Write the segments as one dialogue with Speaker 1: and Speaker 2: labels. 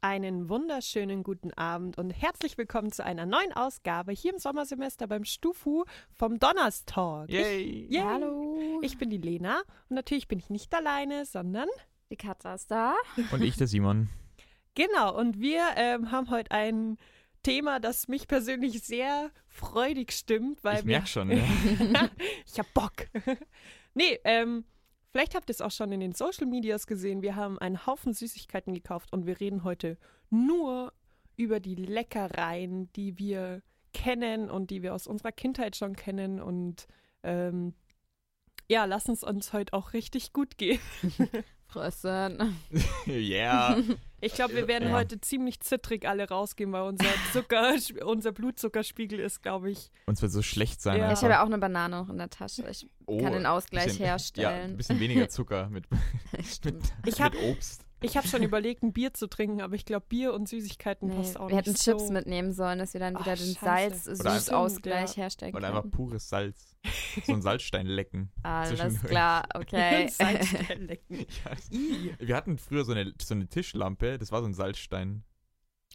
Speaker 1: Einen wunderschönen guten Abend und herzlich willkommen zu einer neuen Ausgabe hier im Sommersemester beim Stufu vom Donnerstalk.
Speaker 2: Yay!
Speaker 1: Yay.
Speaker 3: Hallo.
Speaker 1: Ich bin die Lena und natürlich bin ich nicht alleine, sondern
Speaker 3: die Katja ist da.
Speaker 2: Und ich, der Simon.
Speaker 1: genau, und wir ähm, haben heute ein Thema, das mich persönlich sehr freudig stimmt, weil
Speaker 2: ich
Speaker 1: wir-
Speaker 2: merke schon, ja.
Speaker 1: ich hab Bock. nee, ähm, vielleicht habt ihr es auch schon in den Social Medias gesehen. Wir haben einen Haufen Süßigkeiten gekauft und wir reden heute nur über die Leckereien, die wir kennen und die wir aus unserer Kindheit schon kennen. Und ähm, ja, lass uns uns heute auch richtig gut gehen.
Speaker 3: Fressen.
Speaker 2: yeah.
Speaker 1: Ich glaube, wir werden
Speaker 2: Ja.
Speaker 1: heute ziemlich zittrig alle rausgehen, weil unser Zucker, unser Blutzuckerspiegel ist, glaube ich,
Speaker 2: Uns wird so schlecht sein.
Speaker 1: Ja.
Speaker 3: Ich
Speaker 2: einfach.
Speaker 3: habe ja auch eine Banane noch in der Tasche. Ich
Speaker 2: Oh,
Speaker 3: kann den Ausgleich
Speaker 2: bisschen, Ja, ein
Speaker 3: herstellen.
Speaker 2: bisschen weniger Zucker mit,
Speaker 3: Stimmt.
Speaker 1: Ich hab-
Speaker 2: mit Obst.
Speaker 1: Ich habe schon überlegt, ein Bier zu trinken, aber ich glaube, Bier und Süßigkeiten
Speaker 3: Nee,
Speaker 1: passt auch
Speaker 3: wir
Speaker 1: nicht
Speaker 3: hätten
Speaker 1: so.
Speaker 3: Chips mitnehmen sollen, dass wir dann
Speaker 1: Ach,
Speaker 3: wieder den
Speaker 1: scheiße.
Speaker 2: Oder einfach-
Speaker 3: Salz-Süßausgleich
Speaker 1: Stimmt, ja.
Speaker 3: herstellen
Speaker 2: Und einfach
Speaker 3: können. Ah,
Speaker 2: pures Salz. So ein Salzstein lecken.
Speaker 3: Alles
Speaker 2: zwischendurch.
Speaker 3: klar, okay.
Speaker 1: Salzstein lecken.
Speaker 2: Ja. Wir hatten früher so eine, so eine Tischlampe, das war so ein Salzstein.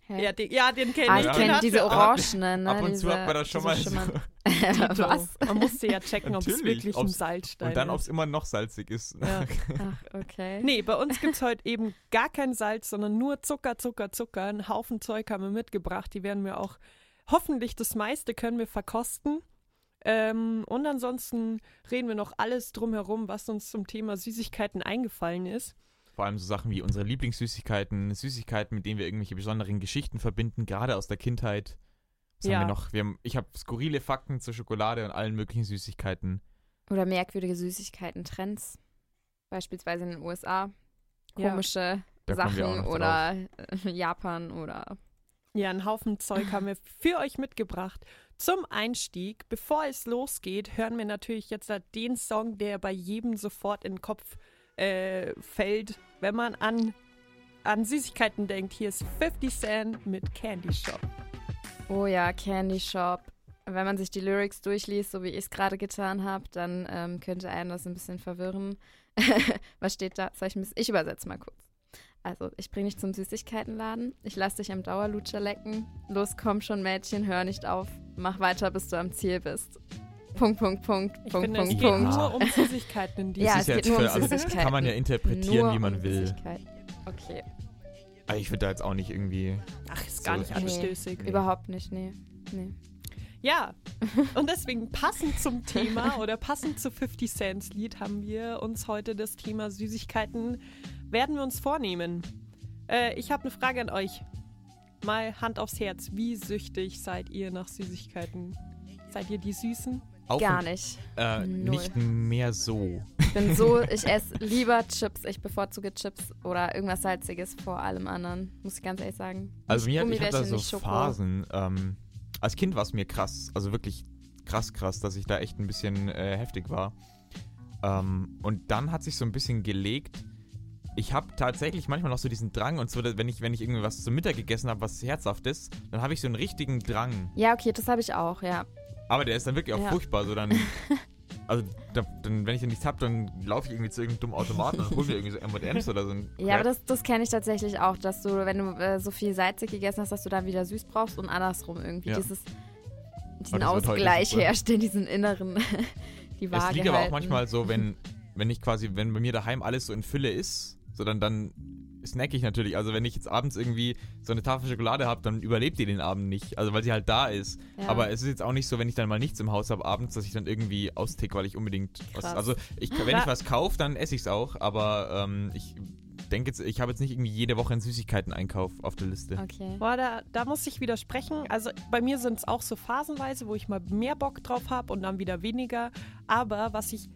Speaker 3: Hä?
Speaker 1: Ja, den, ja, den
Speaker 3: ah,
Speaker 1: kenne ich.
Speaker 3: ich
Speaker 2: Ja,
Speaker 3: kenne
Speaker 2: aber-
Speaker 3: diese
Speaker 2: aber-
Speaker 3: Orangenen. Ne?
Speaker 2: Ab und
Speaker 3: diese,
Speaker 2: zu hat man das schon mal
Speaker 3: diese
Speaker 2: so.
Speaker 3: Schimmern-
Speaker 1: Tito.
Speaker 3: Was?
Speaker 1: Man musste ja checken, ob es
Speaker 2: Natürlich,
Speaker 1: wirklich
Speaker 2: ob's-
Speaker 1: ein Salzstein
Speaker 2: Und dann, ob
Speaker 1: ist.
Speaker 2: es immer noch salzig ist.
Speaker 1: Ja.
Speaker 3: Ach, okay.
Speaker 1: Nee, bei uns gibt es heute eben gar kein Salz, sondern nur Zucker, Zucker, Zucker. Einen Haufen Zeug haben wir mitgebracht. Die werden wir auch hoffentlich das meiste können wir verkosten. Ähm, und ansonsten reden wir noch alles drumherum, was uns zum Thema Süßigkeiten eingefallen ist.
Speaker 2: Vor allem so Sachen wie unsere Lieblingssüßigkeiten, Süßigkeiten, mit denen wir irgendwelche besonderen Geschichten verbinden, gerade aus der Kindheit. Was
Speaker 1: Ja.
Speaker 2: haben wir noch? Wir haben, ich habe skurrile Fakten zur Schokolade und allen möglichen Süßigkeiten.
Speaker 3: Oder merkwürdige Süßigkeiten, Trends. Beispielsweise in den USA.
Speaker 1: Ja.
Speaker 3: Komische
Speaker 2: Da kommen wir auch
Speaker 3: Sachen
Speaker 2: noch
Speaker 3: oder äh, Japan oder
Speaker 1: Ja, einen Haufen Zeug haben wir für euch mitgebracht. Zum Einstieg, bevor es losgeht, hören wir natürlich jetzt den Song, der bei jedem sofort in den Kopf äh, fällt, wenn man an, an Süßigkeiten denkt. Hier ist 50 Cent mit Candy Shop.
Speaker 3: Oh ja, Candy Shop. Wenn man sich die Lyrics durchliest, so wie ich es gerade getan habe, dann ähm, könnte einen das ein bisschen verwirren. Was steht da? Soll ich, ein bisschen- ich übersetze mal kurz. Also, ich bringe dich zum Süßigkeitenladen. Ich lass dich am Dauerlutscher lecken. Los, komm schon, Mädchen, hör nicht auf. Mach weiter, bis du am Ziel bist. Punkt, Punkt, Punkt,
Speaker 1: Ich
Speaker 3: Punkt,
Speaker 1: finde, es
Speaker 3: Punkt,
Speaker 1: geht
Speaker 3: Punkt.
Speaker 1: nur um Süßigkeiten in diesem
Speaker 3: Ja,
Speaker 2: Das
Speaker 3: es geht nur um Süßigkeiten.
Speaker 2: kann man ja interpretieren,
Speaker 3: Nur
Speaker 2: wie man
Speaker 3: um
Speaker 2: will.
Speaker 3: Süßigkeiten. Okay,
Speaker 2: Aber ich würde da jetzt auch nicht irgendwie.
Speaker 1: Ach, ist gar
Speaker 2: So,
Speaker 1: nicht
Speaker 2: nee.
Speaker 1: anstößig.
Speaker 2: Nee.
Speaker 3: überhaupt nicht, nee. nee.
Speaker 1: Ja, und deswegen passend zum Thema oder passend zu 50 Cents Lied haben wir uns heute das Thema Süßigkeiten werden wir uns vornehmen. Äh, ich habe eine Frage an euch. Mal Hand aufs Herz. Wie süchtig seid ihr nach Süßigkeiten? Seid ihr die Süßen?
Speaker 2: Auch
Speaker 3: Gar nicht.
Speaker 2: Äh,
Speaker 3: Null.
Speaker 2: nicht mehr so.
Speaker 3: bin so, ich esse lieber Chips. Ich bevorzuge Chips oder irgendwas Salziges vor allem anderen. Muss ich ganz ehrlich sagen.
Speaker 2: Also mir hat, ich habe da
Speaker 3: Gummibärchen,
Speaker 2: so
Speaker 3: nicht Schoko.
Speaker 2: Phasen. Ähm, als Kind war es mir krass, also wirklich krass, krass, dass ich da echt ein bisschen äh, heftig war. Ähm, und dann hat sich so ein bisschen gelegt. Ich habe tatsächlich manchmal noch so diesen Drang und so, dass wenn ich wenn ich irgendwie was zu Mittag gegessen habe, was herzhaft ist, dann habe ich so einen richtigen Drang.
Speaker 3: Ja, okay, das habe ich auch, ja.
Speaker 2: Aber der ist dann wirklich auch
Speaker 3: Ja.
Speaker 2: furchtbar. So dann, also da, dann, wenn ich den nichts habe, dann laufe ich irgendwie zu irgendeinem dummen Automaten und hole mir irgendwie so M&M's oder so. Ein
Speaker 3: Ja, aber das, das kenne ich tatsächlich auch, dass du, wenn du äh, so viel salzig gegessen hast, dass du dann wieder süß brauchst und andersrum irgendwie.
Speaker 2: Ja.
Speaker 3: Dieses, diesen
Speaker 2: das wird heute
Speaker 3: Ausgleich
Speaker 2: nicht so.
Speaker 3: herstellen, diesen inneren, die Waage
Speaker 2: Es liegt aber auch
Speaker 3: halten.
Speaker 2: manchmal so, wenn, wenn ich quasi, wenn bei mir daheim alles so in Fülle ist, so dann, dann snack ich natürlich. Also wenn ich jetzt abends irgendwie so eine Tafel Schokolade habe, dann überlebt die den Abend nicht. Also weil sie halt da ist.
Speaker 3: Ja.
Speaker 2: Aber es ist jetzt auch nicht so, wenn ich dann mal nichts im Haus habe abends, dass ich dann irgendwie austick, weil ich unbedingt was.
Speaker 3: Krass.
Speaker 2: Also ich, wenn
Speaker 1: Ja.
Speaker 2: ich was kaufe, dann esse ich es auch, aber ähm, ich denke jetzt, ich habe jetzt nicht irgendwie jede Woche einen Süßigkeiten-Einkauf auf der Liste.
Speaker 3: Okay.
Speaker 1: Boah, da, da muss ich widersprechen. Also bei mir sind es auch so phasenweise, wo ich mal mehr Bock drauf habe und dann wieder weniger. Aber was ich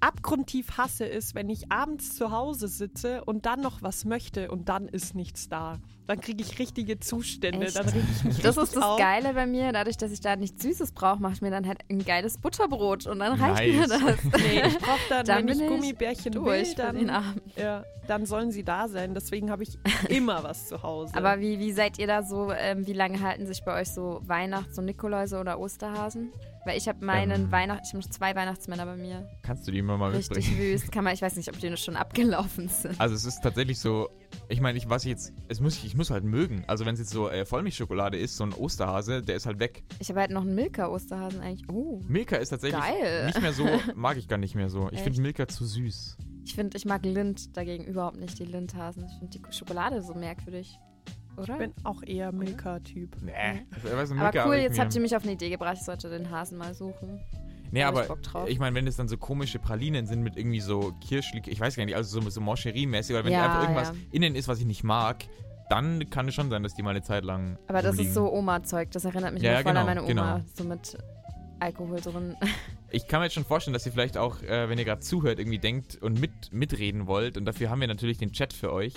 Speaker 1: abgrundtief hasse, ist, wenn ich abends zu Hause sitze und dann noch was möchte und dann ist nichts da. Dann kriege ich richtige Zustände.
Speaker 3: Echt?
Speaker 1: Dann reg ich mich
Speaker 3: Das
Speaker 1: richtig
Speaker 3: ist das
Speaker 1: auf.
Speaker 3: Geile bei mir. Dadurch, dass ich da nichts Süßes brauche, mache ich mir dann halt ein geiles Butterbrot und dann reicht
Speaker 2: Nice.
Speaker 3: mir das.
Speaker 1: Nee, ich brauche dann,
Speaker 3: Dann
Speaker 1: wenn ich
Speaker 3: bin ich
Speaker 1: Gummibärchen will,
Speaker 3: Durch für den
Speaker 1: dann,
Speaker 3: Abend.
Speaker 1: ja, dann sollen sie da sein. Deswegen habe ich immer was zu Hause.
Speaker 3: Aber wie, wie seid ihr da so, ähm, wie lange halten sich bei euch so Weihnachts- und Nikoläuse oder Osterhasen? Weil ich habe meinen
Speaker 2: Ähm. Oh,
Speaker 3: Weihnacht, ich habe noch zwei Weihnachtsmänner bei mir.
Speaker 2: Kannst du die immer mal
Speaker 3: Richtig
Speaker 2: mitbringen?
Speaker 3: wüst. Kann man, ich weiß nicht, ob die schon abgelaufen sind.
Speaker 2: Also es ist tatsächlich so, Ich meine, ich weiß jetzt, es muss, ich muss halt mögen. Also wenn es jetzt so äh, Vollmilchschokolade ist, so ein Osterhase, der ist halt weg.
Speaker 3: Ich habe halt noch einen Milka-Osterhasen eigentlich. Oh,
Speaker 2: Milka ist tatsächlich
Speaker 3: geil.
Speaker 2: nicht mehr so, mag ich gar nicht mehr so. Ich
Speaker 3: Echt?
Speaker 2: finde Milka zu süß.
Speaker 3: Ich finde, ich mag Lind dagegen überhaupt nicht, die Lindhasen. Ich finde die Schokolade so merkwürdig. Oder?
Speaker 1: Ich bin auch eher Milka-Typ.
Speaker 2: Nee. Weißt du, Milka
Speaker 3: Mhm. aber cool,
Speaker 2: hab ich
Speaker 3: jetzt
Speaker 2: mir-
Speaker 3: habt ihr mich auf eine Idee gebracht, ich sollte den Hasen mal suchen.
Speaker 2: Nee,
Speaker 3: Hab ich
Speaker 2: aber
Speaker 3: Bock drauf.
Speaker 2: ich meine, wenn es dann so komische Pralinen sind mit irgendwie so Kirschlik, ich weiß gar nicht, also so, so Mancherie-mäßig, oder wenn
Speaker 3: Ja,
Speaker 2: einfach irgendwas
Speaker 3: ja.
Speaker 2: innen ist, was ich nicht mag, dann kann es schon sein, dass die mal eine Zeit lang.
Speaker 3: Aber das
Speaker 2: rumliegen.
Speaker 3: ist so Oma-Zeug, das erinnert mich
Speaker 2: Ja,
Speaker 3: immer voll
Speaker 2: genau,
Speaker 3: an meine Oma,
Speaker 2: genau.
Speaker 3: so mit Alkohol drin.
Speaker 2: Ich kann mir jetzt schon vorstellen, dass ihr vielleicht auch, äh, wenn ihr gerade zuhört, irgendwie denkt und mit, mitreden wollt. Und dafür haben wir natürlich den Chat für euch.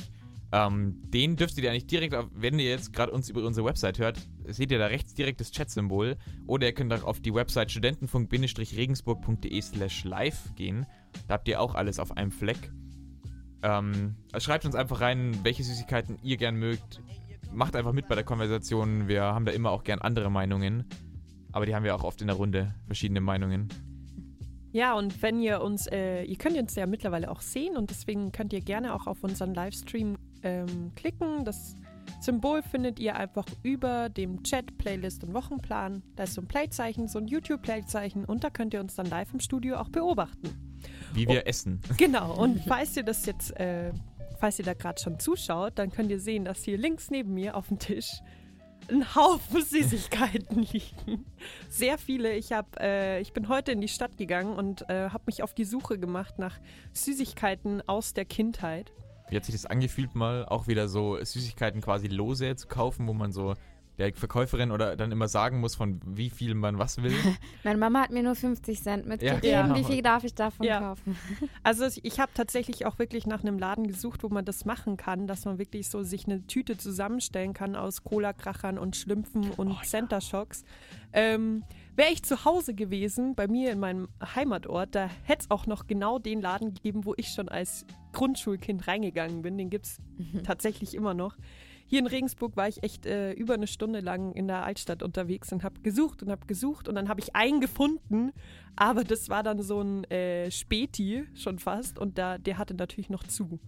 Speaker 2: Ähm, den dürft ihr eigentlich direkt, auf, wenn ihr jetzt gerade uns über unsere Website hört, seht ihr da rechts direkt das Chat-Symbol. Oder ihr könnt auch auf die Website studentenfunk-regensburg.de slash live gehen. Da habt ihr auch alles auf einem Fleck. Ähm, also schreibt uns einfach rein, welche Süßigkeiten ihr gern mögt. Macht einfach mit bei der Konversation. Wir haben da immer auch gern andere Meinungen. Aber die haben wir auch oft in der Runde, verschiedene Meinungen.
Speaker 1: Ja, und wenn ihr uns, äh, ihr könnt uns ja mittlerweile auch sehen und deswegen könnt ihr gerne auch auf unseren Livestream ähm, klicken. Das Symbol findet ihr einfach über dem Chat, Playlist und Wochenplan. Da ist so ein Playzeichen, so ein YouTube-Playzeichen und da könnt ihr uns dann live im Studio auch beobachten.
Speaker 2: Wie
Speaker 3: Oh.
Speaker 2: wir essen.
Speaker 1: Genau, und falls ihr das jetzt, äh, falls ihr da gerade schon zuschaut, dann könnt ihr sehen, dass hier links neben mir auf dem Tisch ein Haufen Süßigkeiten liegen. Sehr viele. Ich, hab, äh, ich bin heute in die Stadt gegangen und äh, habe mich auf die Suche gemacht nach Süßigkeiten aus der Kindheit.
Speaker 2: Wie hat sich das angefühlt, mal auch wieder so Süßigkeiten quasi lose zu kaufen, wo man so der Verkäuferin oder dann immer sagen muss, von wie viel man was will?
Speaker 3: Meine Mama hat mir nur 50 Cent mitgegeben,
Speaker 1: genau.
Speaker 3: wie viel darf ich davon
Speaker 1: Ja.
Speaker 3: kaufen?
Speaker 1: Also ich- ich habe tatsächlich auch wirklich nach einem Laden gesucht, wo man das machen kann, dass man wirklich so sich eine Tüte zusammenstellen kann aus Cola-Krachern und Schlümpfen und Center Shocks. Ähm, Wäre ich zu Hause gewesen, bei mir in meinem Heimatort, da hätte es auch noch genau den Laden gegeben, wo ich schon als Grundschulkind reingegangen bin. Den gibt es tatsächlich immer noch. Hier in Regensburg war ich echt äh, über eine Stunde lang in der Altstadt unterwegs und habe gesucht und habe gesucht und dann habe ich einen gefunden, aber das war dann so ein äh, Späti schon fast und da, der hatte natürlich noch zu.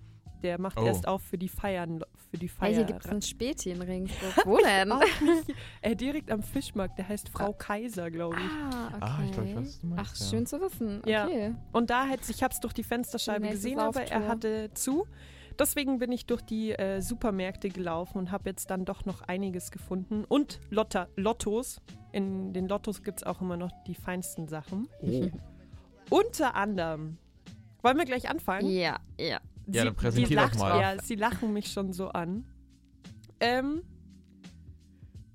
Speaker 1: Der macht
Speaker 2: Oh.
Speaker 1: erst auf für die Feiern, für die
Speaker 3: Hey,
Speaker 1: Feier. Ah,
Speaker 3: hier gibt es einen Späti in Regensburg. Wo denn?
Speaker 1: auch nicht. Äh, direkt am Fischmarkt, der heißt Frau Kaiser, glaube ich.
Speaker 3: Ah, okay.
Speaker 2: Ah, ich glaub, ich weiß, was du meinst,
Speaker 3: Ach,
Speaker 2: ja.
Speaker 3: schön zu wissen.
Speaker 1: Ja.
Speaker 3: Okay.
Speaker 1: Und da hätte ich habe es durch die Fensterscheibe
Speaker 3: Nächstes
Speaker 1: gesehen, aber er
Speaker 3: Lauftor.
Speaker 1: hatte zu. Deswegen bin ich durch die äh, Supermärkte gelaufen und habe jetzt dann doch noch einiges gefunden. Und Lotta, Lottos. In den Lottos gibt es auch immer noch die feinsten Sachen. Oh. Unter anderem. Wollen wir gleich anfangen?
Speaker 3: Ja, ja.
Speaker 2: Ja, dann präsentier
Speaker 1: sie
Speaker 2: doch
Speaker 1: lacht-
Speaker 2: mal.
Speaker 1: Ja, sie lachen mich schon so an. Ähm,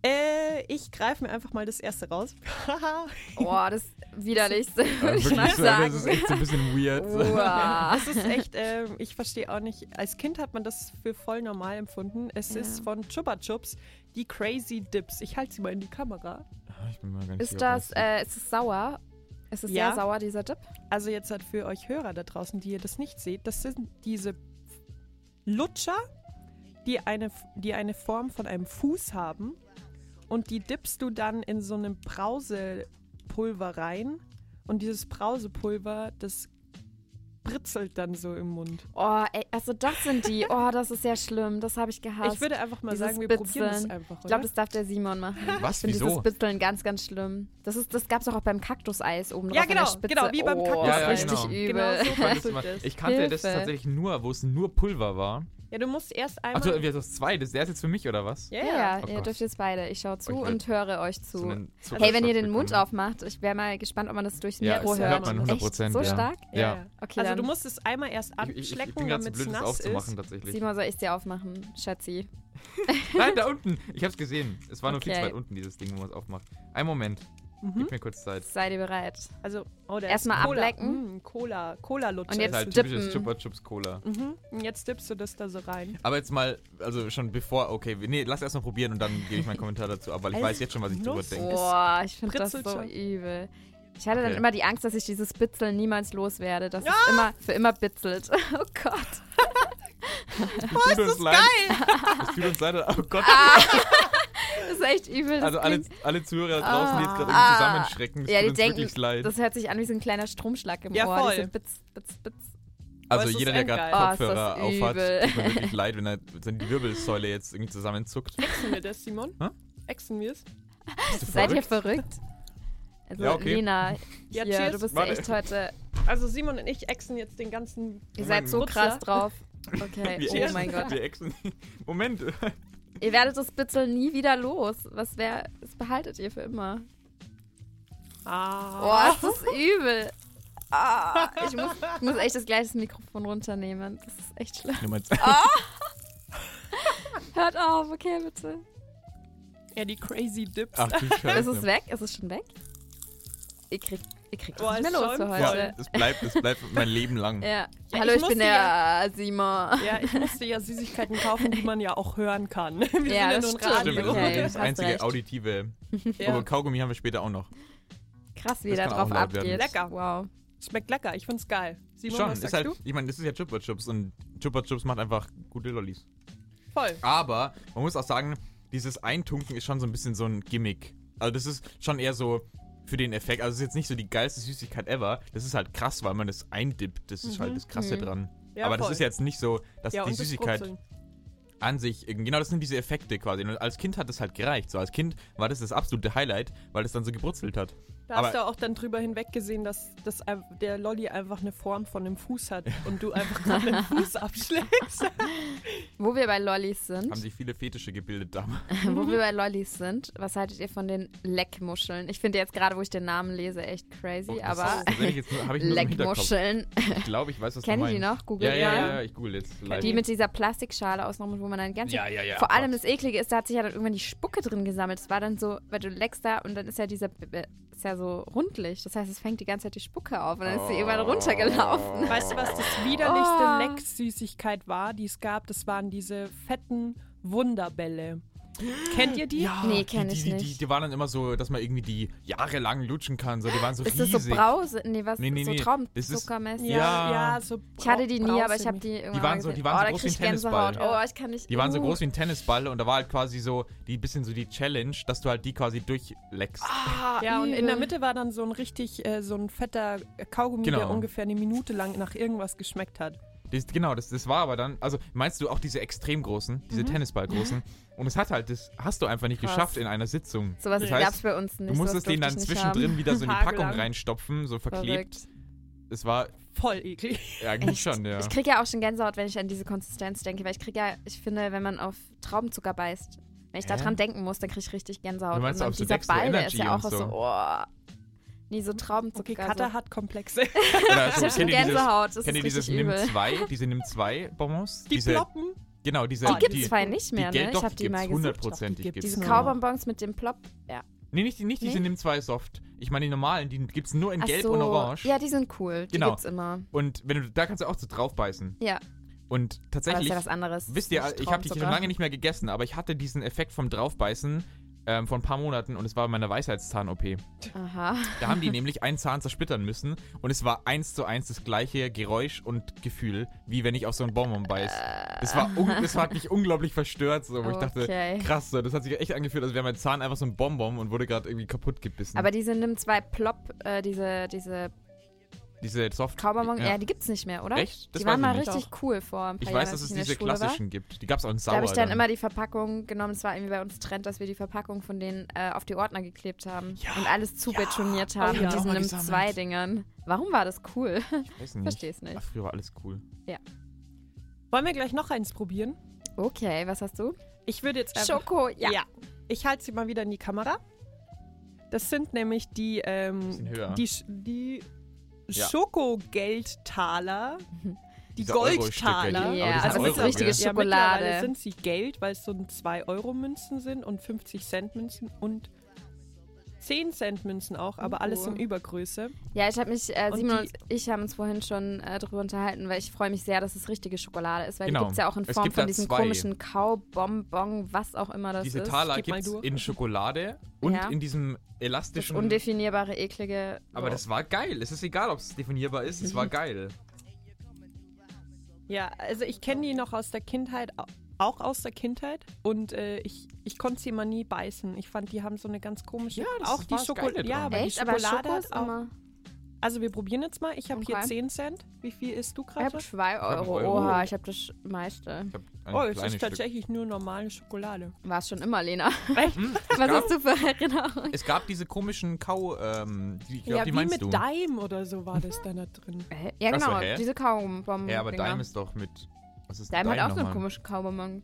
Speaker 1: äh, ich greife mir einfach mal das erste raus. Haha.
Speaker 3: Boah, das Widerlichste, würde ich
Speaker 2: Also wirklich
Speaker 3: mal
Speaker 2: so,
Speaker 3: sagen. Oh.
Speaker 2: das ist echt so ein bisschen weird. So.
Speaker 3: Uah.
Speaker 1: Das ist echt, ähm, ich verstehe auch nicht. Als Kind hat man das für voll normal empfunden. Es
Speaker 3: Ja.
Speaker 1: ist von Chupa Chups die Crazy Dips. Ich halte sie mal in die Kamera.
Speaker 2: Ah, Ich bin mal ganz
Speaker 3: Ist das, äh, ist es sauer? Ist es
Speaker 1: Ja.
Speaker 3: sehr sauer, dieser Dip?
Speaker 1: Also jetzt halt für euch Hörer da draußen, die ihr das nicht seht, das sind diese Lutscher, die eine, die eine Form von einem Fuß haben und die dippst du dann in so einem Brausepulver rein und dieses Brausepulver, das britzelt dann so im Mund.
Speaker 3: Oh, ey, also das sind die. Oh, das ist sehr schlimm. Das habe ich gehasst.
Speaker 1: Ich würde einfach mal
Speaker 3: Dieses
Speaker 1: sagen, wir probieren das
Speaker 3: Bitzeln.
Speaker 1: einfach,
Speaker 3: Ich glaube,
Speaker 1: oder?
Speaker 3: das darf der Simon machen. Ich
Speaker 2: Was?
Speaker 3: finde dieses
Speaker 2: Wieso?
Speaker 3: Bitzeln ganz, ganz schlimm. Das, ist, das gab es auch beim Kaktuseis oben
Speaker 1: Ja,
Speaker 3: drauf
Speaker 1: genau,
Speaker 3: an der Spitze.
Speaker 1: genau, wie beim
Speaker 3: oh,
Speaker 1: Kaktuseis.
Speaker 2: Ja, ja,
Speaker 3: richtig
Speaker 2: genau.
Speaker 3: übel.
Speaker 1: Genau so.
Speaker 2: Weil das immer-
Speaker 1: Das-
Speaker 2: ich kannte das
Speaker 3: Hilfe.
Speaker 2: tatsächlich nur, wo es nur Pulver war.
Speaker 1: Ja, du musst erst einmal.
Speaker 2: Achso, wir haben das zwei. Das, der ist jetzt für mich, oder was?
Speaker 1: ja,
Speaker 3: Ja,
Speaker 1: ja.
Speaker 3: ja,
Speaker 2: Oh
Speaker 3: ihr
Speaker 2: Gott.
Speaker 3: dürft jetzt beide. Ich schaue zu
Speaker 2: Ich würd
Speaker 3: und höre euch zu.
Speaker 2: So einen Zuckerschock
Speaker 3: hey, wenn ihr den Mund
Speaker 2: bekommen.
Speaker 3: aufmacht, ich wäre mal gespannt, ob man das durchs
Speaker 2: Ja,
Speaker 3: Mikro
Speaker 1: das
Speaker 3: hört.
Speaker 1: hört man
Speaker 3: Echt?
Speaker 2: 100%,
Speaker 3: So
Speaker 2: ja.
Speaker 3: stark?
Speaker 2: Ja.
Speaker 3: Okay,
Speaker 1: also
Speaker 3: dann.
Speaker 1: du musst es einmal erst
Speaker 2: Ich, ich, ich
Speaker 1: abschlecken,
Speaker 2: bin gerade zu
Speaker 1: damit es
Speaker 2: blöd, das
Speaker 1: nass
Speaker 2: aufzumachen
Speaker 1: ist.
Speaker 2: tatsächlich.
Speaker 3: Simon, soll ich es dir aufmachen, Schatzi?
Speaker 2: Nein, da unten. Ich hab's gesehen. Es war nur viel
Speaker 3: Okay. Hm?
Speaker 2: zu weit unten, dieses Ding, wo man es aufmacht. Ein Moment. Gib mir kurz Zeit.
Speaker 3: Sei dir bereit.
Speaker 1: Also, oh, der
Speaker 3: Erstmal
Speaker 1: ist Cola.
Speaker 3: ablecken.
Speaker 1: Mm, Cola, Cola lutscht.
Speaker 3: Und
Speaker 2: Das
Speaker 3: jetzt
Speaker 2: ist halt
Speaker 3: dippen.
Speaker 2: typisches Chupa Chups Cola.
Speaker 1: Mhm. Und jetzt dippst du das da so rein.
Speaker 2: Aber jetzt mal, also schon bevor, okay, wir- nee, lass erst mal probieren und dann gebe ich meinen Kommentar dazu. Aber ich
Speaker 1: Also,
Speaker 2: weiß jetzt schon, was ich drüber
Speaker 1: los.
Speaker 2: denke.
Speaker 3: Boah, ich finde das so
Speaker 1: pritzelt schon.
Speaker 3: übel. Ich hatte dann
Speaker 2: Okay.
Speaker 3: immer die Angst, dass ich dieses Bitzeln niemals loswerde, dass es immer, für immer bitzelt. Oh Gott.
Speaker 2: Oh, ist das leid. Es tut uns leid. Oh Gott.
Speaker 3: Das ist echt übel. Das
Speaker 2: also alle,
Speaker 3: Ah, klingt-
Speaker 2: alle Zuhörer da draußen, die jetzt gerade
Speaker 3: Ah.
Speaker 2: irgendwie zusammenschrecken, es
Speaker 3: ja,
Speaker 2: tut
Speaker 3: die
Speaker 2: uns
Speaker 3: denken,
Speaker 2: wirklich leid.
Speaker 3: das hört sich an wie so ein kleiner Stromschlag im
Speaker 1: Ja,
Speaker 3: Ohr.
Speaker 1: voll.
Speaker 3: Diese Bitz, Bitz, Bitz.
Speaker 2: Also
Speaker 1: es ist
Speaker 2: jeder, der
Speaker 1: endgeil.
Speaker 2: gerade
Speaker 3: Oh, ist das
Speaker 2: Kopfhörer auf hat,
Speaker 3: übel.
Speaker 2: tut mir wirklich leid, wenn er seine Wirbelsäule jetzt irgendwie zusammenzuckt.
Speaker 1: Exen wir das, Simon?
Speaker 2: Hä?
Speaker 1: Exen wir es?
Speaker 2: Bist du
Speaker 3: Seid ihr
Speaker 2: verrückt?
Speaker 3: verrückt? Also,
Speaker 2: Ja, okay.
Speaker 3: Lena,
Speaker 1: Ja,
Speaker 3: hier,
Speaker 1: cheers.
Speaker 3: du bist
Speaker 2: Warte.
Speaker 3: echt heute.
Speaker 1: Also Simon und ich exen jetzt den ganzen...
Speaker 3: Ihr seid so
Speaker 1: Moment.
Speaker 3: krass
Speaker 1: Putzer.
Speaker 3: drauf. Okay,
Speaker 2: Wir
Speaker 3: oh
Speaker 2: exen-
Speaker 3: mein Gott.
Speaker 2: Wir exen. Moment.
Speaker 3: Ihr werdet das bitte nie wieder los. Was wär, das behaltet ihr für immer. Oh,
Speaker 1: Ah.
Speaker 3: ist das übel. Ah, ich muss, ich muss echt das gleiche Mikrofon runternehmen. Das ist echt schlimm.
Speaker 2: Nimm mal-
Speaker 3: Ah. Hört auf, okay, bitte.
Speaker 1: Ja, die crazy Dips.
Speaker 2: Ach du Scheiße.
Speaker 3: Ist es weg? Ist es schon weg? Ihr kriegt, ihr kriegt
Speaker 1: Boah,
Speaker 3: es nicht
Speaker 1: es
Speaker 3: mehr los für
Speaker 1: schäumt
Speaker 2: Ja,
Speaker 3: heute.
Speaker 2: es bleibt, es bleibt mein Leben lang.
Speaker 3: Ja.
Speaker 1: Ja,
Speaker 3: Hallo,
Speaker 1: ich
Speaker 3: ich, bin
Speaker 1: musste
Speaker 3: der
Speaker 1: ja-
Speaker 3: Simon.
Speaker 1: Ja, ich musste ja Süßigkeiten kaufen, die man ja auch hören kann. Wir
Speaker 3: Ja,
Speaker 1: sind
Speaker 3: das
Speaker 1: ja nur ein
Speaker 3: stimmt.
Speaker 1: Radio.
Speaker 2: Stimmt, das
Speaker 3: Okay,
Speaker 2: ist wirklich das
Speaker 3: hast
Speaker 2: einzige
Speaker 3: recht.
Speaker 2: auditive.
Speaker 1: Ja.
Speaker 2: Aber Kaugummi haben wir später auch noch.
Speaker 3: Krass, wie ihr
Speaker 2: Das
Speaker 3: da
Speaker 2: kann
Speaker 3: drauf
Speaker 2: auch laut werden.
Speaker 3: abgeht.
Speaker 1: Lecker.
Speaker 3: Wow.
Speaker 1: Schmeckt lecker, ich find's geil. Simon,
Speaker 2: Schon,
Speaker 1: was
Speaker 2: ist
Speaker 1: sagst
Speaker 2: halt,
Speaker 1: du?
Speaker 2: ich meine, das ist ja Chupa Chups und Chupa Chups macht einfach gute Lollis.
Speaker 1: Voll.
Speaker 2: Aber man muss auch sagen, dieses Eintunken ist schon so ein bisschen so ein Gimmick. Also das ist schon eher so für den Effekt. Also es ist jetzt nicht so die geilste Süßigkeit ever. Das ist halt krass, weil man das eindippt. Das ist
Speaker 1: Mhm.
Speaker 2: halt das Krasse
Speaker 3: Mhm.
Speaker 2: dran.
Speaker 1: Ja,
Speaker 2: Aber das
Speaker 1: voll.
Speaker 2: ist jetzt nicht so, dass
Speaker 1: ja,
Speaker 2: die
Speaker 1: und das
Speaker 2: Süßigkeit
Speaker 1: Brutzeln.
Speaker 2: an sich, irgendwie- genau, das sind diese Effekte quasi. Und als Kind hat das halt gereicht. So als Kind war das das absolute Highlight, weil das dann so gebrutzelt hat.
Speaker 1: Da
Speaker 2: aber-
Speaker 1: hast du auch dann drüber hinweg gesehen, dass, dass ein- der Lolli einfach eine Form von einem Fuß hat und du einfach gerade den Fuß abschlägst.
Speaker 3: Wo wir bei Lollis sind,
Speaker 2: Haben sich viele Fetische gebildet damals.
Speaker 1: Mhm.
Speaker 3: wo wir bei Lollis sind, was haltet ihr von den Leckmuscheln? Ich finde jetzt gerade, wo ich den Namen lese, echt crazy, aber
Speaker 2: habe ich nur so im Hinterkopf.
Speaker 3: Leckmuscheln.
Speaker 2: Ich glaube, ich weiß, was
Speaker 3: Kennt
Speaker 2: du
Speaker 3: ihr die
Speaker 2: meinst.
Speaker 3: noch? Google
Speaker 2: Ja, ja,
Speaker 3: mal.
Speaker 2: ja, ja, ich google jetzt. live.
Speaker 3: Die mit dieser Plastikschale ausnommen, wo man dann ganz.
Speaker 2: Ja, ja, ja. Oh
Speaker 3: Vor allem das Eklige ist, da hat sich ja dann irgendwann die Spucke drin gesammelt. Es war dann so, weil du leckst da und dann ist ja dieser. äh, Ist ja so rundlich. Das heißt, es fängt die ganze Zeit die Spucke auf und dann ist sie
Speaker 2: Oh.
Speaker 3: irgendwann runtergelaufen.
Speaker 1: Weißt du, was das
Speaker 3: Oh.
Speaker 1: widerlichste Lecksüßigkeit war, die es gab? Das waren diese fetten Wunderbälle. Kennt ihr die?
Speaker 2: Ja, die-
Speaker 3: Nee, kenn
Speaker 2: die,
Speaker 3: ich
Speaker 2: die,
Speaker 3: nicht. Ah,
Speaker 2: Die, die waren dann immer so, dass man irgendwie die jahrelang lutschen kann. So, die waren so
Speaker 3: Ist das
Speaker 2: riesig.
Speaker 3: so Brause? Nee, was?
Speaker 2: Nee, nee,
Speaker 3: so
Speaker 2: nee. Das ist-
Speaker 3: Traubenzuckermäßig?
Speaker 2: Ja.
Speaker 1: ja, so
Speaker 3: Ich hatte die nie, aber ich habe
Speaker 1: die.
Speaker 3: die irgendwann.
Speaker 2: Die waren
Speaker 3: mal
Speaker 2: so- die
Speaker 3: gesehen.
Speaker 2: waren so
Speaker 3: oh, da
Speaker 2: groß wie
Speaker 3: krieg ich
Speaker 2: ein
Speaker 3: Gänsehaut.
Speaker 2: Tennisball.
Speaker 3: Oh, ich kann nicht.
Speaker 2: die waren so
Speaker 3: uh.
Speaker 2: groß wie ein Tennisball und da war halt quasi so die bisschen so die Challenge, dass du halt die quasi durchleckst.
Speaker 3: Ah,
Speaker 1: Ja, und in der
Speaker 3: übel.
Speaker 1: Mitte war dann so ein richtig, äh, so ein fetter Kaugummi, der
Speaker 2: Genau.
Speaker 1: ungefähr eine Minute lang nach irgendwas geschmeckt hat.
Speaker 2: Das, genau, das, das war aber dann. Also meinst du auch diese extrem großen, diese Tennisballgroßen? Und es hat halt, das hast du einfach nicht
Speaker 3: Mhm. Krass.
Speaker 2: geschafft in einer Sitzung.
Speaker 3: Sowas
Speaker 2: das
Speaker 3: gab's
Speaker 2: heißt,
Speaker 3: bei uns
Speaker 2: du
Speaker 3: nicht. sowas
Speaker 2: musstest den dann
Speaker 3: durfte ich nicht haben.
Speaker 2: zwischendrin wieder so in die Packung
Speaker 1: Tagelang.
Speaker 2: reinstopfen, so verklebt.
Speaker 3: Verrückt.
Speaker 2: Es war
Speaker 1: Voll eklig.
Speaker 2: ja, eigentlich
Speaker 3: Echt?
Speaker 2: schon, ja.
Speaker 3: Ich kriege ja auch schon Gänsehaut, wenn ich an diese Konsistenz denke, weil ich kriege ja, ich finde, wenn man auf Traubenzucker beißt, wenn ich
Speaker 2: Hä?
Speaker 3: daran denken muss, dann kriege ich richtig Gänsehaut.
Speaker 2: Du meinst
Speaker 3: und dann
Speaker 2: auf so
Speaker 3: dieser
Speaker 2: Dextro
Speaker 3: Ball, der ist
Speaker 2: Energy
Speaker 3: ja auch
Speaker 2: und so.
Speaker 3: so, oh. Nee, so Traubenzucker.
Speaker 1: Okay, Cutter
Speaker 3: Oh so.
Speaker 1: hat Komplexe.
Speaker 2: Oder so,
Speaker 3: Ich hab schon
Speaker 2: kennt ihr dieses,
Speaker 3: Gänsehaut, das
Speaker 2: kennt ihr
Speaker 3: ist
Speaker 2: dieses
Speaker 3: richtig
Speaker 2: Nimm
Speaker 3: übel.
Speaker 2: 2, diese Nimm 2 Bonbons?
Speaker 1: Die
Speaker 2: diese,
Speaker 1: ploppen.
Speaker 2: Genau, diese
Speaker 1: Die
Speaker 3: Die gibt's zwei nicht mehr,
Speaker 2: die,
Speaker 3: ne? Ich
Speaker 2: Doch,
Speaker 3: habe die mal gesucht.
Speaker 1: Die
Speaker 2: hundertprozentig
Speaker 1: gibt's.
Speaker 2: gibt's.
Speaker 3: Diese
Speaker 1: Ja.
Speaker 3: Kaubonbons mit dem Plop. Ja.
Speaker 2: Nee, nicht, die- nicht diese
Speaker 3: Nee?
Speaker 2: Nimm 2 Soft. Ich meine die normalen, die gibt's nur in
Speaker 3: Ach
Speaker 2: Gelb
Speaker 3: so.
Speaker 2: und Orange.
Speaker 3: Ja, die sind cool. Die
Speaker 2: Genau.
Speaker 3: gibt's immer.
Speaker 2: Und wenn du, da kannst du auch so drauf beißen.
Speaker 3: Ja,
Speaker 2: Und
Speaker 3: aber das ist
Speaker 2: tatsächlich,
Speaker 3: ja was anderes.
Speaker 2: wisst ihr,
Speaker 3: Nicht
Speaker 2: ich habe die schon
Speaker 3: Traubenzucker.
Speaker 2: lange nicht mehr gegessen, aber ich hatte diesen Effekt vom Draufbeißen ähm, vor ein paar Monaten und es war bei meiner Weisheitszahn-OP.
Speaker 3: Aha.
Speaker 2: Da haben die nämlich einen Zahn zersplittern müssen und es war eins zu eins das gleiche Geräusch und Gefühl, wie wenn ich auf so einen Bonbon beiß. Das, war un das hat mich unglaublich verstört, so, wo ich dachte,
Speaker 3: Okay.
Speaker 2: krass, so, das hat sich echt angefühlt, als wäre mein Zahn einfach so ein Bonbon und wurde gerade irgendwie kaputt gebissen.
Speaker 3: Aber diese Nimm zwei Plop, äh, diese, diese
Speaker 2: diese Soft...
Speaker 3: Kaubonbons, ja.
Speaker 2: Ja.
Speaker 3: die gibt's nicht mehr, oder?
Speaker 2: Echt? Das
Speaker 3: die
Speaker 2: weiß
Speaker 3: waren
Speaker 2: ich
Speaker 3: mal
Speaker 2: nicht.
Speaker 3: richtig cool vor ein paar
Speaker 2: Ich
Speaker 3: Jahren,
Speaker 2: weiß, dass
Speaker 3: als
Speaker 2: es
Speaker 3: ich in der
Speaker 2: diese
Speaker 3: Schule
Speaker 2: klassischen gibt. Die gab es auch in Sauer.
Speaker 3: War. Da habe ich dann
Speaker 2: dann.
Speaker 3: immer die Verpackung genommen. Es war irgendwie bei uns Trend, dass wir die Verpackung von denen äh, auf die Ordner geklebt haben
Speaker 2: Ja.
Speaker 3: und alles zubetoniert
Speaker 1: Oh,
Speaker 3: haben
Speaker 1: ja.
Speaker 3: mit
Speaker 2: Auch
Speaker 3: diesen
Speaker 2: mal
Speaker 3: Nimm
Speaker 2: gesammelt. Hm.
Speaker 3: zwei Dingern. Warum war das cool?
Speaker 2: Ich weiß nicht.
Speaker 3: Verstehe es nicht.
Speaker 2: Ach, früher war alles cool.
Speaker 1: Wollen wir gleich noch eins probieren?
Speaker 3: Okay, was hast du?
Speaker 1: Ich würde jetzt einfach...
Speaker 3: Schoko, ja.
Speaker 1: Ich halte sie mal wieder in die Kamera. Das sind nämlich die, ähm,
Speaker 2: Bisschen höher.
Speaker 1: die, Sch- die
Speaker 2: Ja.
Speaker 1: Schokogeldtaler. Die
Speaker 2: Diese
Speaker 1: Goldtaler.
Speaker 2: Euro-Stücke, die-
Speaker 3: Mhm. Ja,
Speaker 2: aber die sind
Speaker 3: also das ist
Speaker 2: Euro,
Speaker 3: richtige
Speaker 2: gell?
Speaker 1: Ja,
Speaker 3: Schokolade.
Speaker 1: mittlerweile sind sie Geld, weil es so ein 2-Euro-Münzen sind und 50-Cent-Münzen und 10-Cent-Münzen auch, aber
Speaker 3: Uh.
Speaker 1: alles in Übergröße.
Speaker 3: Ja, ich habe mich, äh,
Speaker 1: Und
Speaker 3: Simon
Speaker 1: die-
Speaker 3: und ich haben uns vorhin schon äh, darüber unterhalten, weil ich freue mich sehr, dass es richtige Schokolade ist, weil
Speaker 2: Genau.
Speaker 3: die gibt es ja auch in
Speaker 2: Es
Speaker 3: Form
Speaker 2: gibt
Speaker 3: von
Speaker 2: da
Speaker 3: diesem
Speaker 2: zwei.
Speaker 3: komischen Kaubonbon, was auch immer das
Speaker 2: Diese
Speaker 3: ist.
Speaker 2: Taler
Speaker 1: Gib mal
Speaker 2: gibt es
Speaker 1: durch.
Speaker 2: in Schokolade und
Speaker 3: Ja.
Speaker 2: in diesem
Speaker 3: das
Speaker 2: elastischen...
Speaker 3: undefinierbare, eklige.
Speaker 2: aber das war geil. Es ist egal, ob es definierbar ist. Es war
Speaker 3: Mhm.
Speaker 2: geil.
Speaker 1: Ja, also ich kenne die noch aus der Kindheit, au- auch aus der Kindheit und äh, ich, ich konnte sie immer nie beißen. Ich fand, die haben so eine ganz komische,
Speaker 2: Ja, das
Speaker 1: auch die
Speaker 2: war's Geile
Speaker 1: Schokolade,
Speaker 2: dran.
Speaker 1: ja, aber
Speaker 3: Echt?
Speaker 1: die
Speaker 3: Aber
Speaker 1: Schokolade
Speaker 3: Schoko
Speaker 1: hat
Speaker 3: ist
Speaker 1: auch,
Speaker 3: immer.
Speaker 1: Also wir probieren jetzt mal. Ich habe hier
Speaker 3: Okay. Äh,
Speaker 1: 10 Cent. Wie viel isst du
Speaker 3: Ich habe
Speaker 1: gerade?
Speaker 3: 2
Speaker 2: hab
Speaker 3: Euro.
Speaker 2: Euro.
Speaker 3: Oha, ich habe das meiste.
Speaker 2: Ich hab ein
Speaker 1: Oh, es
Speaker 2: kleines
Speaker 1: ist
Speaker 2: Stück.
Speaker 1: tatsächlich nur normale Schokolade.
Speaker 3: War es schon immer, Lena.
Speaker 2: Hm, es,
Speaker 3: Was
Speaker 2: gab,
Speaker 3: hast du für Erinnerungen?
Speaker 2: es gab diese komischen Kau... Ähm, die, ich glaub,
Speaker 1: ja,
Speaker 2: die
Speaker 1: wie
Speaker 2: meinst
Speaker 1: mit
Speaker 2: du.
Speaker 1: Dime oder so war das dann da drin.
Speaker 3: Hä? Ja,
Speaker 2: Ach so,
Speaker 3: genau,
Speaker 2: hä?
Speaker 3: diese Kaugumbomben.
Speaker 2: Ja, aber Dime ist doch mit... Was ist
Speaker 3: genau. Dime hat halt auch so einen
Speaker 2: nochmal?
Speaker 3: komischen Kaugummi.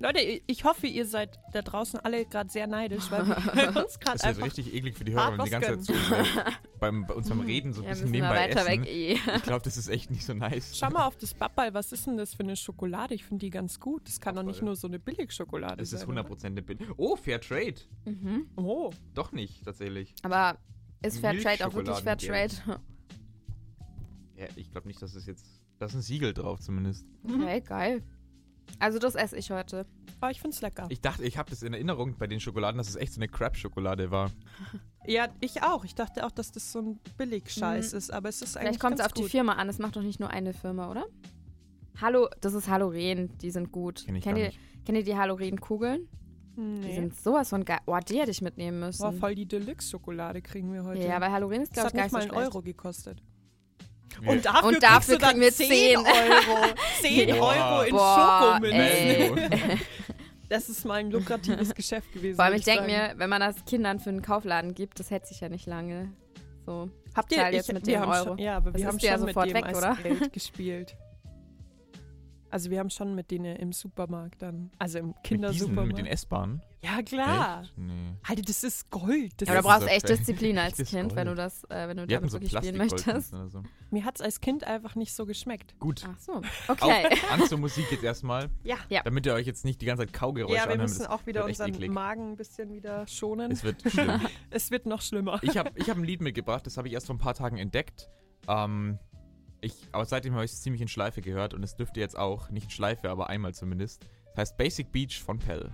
Speaker 1: Leute, ich ich hoffe, ihr seid da draußen alle gerade sehr neidisch, weil wir uns gerade
Speaker 2: Das ist
Speaker 1: einfach...
Speaker 2: jetzt richtig eklig für die
Speaker 1: hart
Speaker 2: Hörer, wenn die
Speaker 1: was
Speaker 2: ganze Zeit zuhören. beim, bei uns beim Reden so ein
Speaker 3: Hm, Ja,
Speaker 2: bisschen
Speaker 3: müssen wir
Speaker 2: nebenbei
Speaker 3: weiter
Speaker 2: essen.
Speaker 3: weg. eh.
Speaker 2: Ich glaube, das ist echt nicht so nice.
Speaker 1: Schau mal auf das Bappal, was ist denn das für eine Schokolade? Ich finde die ganz gut. Das kann doch nicht
Speaker 2: Bappal.
Speaker 1: nur so eine Billigschokolade
Speaker 2: Es
Speaker 1: sein.
Speaker 2: ist 100% eine Bill. Oh, Fair Trade.
Speaker 3: Mhm.
Speaker 1: oder? Oh,
Speaker 2: Doch nicht, tatsächlich.
Speaker 3: Aber ist Fairtrade auch wirklich
Speaker 2: Milchschokoladen,
Speaker 3: Fairtrade?
Speaker 2: Ja, ich glaube nicht, dass es jetzt. Da ist ein Siegel drauf zumindest.
Speaker 3: Okay, geil. Also das esse ich heute.
Speaker 1: aber ah, ich finde es lecker.
Speaker 2: Ich dachte, ich habe das in Erinnerung bei den Schokoladen, dass es echt so eine Crap-Schokolade war.
Speaker 1: ja, ich auch. Ich dachte auch, dass das so ein Billigscheiß ist, aber es ist eigentlich
Speaker 3: Mhm. Vielleicht kommt es
Speaker 1: ganz
Speaker 3: auf
Speaker 1: gut.
Speaker 3: die Firma an. Es macht doch nicht nur eine Firma, oder? Hallo, das ist Haloren. Die sind gut.
Speaker 2: Kenn ich
Speaker 3: kennt,
Speaker 2: gar
Speaker 3: ihr,
Speaker 2: nicht.
Speaker 3: kennt ihr die Haloren-Kugeln? Die
Speaker 1: Nee.
Speaker 3: sind sowas von geil. Oh, die hätte ich mitnehmen müssen.
Speaker 1: Boah, voll die Deluxe-Schokolade kriegen wir heute.
Speaker 3: ja, aber Haloren ist,
Speaker 1: das
Speaker 3: glaube ich,
Speaker 1: hat
Speaker 3: gar
Speaker 1: nicht mal
Speaker 3: nicht so
Speaker 1: einen
Speaker 3: schlecht.
Speaker 1: Euro gekostet.
Speaker 2: Ja.
Speaker 1: Und dafür,
Speaker 3: Und dafür
Speaker 1: kriegst du dann
Speaker 3: kriegen wir
Speaker 1: 10
Speaker 3: 10
Speaker 1: Euro. 10 Euro in
Speaker 3: Boah,
Speaker 1: Schokomünzen.
Speaker 3: ey.
Speaker 2: Value.
Speaker 1: Das ist mal ein lukratives Geschäft gewesen.
Speaker 3: Vor allem,
Speaker 1: würd
Speaker 3: ich denke
Speaker 1: sagen.
Speaker 3: mir, wenn man das Kindern für einen Kaufladen gibt, das hält sich ja nicht lange. So.
Speaker 1: Habt ihr
Speaker 3: Zahl
Speaker 1: ich-
Speaker 3: jetzt mit
Speaker 1: wir
Speaker 3: dem
Speaker 1: haben
Speaker 3: Euro.
Speaker 1: Schon, ja, aber
Speaker 3: Das
Speaker 1: wir haben
Speaker 3: ist ja
Speaker 1: schon
Speaker 3: sofort
Speaker 1: mit dem
Speaker 3: weg,
Speaker 1: als
Speaker 3: oder?
Speaker 1: Geld gespielt. Also wir haben schon mit denen im Supermarkt dann, also im
Speaker 2: mit, diesen, mit den
Speaker 1: Kindersupermarkt.
Speaker 2: S-Bahnen?
Speaker 1: Ja, klar.
Speaker 2: Echt? Nee.
Speaker 1: Alter, das ist Gold. Das
Speaker 3: Ja, aber da
Speaker 1: ist,
Speaker 2: ist
Speaker 3: brauchst du
Speaker 2: so
Speaker 3: echt
Speaker 2: fair.
Speaker 3: Disziplin als
Speaker 2: Das
Speaker 3: Kind, wenn du
Speaker 2: Gold.
Speaker 3: das, äh, wenn du
Speaker 2: Die hatten
Speaker 3: damit
Speaker 2: so ne?
Speaker 3: wirklich spielen
Speaker 2: Plastikgoldmünzen
Speaker 3: möchtest.
Speaker 2: oder so.
Speaker 1: mir hat es als Kind einfach nicht so geschmeckt.
Speaker 2: Gut.
Speaker 3: Ach so,
Speaker 2: Okay.
Speaker 3: Ah, okay.
Speaker 2: Auf, an zur Musik jetzt erstmal.
Speaker 1: Ja.
Speaker 3: Ja.
Speaker 2: Damit ihr euch jetzt nicht die ganze Zeit Kaugeräusche
Speaker 1: ja, wir
Speaker 2: anhören
Speaker 1: müssen
Speaker 2: müsst.
Speaker 1: auch wieder
Speaker 2: wird echt
Speaker 1: unseren
Speaker 2: eklig.
Speaker 1: Magen ein bisschen wieder schonen.
Speaker 2: Es wird schlimm.
Speaker 1: es wird noch schlimmer.
Speaker 2: Ich habe ich hab ein Lied mitgebracht, das habe ich erst vor ein paar Tagen entdeckt. Ähm, ich, aber seitdem habe ich es ziemlich in Schleife gehört und es dürft ihr jetzt auch, nicht in Schleife, aber einmal zumindest. Das heißt Basic Beach von Pell.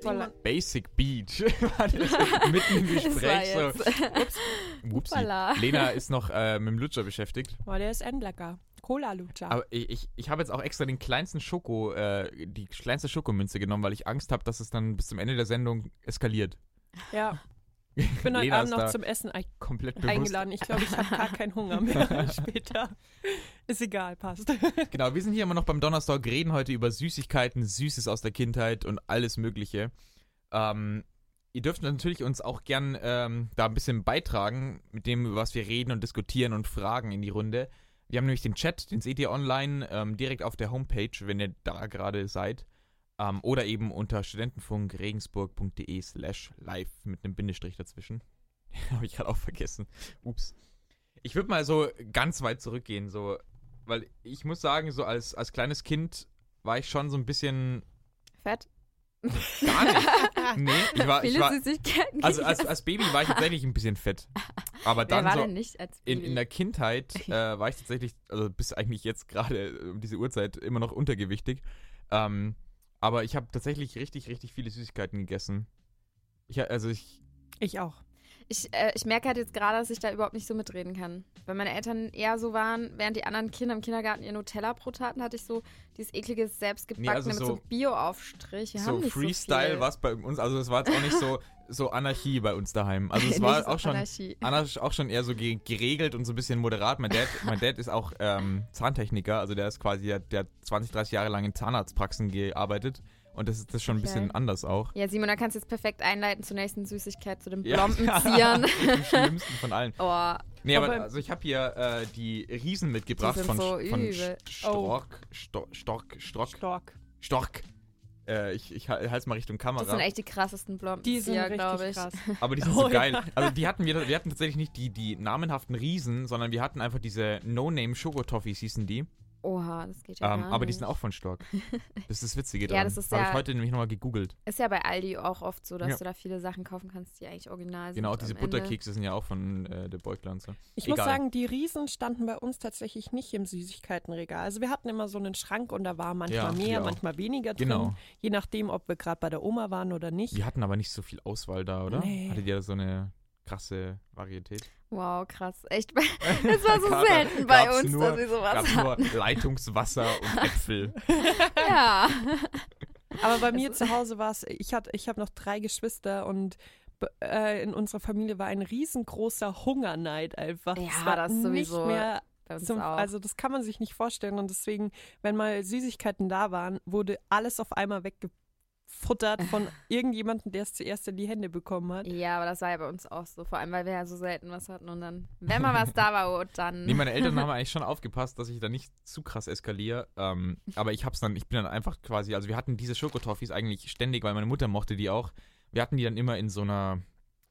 Speaker 1: Simon,
Speaker 2: Basic Beach. War das so Mitten im
Speaker 3: Das war
Speaker 2: Gespräch. So.
Speaker 3: jetzt.
Speaker 2: Whoopsie.
Speaker 3: Hoppala.
Speaker 2: Lena ist noch äh, mit dem Lutscher beschäftigt.
Speaker 1: Boah, der ist endlecker. Cola-Lutscher.
Speaker 2: Aber ich, ich, ich habe jetzt auch extra den kleinsten Schoko, äh, die kleinste Schokomünze genommen, weil ich Angst habe, dass es dann bis zum Ende der Sendung eskaliert.
Speaker 1: Ja. Ich bin heute
Speaker 2: Lena
Speaker 1: Abend
Speaker 2: ist
Speaker 1: noch
Speaker 2: da
Speaker 1: zum Essen ein-
Speaker 2: komplett bewusst.
Speaker 1: eingeladen. Ich glaube, ich habe gar keinen Hunger mehr später. Ist egal, passt.
Speaker 2: Genau, wir sind hier immer noch beim Donnerstag, reden heute über Süßigkeiten, Süßes aus der Kindheit und alles Mögliche. Ähm, ihr dürft natürlich uns auch gern ähm, da ein bisschen beitragen mit dem, über was wir reden und diskutieren und fragen in die Runde. Wir haben nämlich den Chat, den seht ihr online ähm, direkt auf der Homepage, wenn ihr da gerade seid. Ähm, oder eben unter studentenfunkregensburg.de slash live mit einem Bindestrich dazwischen. Habe ich gerade auch vergessen. Ups. Ich würde mal so ganz weit zurückgehen, so weil ich muss sagen, so als, als kleines Kind war ich schon so ein bisschen
Speaker 3: Fett.
Speaker 2: gar nicht. Nee, ich war, Ah, ich
Speaker 3: Viele
Speaker 2: war
Speaker 3: Süßigkeiten.
Speaker 2: also als, als Baby war ich tatsächlich ein bisschen fett. Aber
Speaker 3: Wer
Speaker 2: dann
Speaker 3: war
Speaker 2: so
Speaker 3: denn nicht als
Speaker 2: in,
Speaker 3: Baby?
Speaker 2: in der Kindheit äh, war ich tatsächlich, also bis eigentlich jetzt gerade äh, um diese Uhrzeit immer noch untergewichtig. Ähm, aber ich habe tatsächlich richtig, richtig viele Süßigkeiten gegessen. Ich, ha- also ich,
Speaker 1: Ich auch.
Speaker 3: ich, äh, ich merke halt jetzt gerade, dass ich da überhaupt nicht so mitreden kann. Weil meine Eltern eher so waren, während die anderen Kinder im Kindergarten ihr Nutella-Brot hatten, hatte ich so dieses eklige selbstgebackene
Speaker 2: Nee, also
Speaker 3: mit
Speaker 2: so-
Speaker 3: so Bio-Aufstrich. Wir
Speaker 2: so
Speaker 3: haben nicht
Speaker 2: Freestyle
Speaker 3: so
Speaker 2: war es bei uns, also es war jetzt auch nicht so, so Anarchie bei uns daheim. Also es war auch schon,
Speaker 3: Anarchie.
Speaker 2: Anna ist auch schon eher so ge- geregelt und so ein bisschen moderat. Mein Dad, mein Dad ist auch ähm, Zahntechniker, also der ist quasi, der, der hat 20, 30 Jahre lang in Zahnarztpraxen gearbeitet und das ist das ist schon ein
Speaker 3: Okay.
Speaker 2: bisschen anders auch.
Speaker 3: Ja, Simon, da kannst du jetzt perfekt einleiten zur nächsten Süßigkeit, zu dem
Speaker 2: Ja.
Speaker 3: Blompenzieren.
Speaker 2: Am schlimmsten von allen.
Speaker 3: oh,
Speaker 2: Nee, aber
Speaker 1: Aber-
Speaker 2: also ich habe hier äh, die Riesen mitgebracht
Speaker 3: Die sind
Speaker 2: von,
Speaker 3: so
Speaker 2: Sch- von
Speaker 3: übel.
Speaker 2: Sch-
Speaker 1: Oh.
Speaker 2: Stork, Sto Stork, Stork,
Speaker 1: Stork.
Speaker 2: Stork. Äh, ich ich ha- halt's mal Richtung Kamera.
Speaker 3: das sind echt die krassesten
Speaker 1: Die sind
Speaker 3: Blompenzieher, glaube
Speaker 1: richtig
Speaker 3: ich.
Speaker 1: krass.
Speaker 2: Aber die sind so
Speaker 1: Oh,
Speaker 2: geil. Also die hatten wir, wir hatten tatsächlich nicht die, die namenhaften Riesen, sondern wir hatten einfach diese No-Name Schokotoffees hießen die.
Speaker 3: Oha, das geht ja
Speaker 2: Ähm,
Speaker 3: gar
Speaker 2: aber die
Speaker 3: nicht.
Speaker 2: sind auch von Stork. Das ist das Witzige
Speaker 3: Ja,
Speaker 2: dran.
Speaker 3: das ist
Speaker 2: Habe ich
Speaker 3: ja-
Speaker 2: heute nämlich nochmal gegoogelt.
Speaker 3: Ist ja bei Aldi auch oft so, dass
Speaker 2: Ja.
Speaker 3: du da viele Sachen kaufen kannst, die eigentlich original sind.
Speaker 2: Genau, diese
Speaker 3: am Ende.
Speaker 2: Butterkekse sind ja auch von äh, der Beugler und so.
Speaker 1: Ich muss
Speaker 2: Egal.
Speaker 1: sagen, die Riesen standen bei uns tatsächlich nicht im Süßigkeitenregal. Also wir hatten immer so einen Schrank und da war
Speaker 2: Ja,
Speaker 1: manchmal
Speaker 2: wir
Speaker 1: mehr,
Speaker 2: auch.
Speaker 1: manchmal weniger drin.
Speaker 2: Genau.
Speaker 1: Je nachdem, ob wir gerade bei der Oma waren oder nicht.
Speaker 2: Wir hatten aber nicht so viel Auswahl da, oder?
Speaker 1: Nee.
Speaker 2: Hattet ihr da so eine krasse Varietät?
Speaker 3: Wow, krass. Echt. Es war so
Speaker 2: Karte
Speaker 3: selten bei
Speaker 2: gab's
Speaker 3: uns,
Speaker 2: nur-
Speaker 3: dass wir sowas
Speaker 2: Gab
Speaker 3: hatten.
Speaker 2: nur Leitungswasser und Äpfel.
Speaker 3: Ja.
Speaker 1: Aber bei mir zu Hause war es, ich, hatte- ich habe noch drei Geschwister und b- äh, in unserer Familie war ein riesengroßer Hungerneid einfach.
Speaker 3: Ja,
Speaker 1: Es war
Speaker 3: das sowieso.
Speaker 1: Nicht mehr
Speaker 3: Bei uns
Speaker 1: zum,
Speaker 3: auch.
Speaker 1: also das kann man sich nicht vorstellen und deswegen, wenn mal Süßigkeiten da waren, wurde alles auf einmal weggefuttert von irgendjemandem, der es zuerst in die Hände bekommen hat.
Speaker 3: ja, aber das war ja bei uns auch so. Vor allem, weil wir ja so selten was hatten und dann, wenn mal was da war, oh, dann.
Speaker 2: Nee, meine Eltern haben eigentlich schon aufgepasst, dass ich da nicht zu krass eskaliere. Ähm, aber ich hab's dann, ich bin dann einfach quasi, also wir hatten diese Schokotoffees eigentlich ständig, weil meine Mutter mochte die auch. Wir hatten die dann immer in so einer,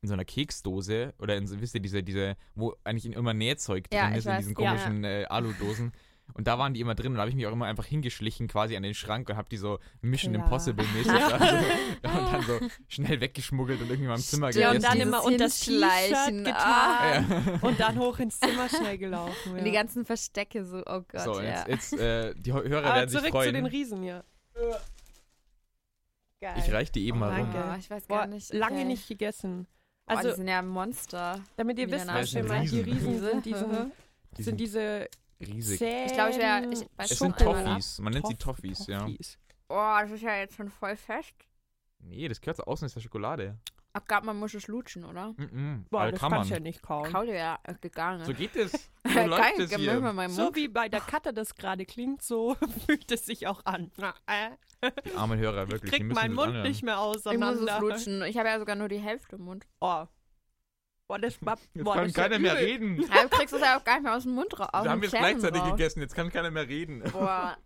Speaker 2: in so einer Keksdose oder in so, wisst ihr, diese, diese, wo eigentlich in immer Nähzeug drin
Speaker 3: Ja, ich
Speaker 2: ist, in
Speaker 3: weiß,
Speaker 2: diesen
Speaker 3: ja.
Speaker 2: komischen äh, Aludosen. Und da waren die immer drin und da habe ich mich auch immer einfach hingeschlichen quasi an den Schrank und habe die so Mission
Speaker 1: Ja.
Speaker 2: Impossible mäßig da so, und dann so schnell weggeschmuggelt und irgendwie mal im Zimmer
Speaker 3: Stimmt,
Speaker 1: Ja, und dann
Speaker 2: gegessen.
Speaker 1: immer
Speaker 3: Dieses
Speaker 1: unter das
Speaker 3: Hinschleichen,
Speaker 1: T-Shirt getan
Speaker 3: ah.
Speaker 2: Ja.
Speaker 1: und dann hoch ins Zimmer schnell gelaufen. Ja.
Speaker 3: Und die ganzen Verstecke so, oh Gott,
Speaker 2: So,
Speaker 3: ja.
Speaker 2: jetzt, jetzt äh, die Ho- Hörer
Speaker 1: Aber
Speaker 2: werden sich
Speaker 1: zurück
Speaker 2: freuen.
Speaker 1: zu den Riesen, ja. Geil.
Speaker 2: Ich reich die eben mal rum.
Speaker 1: danke.
Speaker 3: Oh, ich weiß
Speaker 1: Boah,
Speaker 3: gar nicht.
Speaker 1: lange
Speaker 3: okay.
Speaker 1: nicht gegessen.
Speaker 3: Also, oh, die
Speaker 1: Also,
Speaker 3: sind ja Monster.
Speaker 1: damit ihr
Speaker 3: wieder
Speaker 1: wisst,
Speaker 3: nach-
Speaker 1: was
Speaker 2: Das sind
Speaker 1: schon mal die
Speaker 2: Riesen.
Speaker 1: Riesen sind, die sind,
Speaker 3: Riesen.
Speaker 2: Die
Speaker 1: sind
Speaker 2: sind
Speaker 1: diese
Speaker 2: riesig.
Speaker 1: Zähne.
Speaker 3: Mhm. Ich glaube, ich wäre. Ich weiß
Speaker 2: Es
Speaker 3: schon
Speaker 2: sind
Speaker 3: einmal ab.
Speaker 2: Toffees. Man nennt sie Toffees, ja.
Speaker 3: Oh, das ist ja jetzt schon voll fest.
Speaker 2: Nee, das gehört außen ist ja Schokolade.
Speaker 3: Ach, gab man muss es lutschen, oder?
Speaker 2: Mm -mm.
Speaker 1: Boah,
Speaker 2: Aber
Speaker 1: das
Speaker 2: kann man.
Speaker 1: kannst du ja nicht kauen.
Speaker 3: Kaul ja äh, gegangen.
Speaker 2: So geht es. So
Speaker 3: Geil,
Speaker 2: läuft es
Speaker 3: gib mir mal
Speaker 2: hier.
Speaker 3: meinen Mund.
Speaker 1: So wie bei der Katze das gerade klingt, so fühlt es sich auch an. Na, äh,
Speaker 2: Die armen Hörer, wirklich. die
Speaker 1: Kriegt
Speaker 2: müssen
Speaker 1: meinen
Speaker 2: das
Speaker 1: Mund
Speaker 2: anhören.
Speaker 1: nicht mehr
Speaker 3: ich muss es
Speaker 1: auseinander.
Speaker 3: lutschen. Ich habe ja sogar nur die Hälfte im Mund.
Speaker 1: Oh. Boah, das war,
Speaker 2: Jetzt
Speaker 1: boah,
Speaker 2: kann
Speaker 1: das war
Speaker 2: keiner mehr
Speaker 1: übel.
Speaker 2: reden.
Speaker 3: Aber du kriegst es ja auch gar nicht mehr aus dem Mund raus.
Speaker 2: Wir haben jetzt gleichzeitig gegessen, jetzt kann keiner mehr reden.
Speaker 3: Boah,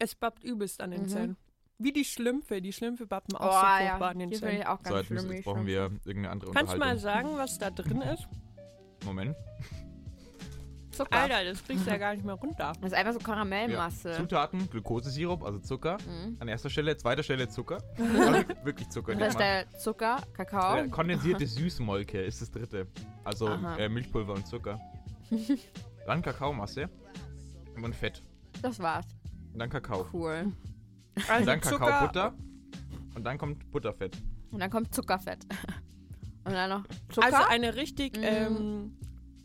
Speaker 1: Es babbt übelst an den
Speaker 3: Mhm.
Speaker 1: Zähnen. Wie die Schlümpfe. Die Schlümpfe bappen
Speaker 3: oh,
Speaker 1: auch so furchtbar
Speaker 3: ja.
Speaker 1: an den
Speaker 3: Die finde
Speaker 1: Zähnen.
Speaker 3: ich auch
Speaker 2: So,
Speaker 3: ganz
Speaker 2: jetzt, müssen,
Speaker 3: schlimm.
Speaker 2: jetzt brauchen wir irgendeine andere
Speaker 1: Kannst du mal
Speaker 2: Unterhaltung.
Speaker 1: sagen, was da drin ist?
Speaker 2: Moment.
Speaker 3: Zucker.
Speaker 1: Alter, das kriegst du ja gar nicht mehr runter.
Speaker 3: Das ist einfach so Karamellmasse.
Speaker 2: Zutaten, Glukosesirup, also Zucker.
Speaker 3: Mhm.
Speaker 2: An erster Stelle, zweiter Stelle Zucker. Also wirklich Zucker.
Speaker 3: Und
Speaker 2: nicht
Speaker 3: Das
Speaker 2: mal-
Speaker 3: ist der Zucker, Kakao.
Speaker 2: Äh, kondensierte Süßmolke ist das dritte. Also
Speaker 3: Aha.
Speaker 2: äh, Milchpulver und Zucker. dann Kakaomasse und Fett.
Speaker 3: Das war's.
Speaker 2: Und dann Kakao.
Speaker 3: Cool.
Speaker 2: Und
Speaker 1: Also
Speaker 2: dann
Speaker 1: Zucker,
Speaker 2: Kakaobutter. Und dann kommt Butterfett. Äh,
Speaker 3: Und dann kommt Zuckerfett. Und dann noch Zucker.
Speaker 1: Also eine richtig
Speaker 3: Mhm.
Speaker 1: ähm,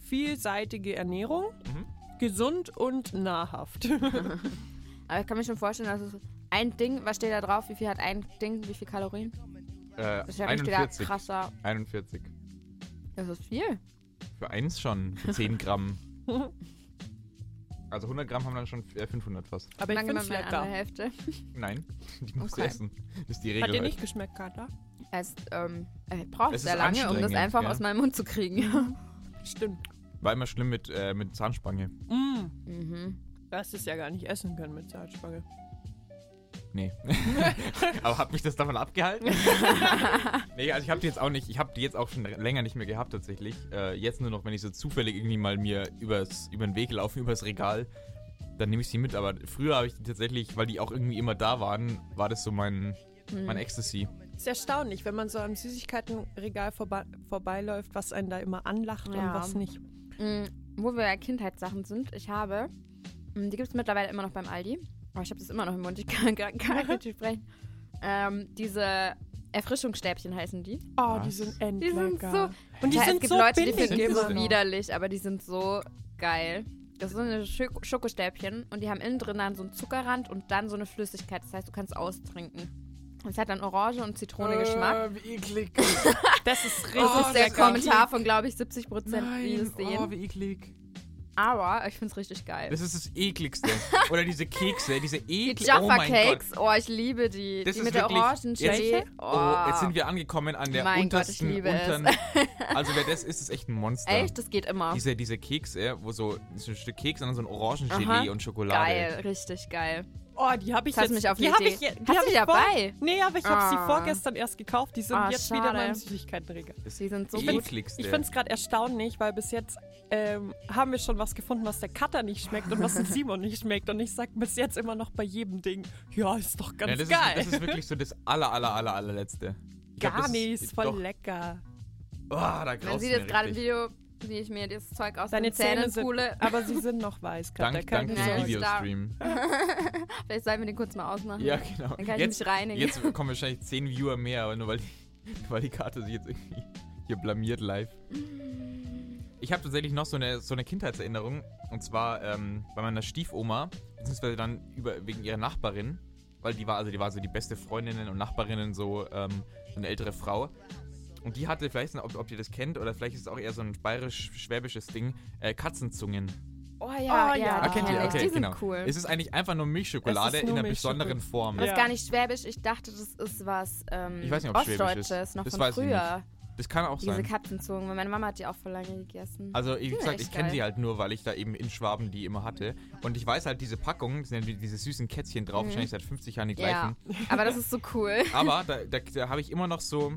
Speaker 1: vielseitige Ernährung.
Speaker 2: Mhm.
Speaker 1: Gesund und nahrhaft.
Speaker 3: Aber ich kann mir schon vorstellen, dass es ein Ding, was steht da drauf? Wie viel hat ein Ding? Wie viel Kalorien?
Speaker 2: Äh,
Speaker 3: Das ist ja richtiger
Speaker 2: 41.
Speaker 3: krasser.
Speaker 2: 41.
Speaker 3: Das ist viel.
Speaker 2: Für eins schon. Für 10 Gramm. Also 100 Gramm haben dann schon äh, 500 fast.
Speaker 1: Aber ich
Speaker 3: Dann
Speaker 1: finde es
Speaker 3: nimmt man eine andere
Speaker 1: lecker.
Speaker 3: Hälfte.
Speaker 2: Nein, die musst du
Speaker 3: Okay.
Speaker 2: essen. Das ist die
Speaker 1: Hat
Speaker 2: Regel.
Speaker 1: dir
Speaker 2: heute.
Speaker 1: nicht geschmeckt, Kater?
Speaker 3: Es ähm, ich
Speaker 2: Es
Speaker 3: brauche
Speaker 2: ist
Speaker 3: sehr lange, um das
Speaker 2: anstrengend,
Speaker 3: einfach
Speaker 2: ja.
Speaker 3: aus meinem Mund zu kriegen.
Speaker 1: Stimmt.
Speaker 2: War immer schlimm mit, äh, mit Zahnspange.
Speaker 1: Mm.
Speaker 3: mhm.
Speaker 1: Du hast es ja gar nicht essen können mit Salzspange.
Speaker 2: Nee. Aber hat mich das davon abgehalten? nee, also ich habe die jetzt auch nicht, ich habe die jetzt auch schon länger nicht mehr gehabt tatsächlich. Äh, jetzt nur noch, wenn ich so zufällig irgendwie mal mir übers, über den Weg laufe, übers Regal, dann nehme ich sie mit. Aber früher habe ich die tatsächlich, weil die auch irgendwie immer da waren, war das so mein,
Speaker 3: Hm.
Speaker 2: mein Ecstasy.
Speaker 1: Ist erstaunlich, wenn man so am Süßigkeitenregal vorbe vorbeiläuft, was einen da immer anlacht und
Speaker 3: Ja.
Speaker 1: was nicht.
Speaker 3: Mhm. Wo wir ja Kindheitssachen sind, ich habe, mh, die gibt es mittlerweile immer noch beim Aldi. Aber ich habe das immer noch im Mund, ich kann gar gar nicht richtig sprechen. Ähm, diese Erfrischungsstäbchen heißen die.
Speaker 1: Oh, die
Speaker 2: Was?
Speaker 1: sind
Speaker 3: Die sind
Speaker 1: endlecker. und die
Speaker 3: ja, es
Speaker 1: sind
Speaker 3: gibt
Speaker 1: so
Speaker 3: Leute, die
Speaker 1: bindig
Speaker 3: finden
Speaker 2: immer
Speaker 3: das
Speaker 2: noch.
Speaker 3: widerlich, aber die sind so geil. Das sind eine Schö- Schokostäbchen und die haben innen drin dann so einen Zuckerrand und dann so eine Flüssigkeit. Das heißt, du kannst austrinken. Und Es hat dann Orange und Zitrone
Speaker 1: Äh,
Speaker 3: Geschmack.
Speaker 2: Äh, wie eklig.
Speaker 1: Das ist richtig
Speaker 3: Das ist der
Speaker 1: oh, lecker.
Speaker 3: Kommentar von, glaube ich, 70 Prozent, die es
Speaker 2: oh,
Speaker 3: sehen.
Speaker 2: wie eklig.
Speaker 3: Aber ich finde es richtig geil.
Speaker 2: Das ist das ekligste. Oder diese Kekse, diese
Speaker 3: Die
Speaker 2: eklig. Oh
Speaker 3: Jaffa
Speaker 2: mein Gott.
Speaker 3: Cakes, oh, ich liebe die.
Speaker 2: Das
Speaker 3: die
Speaker 2: ist
Speaker 3: mit der
Speaker 2: wirklich-
Speaker 3: Orangengelee.
Speaker 2: jetzt- Oh, jetzt sind wir angekommen an der
Speaker 3: Mein Gott, ich
Speaker 2: untersten
Speaker 3: liebe es.
Speaker 2: unteren. Also wer das ist, ist echt ein Monster.
Speaker 3: Echt, das geht immer.
Speaker 2: Diese, diese Kekse, wo so, so ein Stück Keks und dann so ein Orangengelee
Speaker 3: Aha.
Speaker 2: und Schokolade.
Speaker 3: Geil, richtig geil.
Speaker 1: Oh, die habe ich
Speaker 3: Das hat
Speaker 1: jetzt.
Speaker 3: mich auf
Speaker 1: die
Speaker 3: eine
Speaker 1: habe
Speaker 3: Idee.
Speaker 1: ich, je- die
Speaker 3: Hast
Speaker 1: hab
Speaker 3: du
Speaker 1: ich
Speaker 3: die dabei?
Speaker 1: Vor, nee, aber ich habe sie
Speaker 3: Ah.
Speaker 1: vorgestern erst gekauft. Die sind
Speaker 3: Ah,
Speaker 1: jetzt wieder in
Speaker 3: schade.
Speaker 1: meinem Süßigkeitenregal.
Speaker 2: Das
Speaker 3: Die sind so
Speaker 1: find's-
Speaker 2: ekligste.
Speaker 1: Ich finde es gerade erstaunlich, weil bis jetzt ähm, haben wir schon was gefunden, was der Cutter nicht schmeckt und was dem Simon nicht schmeckt. Und ich sage bis jetzt immer noch bei jedem Ding, ja, ist doch ganz
Speaker 2: ja, das,
Speaker 1: geil.
Speaker 2: Ist, das ist wirklich so das aller, aller, aller, allerletzte. Ich glaub,
Speaker 1: Gar
Speaker 2: das
Speaker 1: nicht, ist voll
Speaker 2: doch-
Speaker 1: lecker.
Speaker 2: Oh, da graust
Speaker 3: Man sieht
Speaker 2: mir
Speaker 3: jetzt gerade im
Speaker 2: richtig.
Speaker 3: Video, wie ich mir das Zeug aus
Speaker 1: Deine
Speaker 3: den Zähnen
Speaker 1: Zähne
Speaker 3: pule.
Speaker 1: sind, aber sie sind noch weiß, Katja.
Speaker 2: Dank, dank
Speaker 1: keine
Speaker 3: Nein,
Speaker 2: dem
Speaker 1: Sorge.
Speaker 3: Video.
Speaker 2: Videostream.
Speaker 3: Vielleicht sollen wir den kurz mal ausmachen.
Speaker 2: Ja, genau.
Speaker 3: Dann kann ich
Speaker 2: jetzt,
Speaker 3: mich reinigen.
Speaker 2: jetzt kommen wahrscheinlich 10 Viewer mehr, aber nur weil die, weil die Karte sich jetzt irgendwie hier blamiert live. Ich habe tatsächlich noch so eine, so eine Kindheitserinnerung. Und zwar ähm, bei meiner Stiefoma, beziehungsweise dann über, wegen ihrer Nachbarin, weil die war, also die war so die beste Freundinnen und Nachbarinnen, so, ähm, so eine ältere Frau. Und die hatte, vielleicht, ob, ob ihr das kennt, oder vielleicht ist es auch eher so ein bayerisch-schwäbisches Ding, äh, Katzenzungen.
Speaker 3: Oh ja,
Speaker 1: Ah, ja.
Speaker 3: ja, die
Speaker 1: Ah,
Speaker 2: kennt ihr?
Speaker 3: kenne ich.
Speaker 2: Okay,
Speaker 3: die sind
Speaker 2: genau.
Speaker 3: cool.
Speaker 2: Es ist eigentlich einfach nur Milchschokolade
Speaker 1: Es ist nur
Speaker 2: in einer besonderen Form.
Speaker 1: Ja.
Speaker 3: das ist gar nicht schwäbisch. Ich dachte, das ist was ähm,
Speaker 2: Ich weiß nicht, ob es schwäbisch
Speaker 3: Ostdeutsches,
Speaker 2: ist.
Speaker 3: noch
Speaker 2: Das
Speaker 3: von
Speaker 2: weiß ich
Speaker 3: früher.
Speaker 2: Das kann auch
Speaker 3: Diese
Speaker 2: sein.
Speaker 3: Katzenzungen. weil Meine Mama hat die auch vor lange gegessen.
Speaker 2: Also, wie
Speaker 3: sind
Speaker 2: gesagt,
Speaker 3: echt
Speaker 2: ich kenne
Speaker 3: geil.
Speaker 2: sie halt nur, weil ich da eben in Schwaben die immer hatte. Und ich weiß halt, diese Packungen sind ja wie diese süßen Kätzchen drauf,
Speaker 3: Mhm.
Speaker 2: wahrscheinlich seit 50 Jahren die
Speaker 3: ja,
Speaker 2: gleichen.
Speaker 3: aber das ist so cool.
Speaker 2: Aber da, da, da habe ich immer noch so,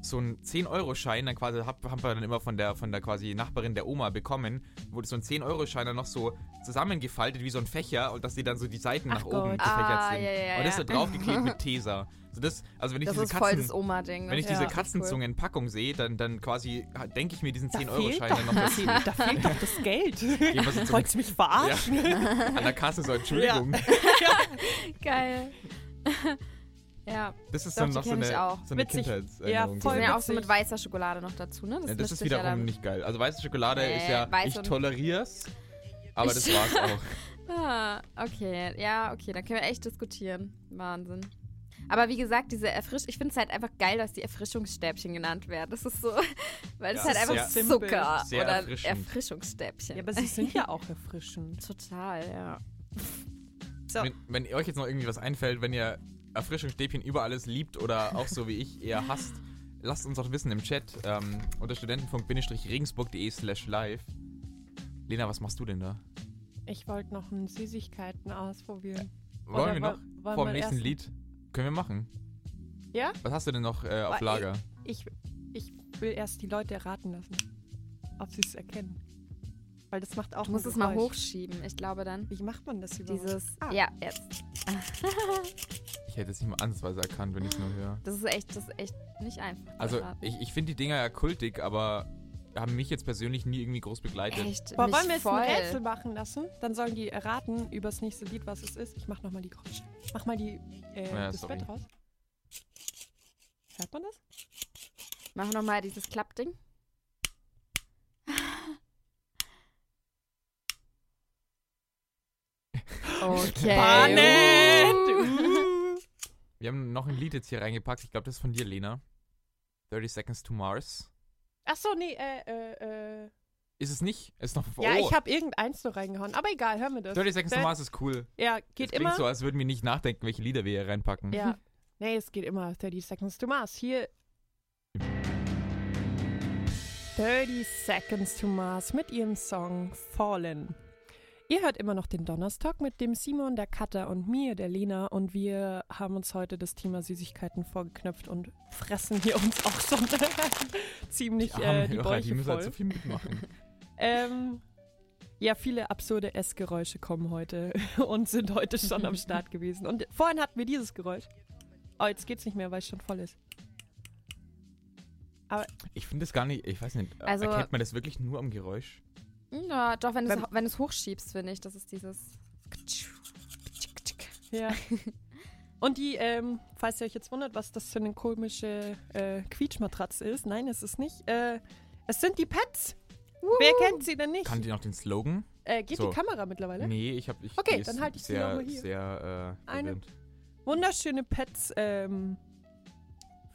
Speaker 2: so einen 10-Euro-Schein, dann quasi hab, haben wir dann immer von der, von der quasi Nachbarin der Oma bekommen, wurde so ein 10-Euro-Schein dann noch so zusammengefaltet wie so ein Fächer und dass die dann so die Seiten
Speaker 1: Ach
Speaker 2: nach oben
Speaker 1: Gott.
Speaker 2: gefächert
Speaker 3: Ah,
Speaker 2: sind.
Speaker 3: ja, ja,
Speaker 2: und das
Speaker 3: ja.
Speaker 2: ist da draufgeklebt mit Tesa. Also das, also wenn ich
Speaker 3: Das
Speaker 2: diese
Speaker 3: ist voll
Speaker 2: Katzen,
Speaker 3: das Oma-Ding.
Speaker 2: wenn ich
Speaker 3: das
Speaker 2: diese
Speaker 3: ist richtig
Speaker 2: Katzenzungen in Packung sehe, dann, dann quasi denke ich mir diesen
Speaker 1: Da fehlt
Speaker 2: 10-Euro-Schein
Speaker 1: doch
Speaker 2: dann noch dazu.
Speaker 1: viel. Da fehlt doch das Geld.
Speaker 2: Gehen wir so zum-
Speaker 1: Wolltest du mich verarschen?
Speaker 2: Ja. An der Kasse so, Entschuldigung.
Speaker 3: Cool. Geil. ja,
Speaker 2: Das ist
Speaker 3: Doch,
Speaker 2: dann
Speaker 3: die
Speaker 2: noch so
Speaker 3: kenn ich
Speaker 2: eine,
Speaker 3: auch.
Speaker 2: so eine
Speaker 1: Witzig.
Speaker 2: Kindheitserinnerung.
Speaker 1: Ja,
Speaker 3: die
Speaker 1: voll
Speaker 3: sind ja auch so
Speaker 1: witzig.
Speaker 3: mit weißer Schokolade noch dazu, ne?
Speaker 2: Ja, das
Speaker 3: mischt
Speaker 2: ist
Speaker 3: sich ja
Speaker 2: wiederum
Speaker 3: dann-
Speaker 2: nicht geil. Also weiße Schokolade
Speaker 3: Nee,
Speaker 2: ist ja,
Speaker 3: weiß
Speaker 2: ich
Speaker 3: und-
Speaker 2: tolerier's, aber das war's auch.
Speaker 3: Ah, okay. Ja, okay, dann können wir echt diskutieren. Wahnsinn. Aber wie gesagt, diese Erfrisch... Ich finde es halt einfach geil, dass die Erfrischungsstäbchen genannt werden. Das ist so... Weil das
Speaker 2: Ja,
Speaker 3: ist halt
Speaker 2: sehr-
Speaker 3: einfach Zucker
Speaker 2: sehr
Speaker 3: oder
Speaker 2: erfrischend.
Speaker 3: Erfrischungsstäbchen.
Speaker 1: Ja, aber sie sind ja auch erfrischend.
Speaker 3: Total, ja.
Speaker 1: Ja.
Speaker 2: Wenn, wenn ihr euch jetzt noch irgendwie was einfällt, wenn ihr Erfrischungsstäbchen über alles liebt oder auch so wie ich eher hasst, lasst uns doch wissen im Chat ähm, unter studentenfunk-regensburg.de slash live. Lena, was machst du denn da?
Speaker 1: Ich wollte noch einen Süßigkeiten ausprobieren.
Speaker 2: Äh, Wollen
Speaker 1: Oder
Speaker 2: wir
Speaker 1: wa-
Speaker 2: noch?
Speaker 1: wollen
Speaker 2: Vor
Speaker 1: wir
Speaker 2: dem nächsten
Speaker 1: erst-
Speaker 2: Lied? Können wir machen.
Speaker 1: Ja?
Speaker 2: Was hast du denn noch äh, auf
Speaker 1: Wa-
Speaker 2: Lager?
Speaker 1: Ich, ich will erst die Leute erraten lassen, ob sie es erkennen. Weil das macht auch
Speaker 3: Du musst
Speaker 1: ein
Speaker 3: es mal
Speaker 1: Geräusch.
Speaker 3: hochschieben. Ich glaube dann...
Speaker 1: Wie macht man das überhaupt?
Speaker 3: Dieses...
Speaker 1: Ah.
Speaker 3: Ja, jetzt.
Speaker 2: Ich hätte es nicht mal ansatzweise erkannt, wenn ich es nur höre.
Speaker 3: Das ist echt... Das ist echt nicht einfach. zu
Speaker 2: Also,
Speaker 3: erraten.
Speaker 2: ich, ich finde die Dinger ja kultig, aber haben mich jetzt persönlich nie irgendwie groß begleitet.
Speaker 3: Echt,
Speaker 1: Boah,
Speaker 3: mich
Speaker 1: wollen wir jetzt
Speaker 3: voll.
Speaker 1: ein Rätsel machen lassen? Dann sollen die erraten über das nächste Lied, was es ist. Ich mach nochmal die Geräusche. Mach mal die, äh,
Speaker 2: Ja,
Speaker 1: das
Speaker 2: sorry.
Speaker 1: Bett raus. Hört man das?
Speaker 3: Mach nochmal dieses Klappding. Okay. uh.
Speaker 1: Spannend!
Speaker 2: Wir haben noch ein Lied jetzt hier reingepackt. Ich glaube, das ist von dir, Lena. 30 Seconds to Mars.
Speaker 1: Achso, nee, äh, äh, äh.
Speaker 2: Ist es nicht? Ist noch oh,
Speaker 1: Ja, ich habe irgendeins so reingehauen. Aber egal, hören wir das.
Speaker 2: 30 Seconds to Mars ist cool.
Speaker 1: Ja,
Speaker 2: Das
Speaker 1: geht
Speaker 2: klingt
Speaker 1: immer.
Speaker 2: so, Mhm. als würden wir nicht nachdenken, welche Lieder wir hier reinpacken.
Speaker 1: Ja. Nee, es geht immer 30 Seconds to Mars. Hier. 30 Seconds to Mars mit ihrem Song Fallen. Ihr hört immer noch den Donnerstag mit dem Simon, der Katha und mir, der Lena. Und wir haben uns heute das Thema Süßigkeiten vorgeknöpft und fressen hier uns auch schon ziemlich die, äh,
Speaker 2: armen
Speaker 1: die
Speaker 2: Hörer, die
Speaker 1: Bäuche
Speaker 2: müssen
Speaker 1: voll.
Speaker 2: halt so viel mitmachen.
Speaker 1: Ähm, ja, viele absurde Essgeräusche kommen heute und sind heute schon am Start gewesen. Und vorhin hatten wir dieses Geräusch. Oh, jetzt geht's nicht mehr, weil es schon voll ist.
Speaker 2: Ich finde das gar nicht, ich weiß nicht, äh,
Speaker 3: Also-
Speaker 2: erkennt man das wirklich nur am Geräusch?
Speaker 3: Ja, doch, wenn du es
Speaker 1: Wenn-
Speaker 3: wenn du's hochschiebst, finde ich, das ist dieses.
Speaker 1: Ja. Und die, ähm, falls ihr euch jetzt wundert, was das für eine komische äh, Quietschmatratze ist, nein, es ist nicht. Äh, es sind die Pets. Wer kennt sie denn nicht?
Speaker 2: Kann die noch den Slogan?
Speaker 1: Äh, geht
Speaker 2: So.
Speaker 1: die Kamera mittlerweile?
Speaker 2: Nee, ich habe ich,
Speaker 1: Okay,
Speaker 2: die ist
Speaker 1: dann halte ich die
Speaker 2: sehr,
Speaker 1: nochmal hier.
Speaker 2: sehr äh,
Speaker 1: Eine-
Speaker 2: verwirrend.
Speaker 1: Wunderschöne Pets, ähm,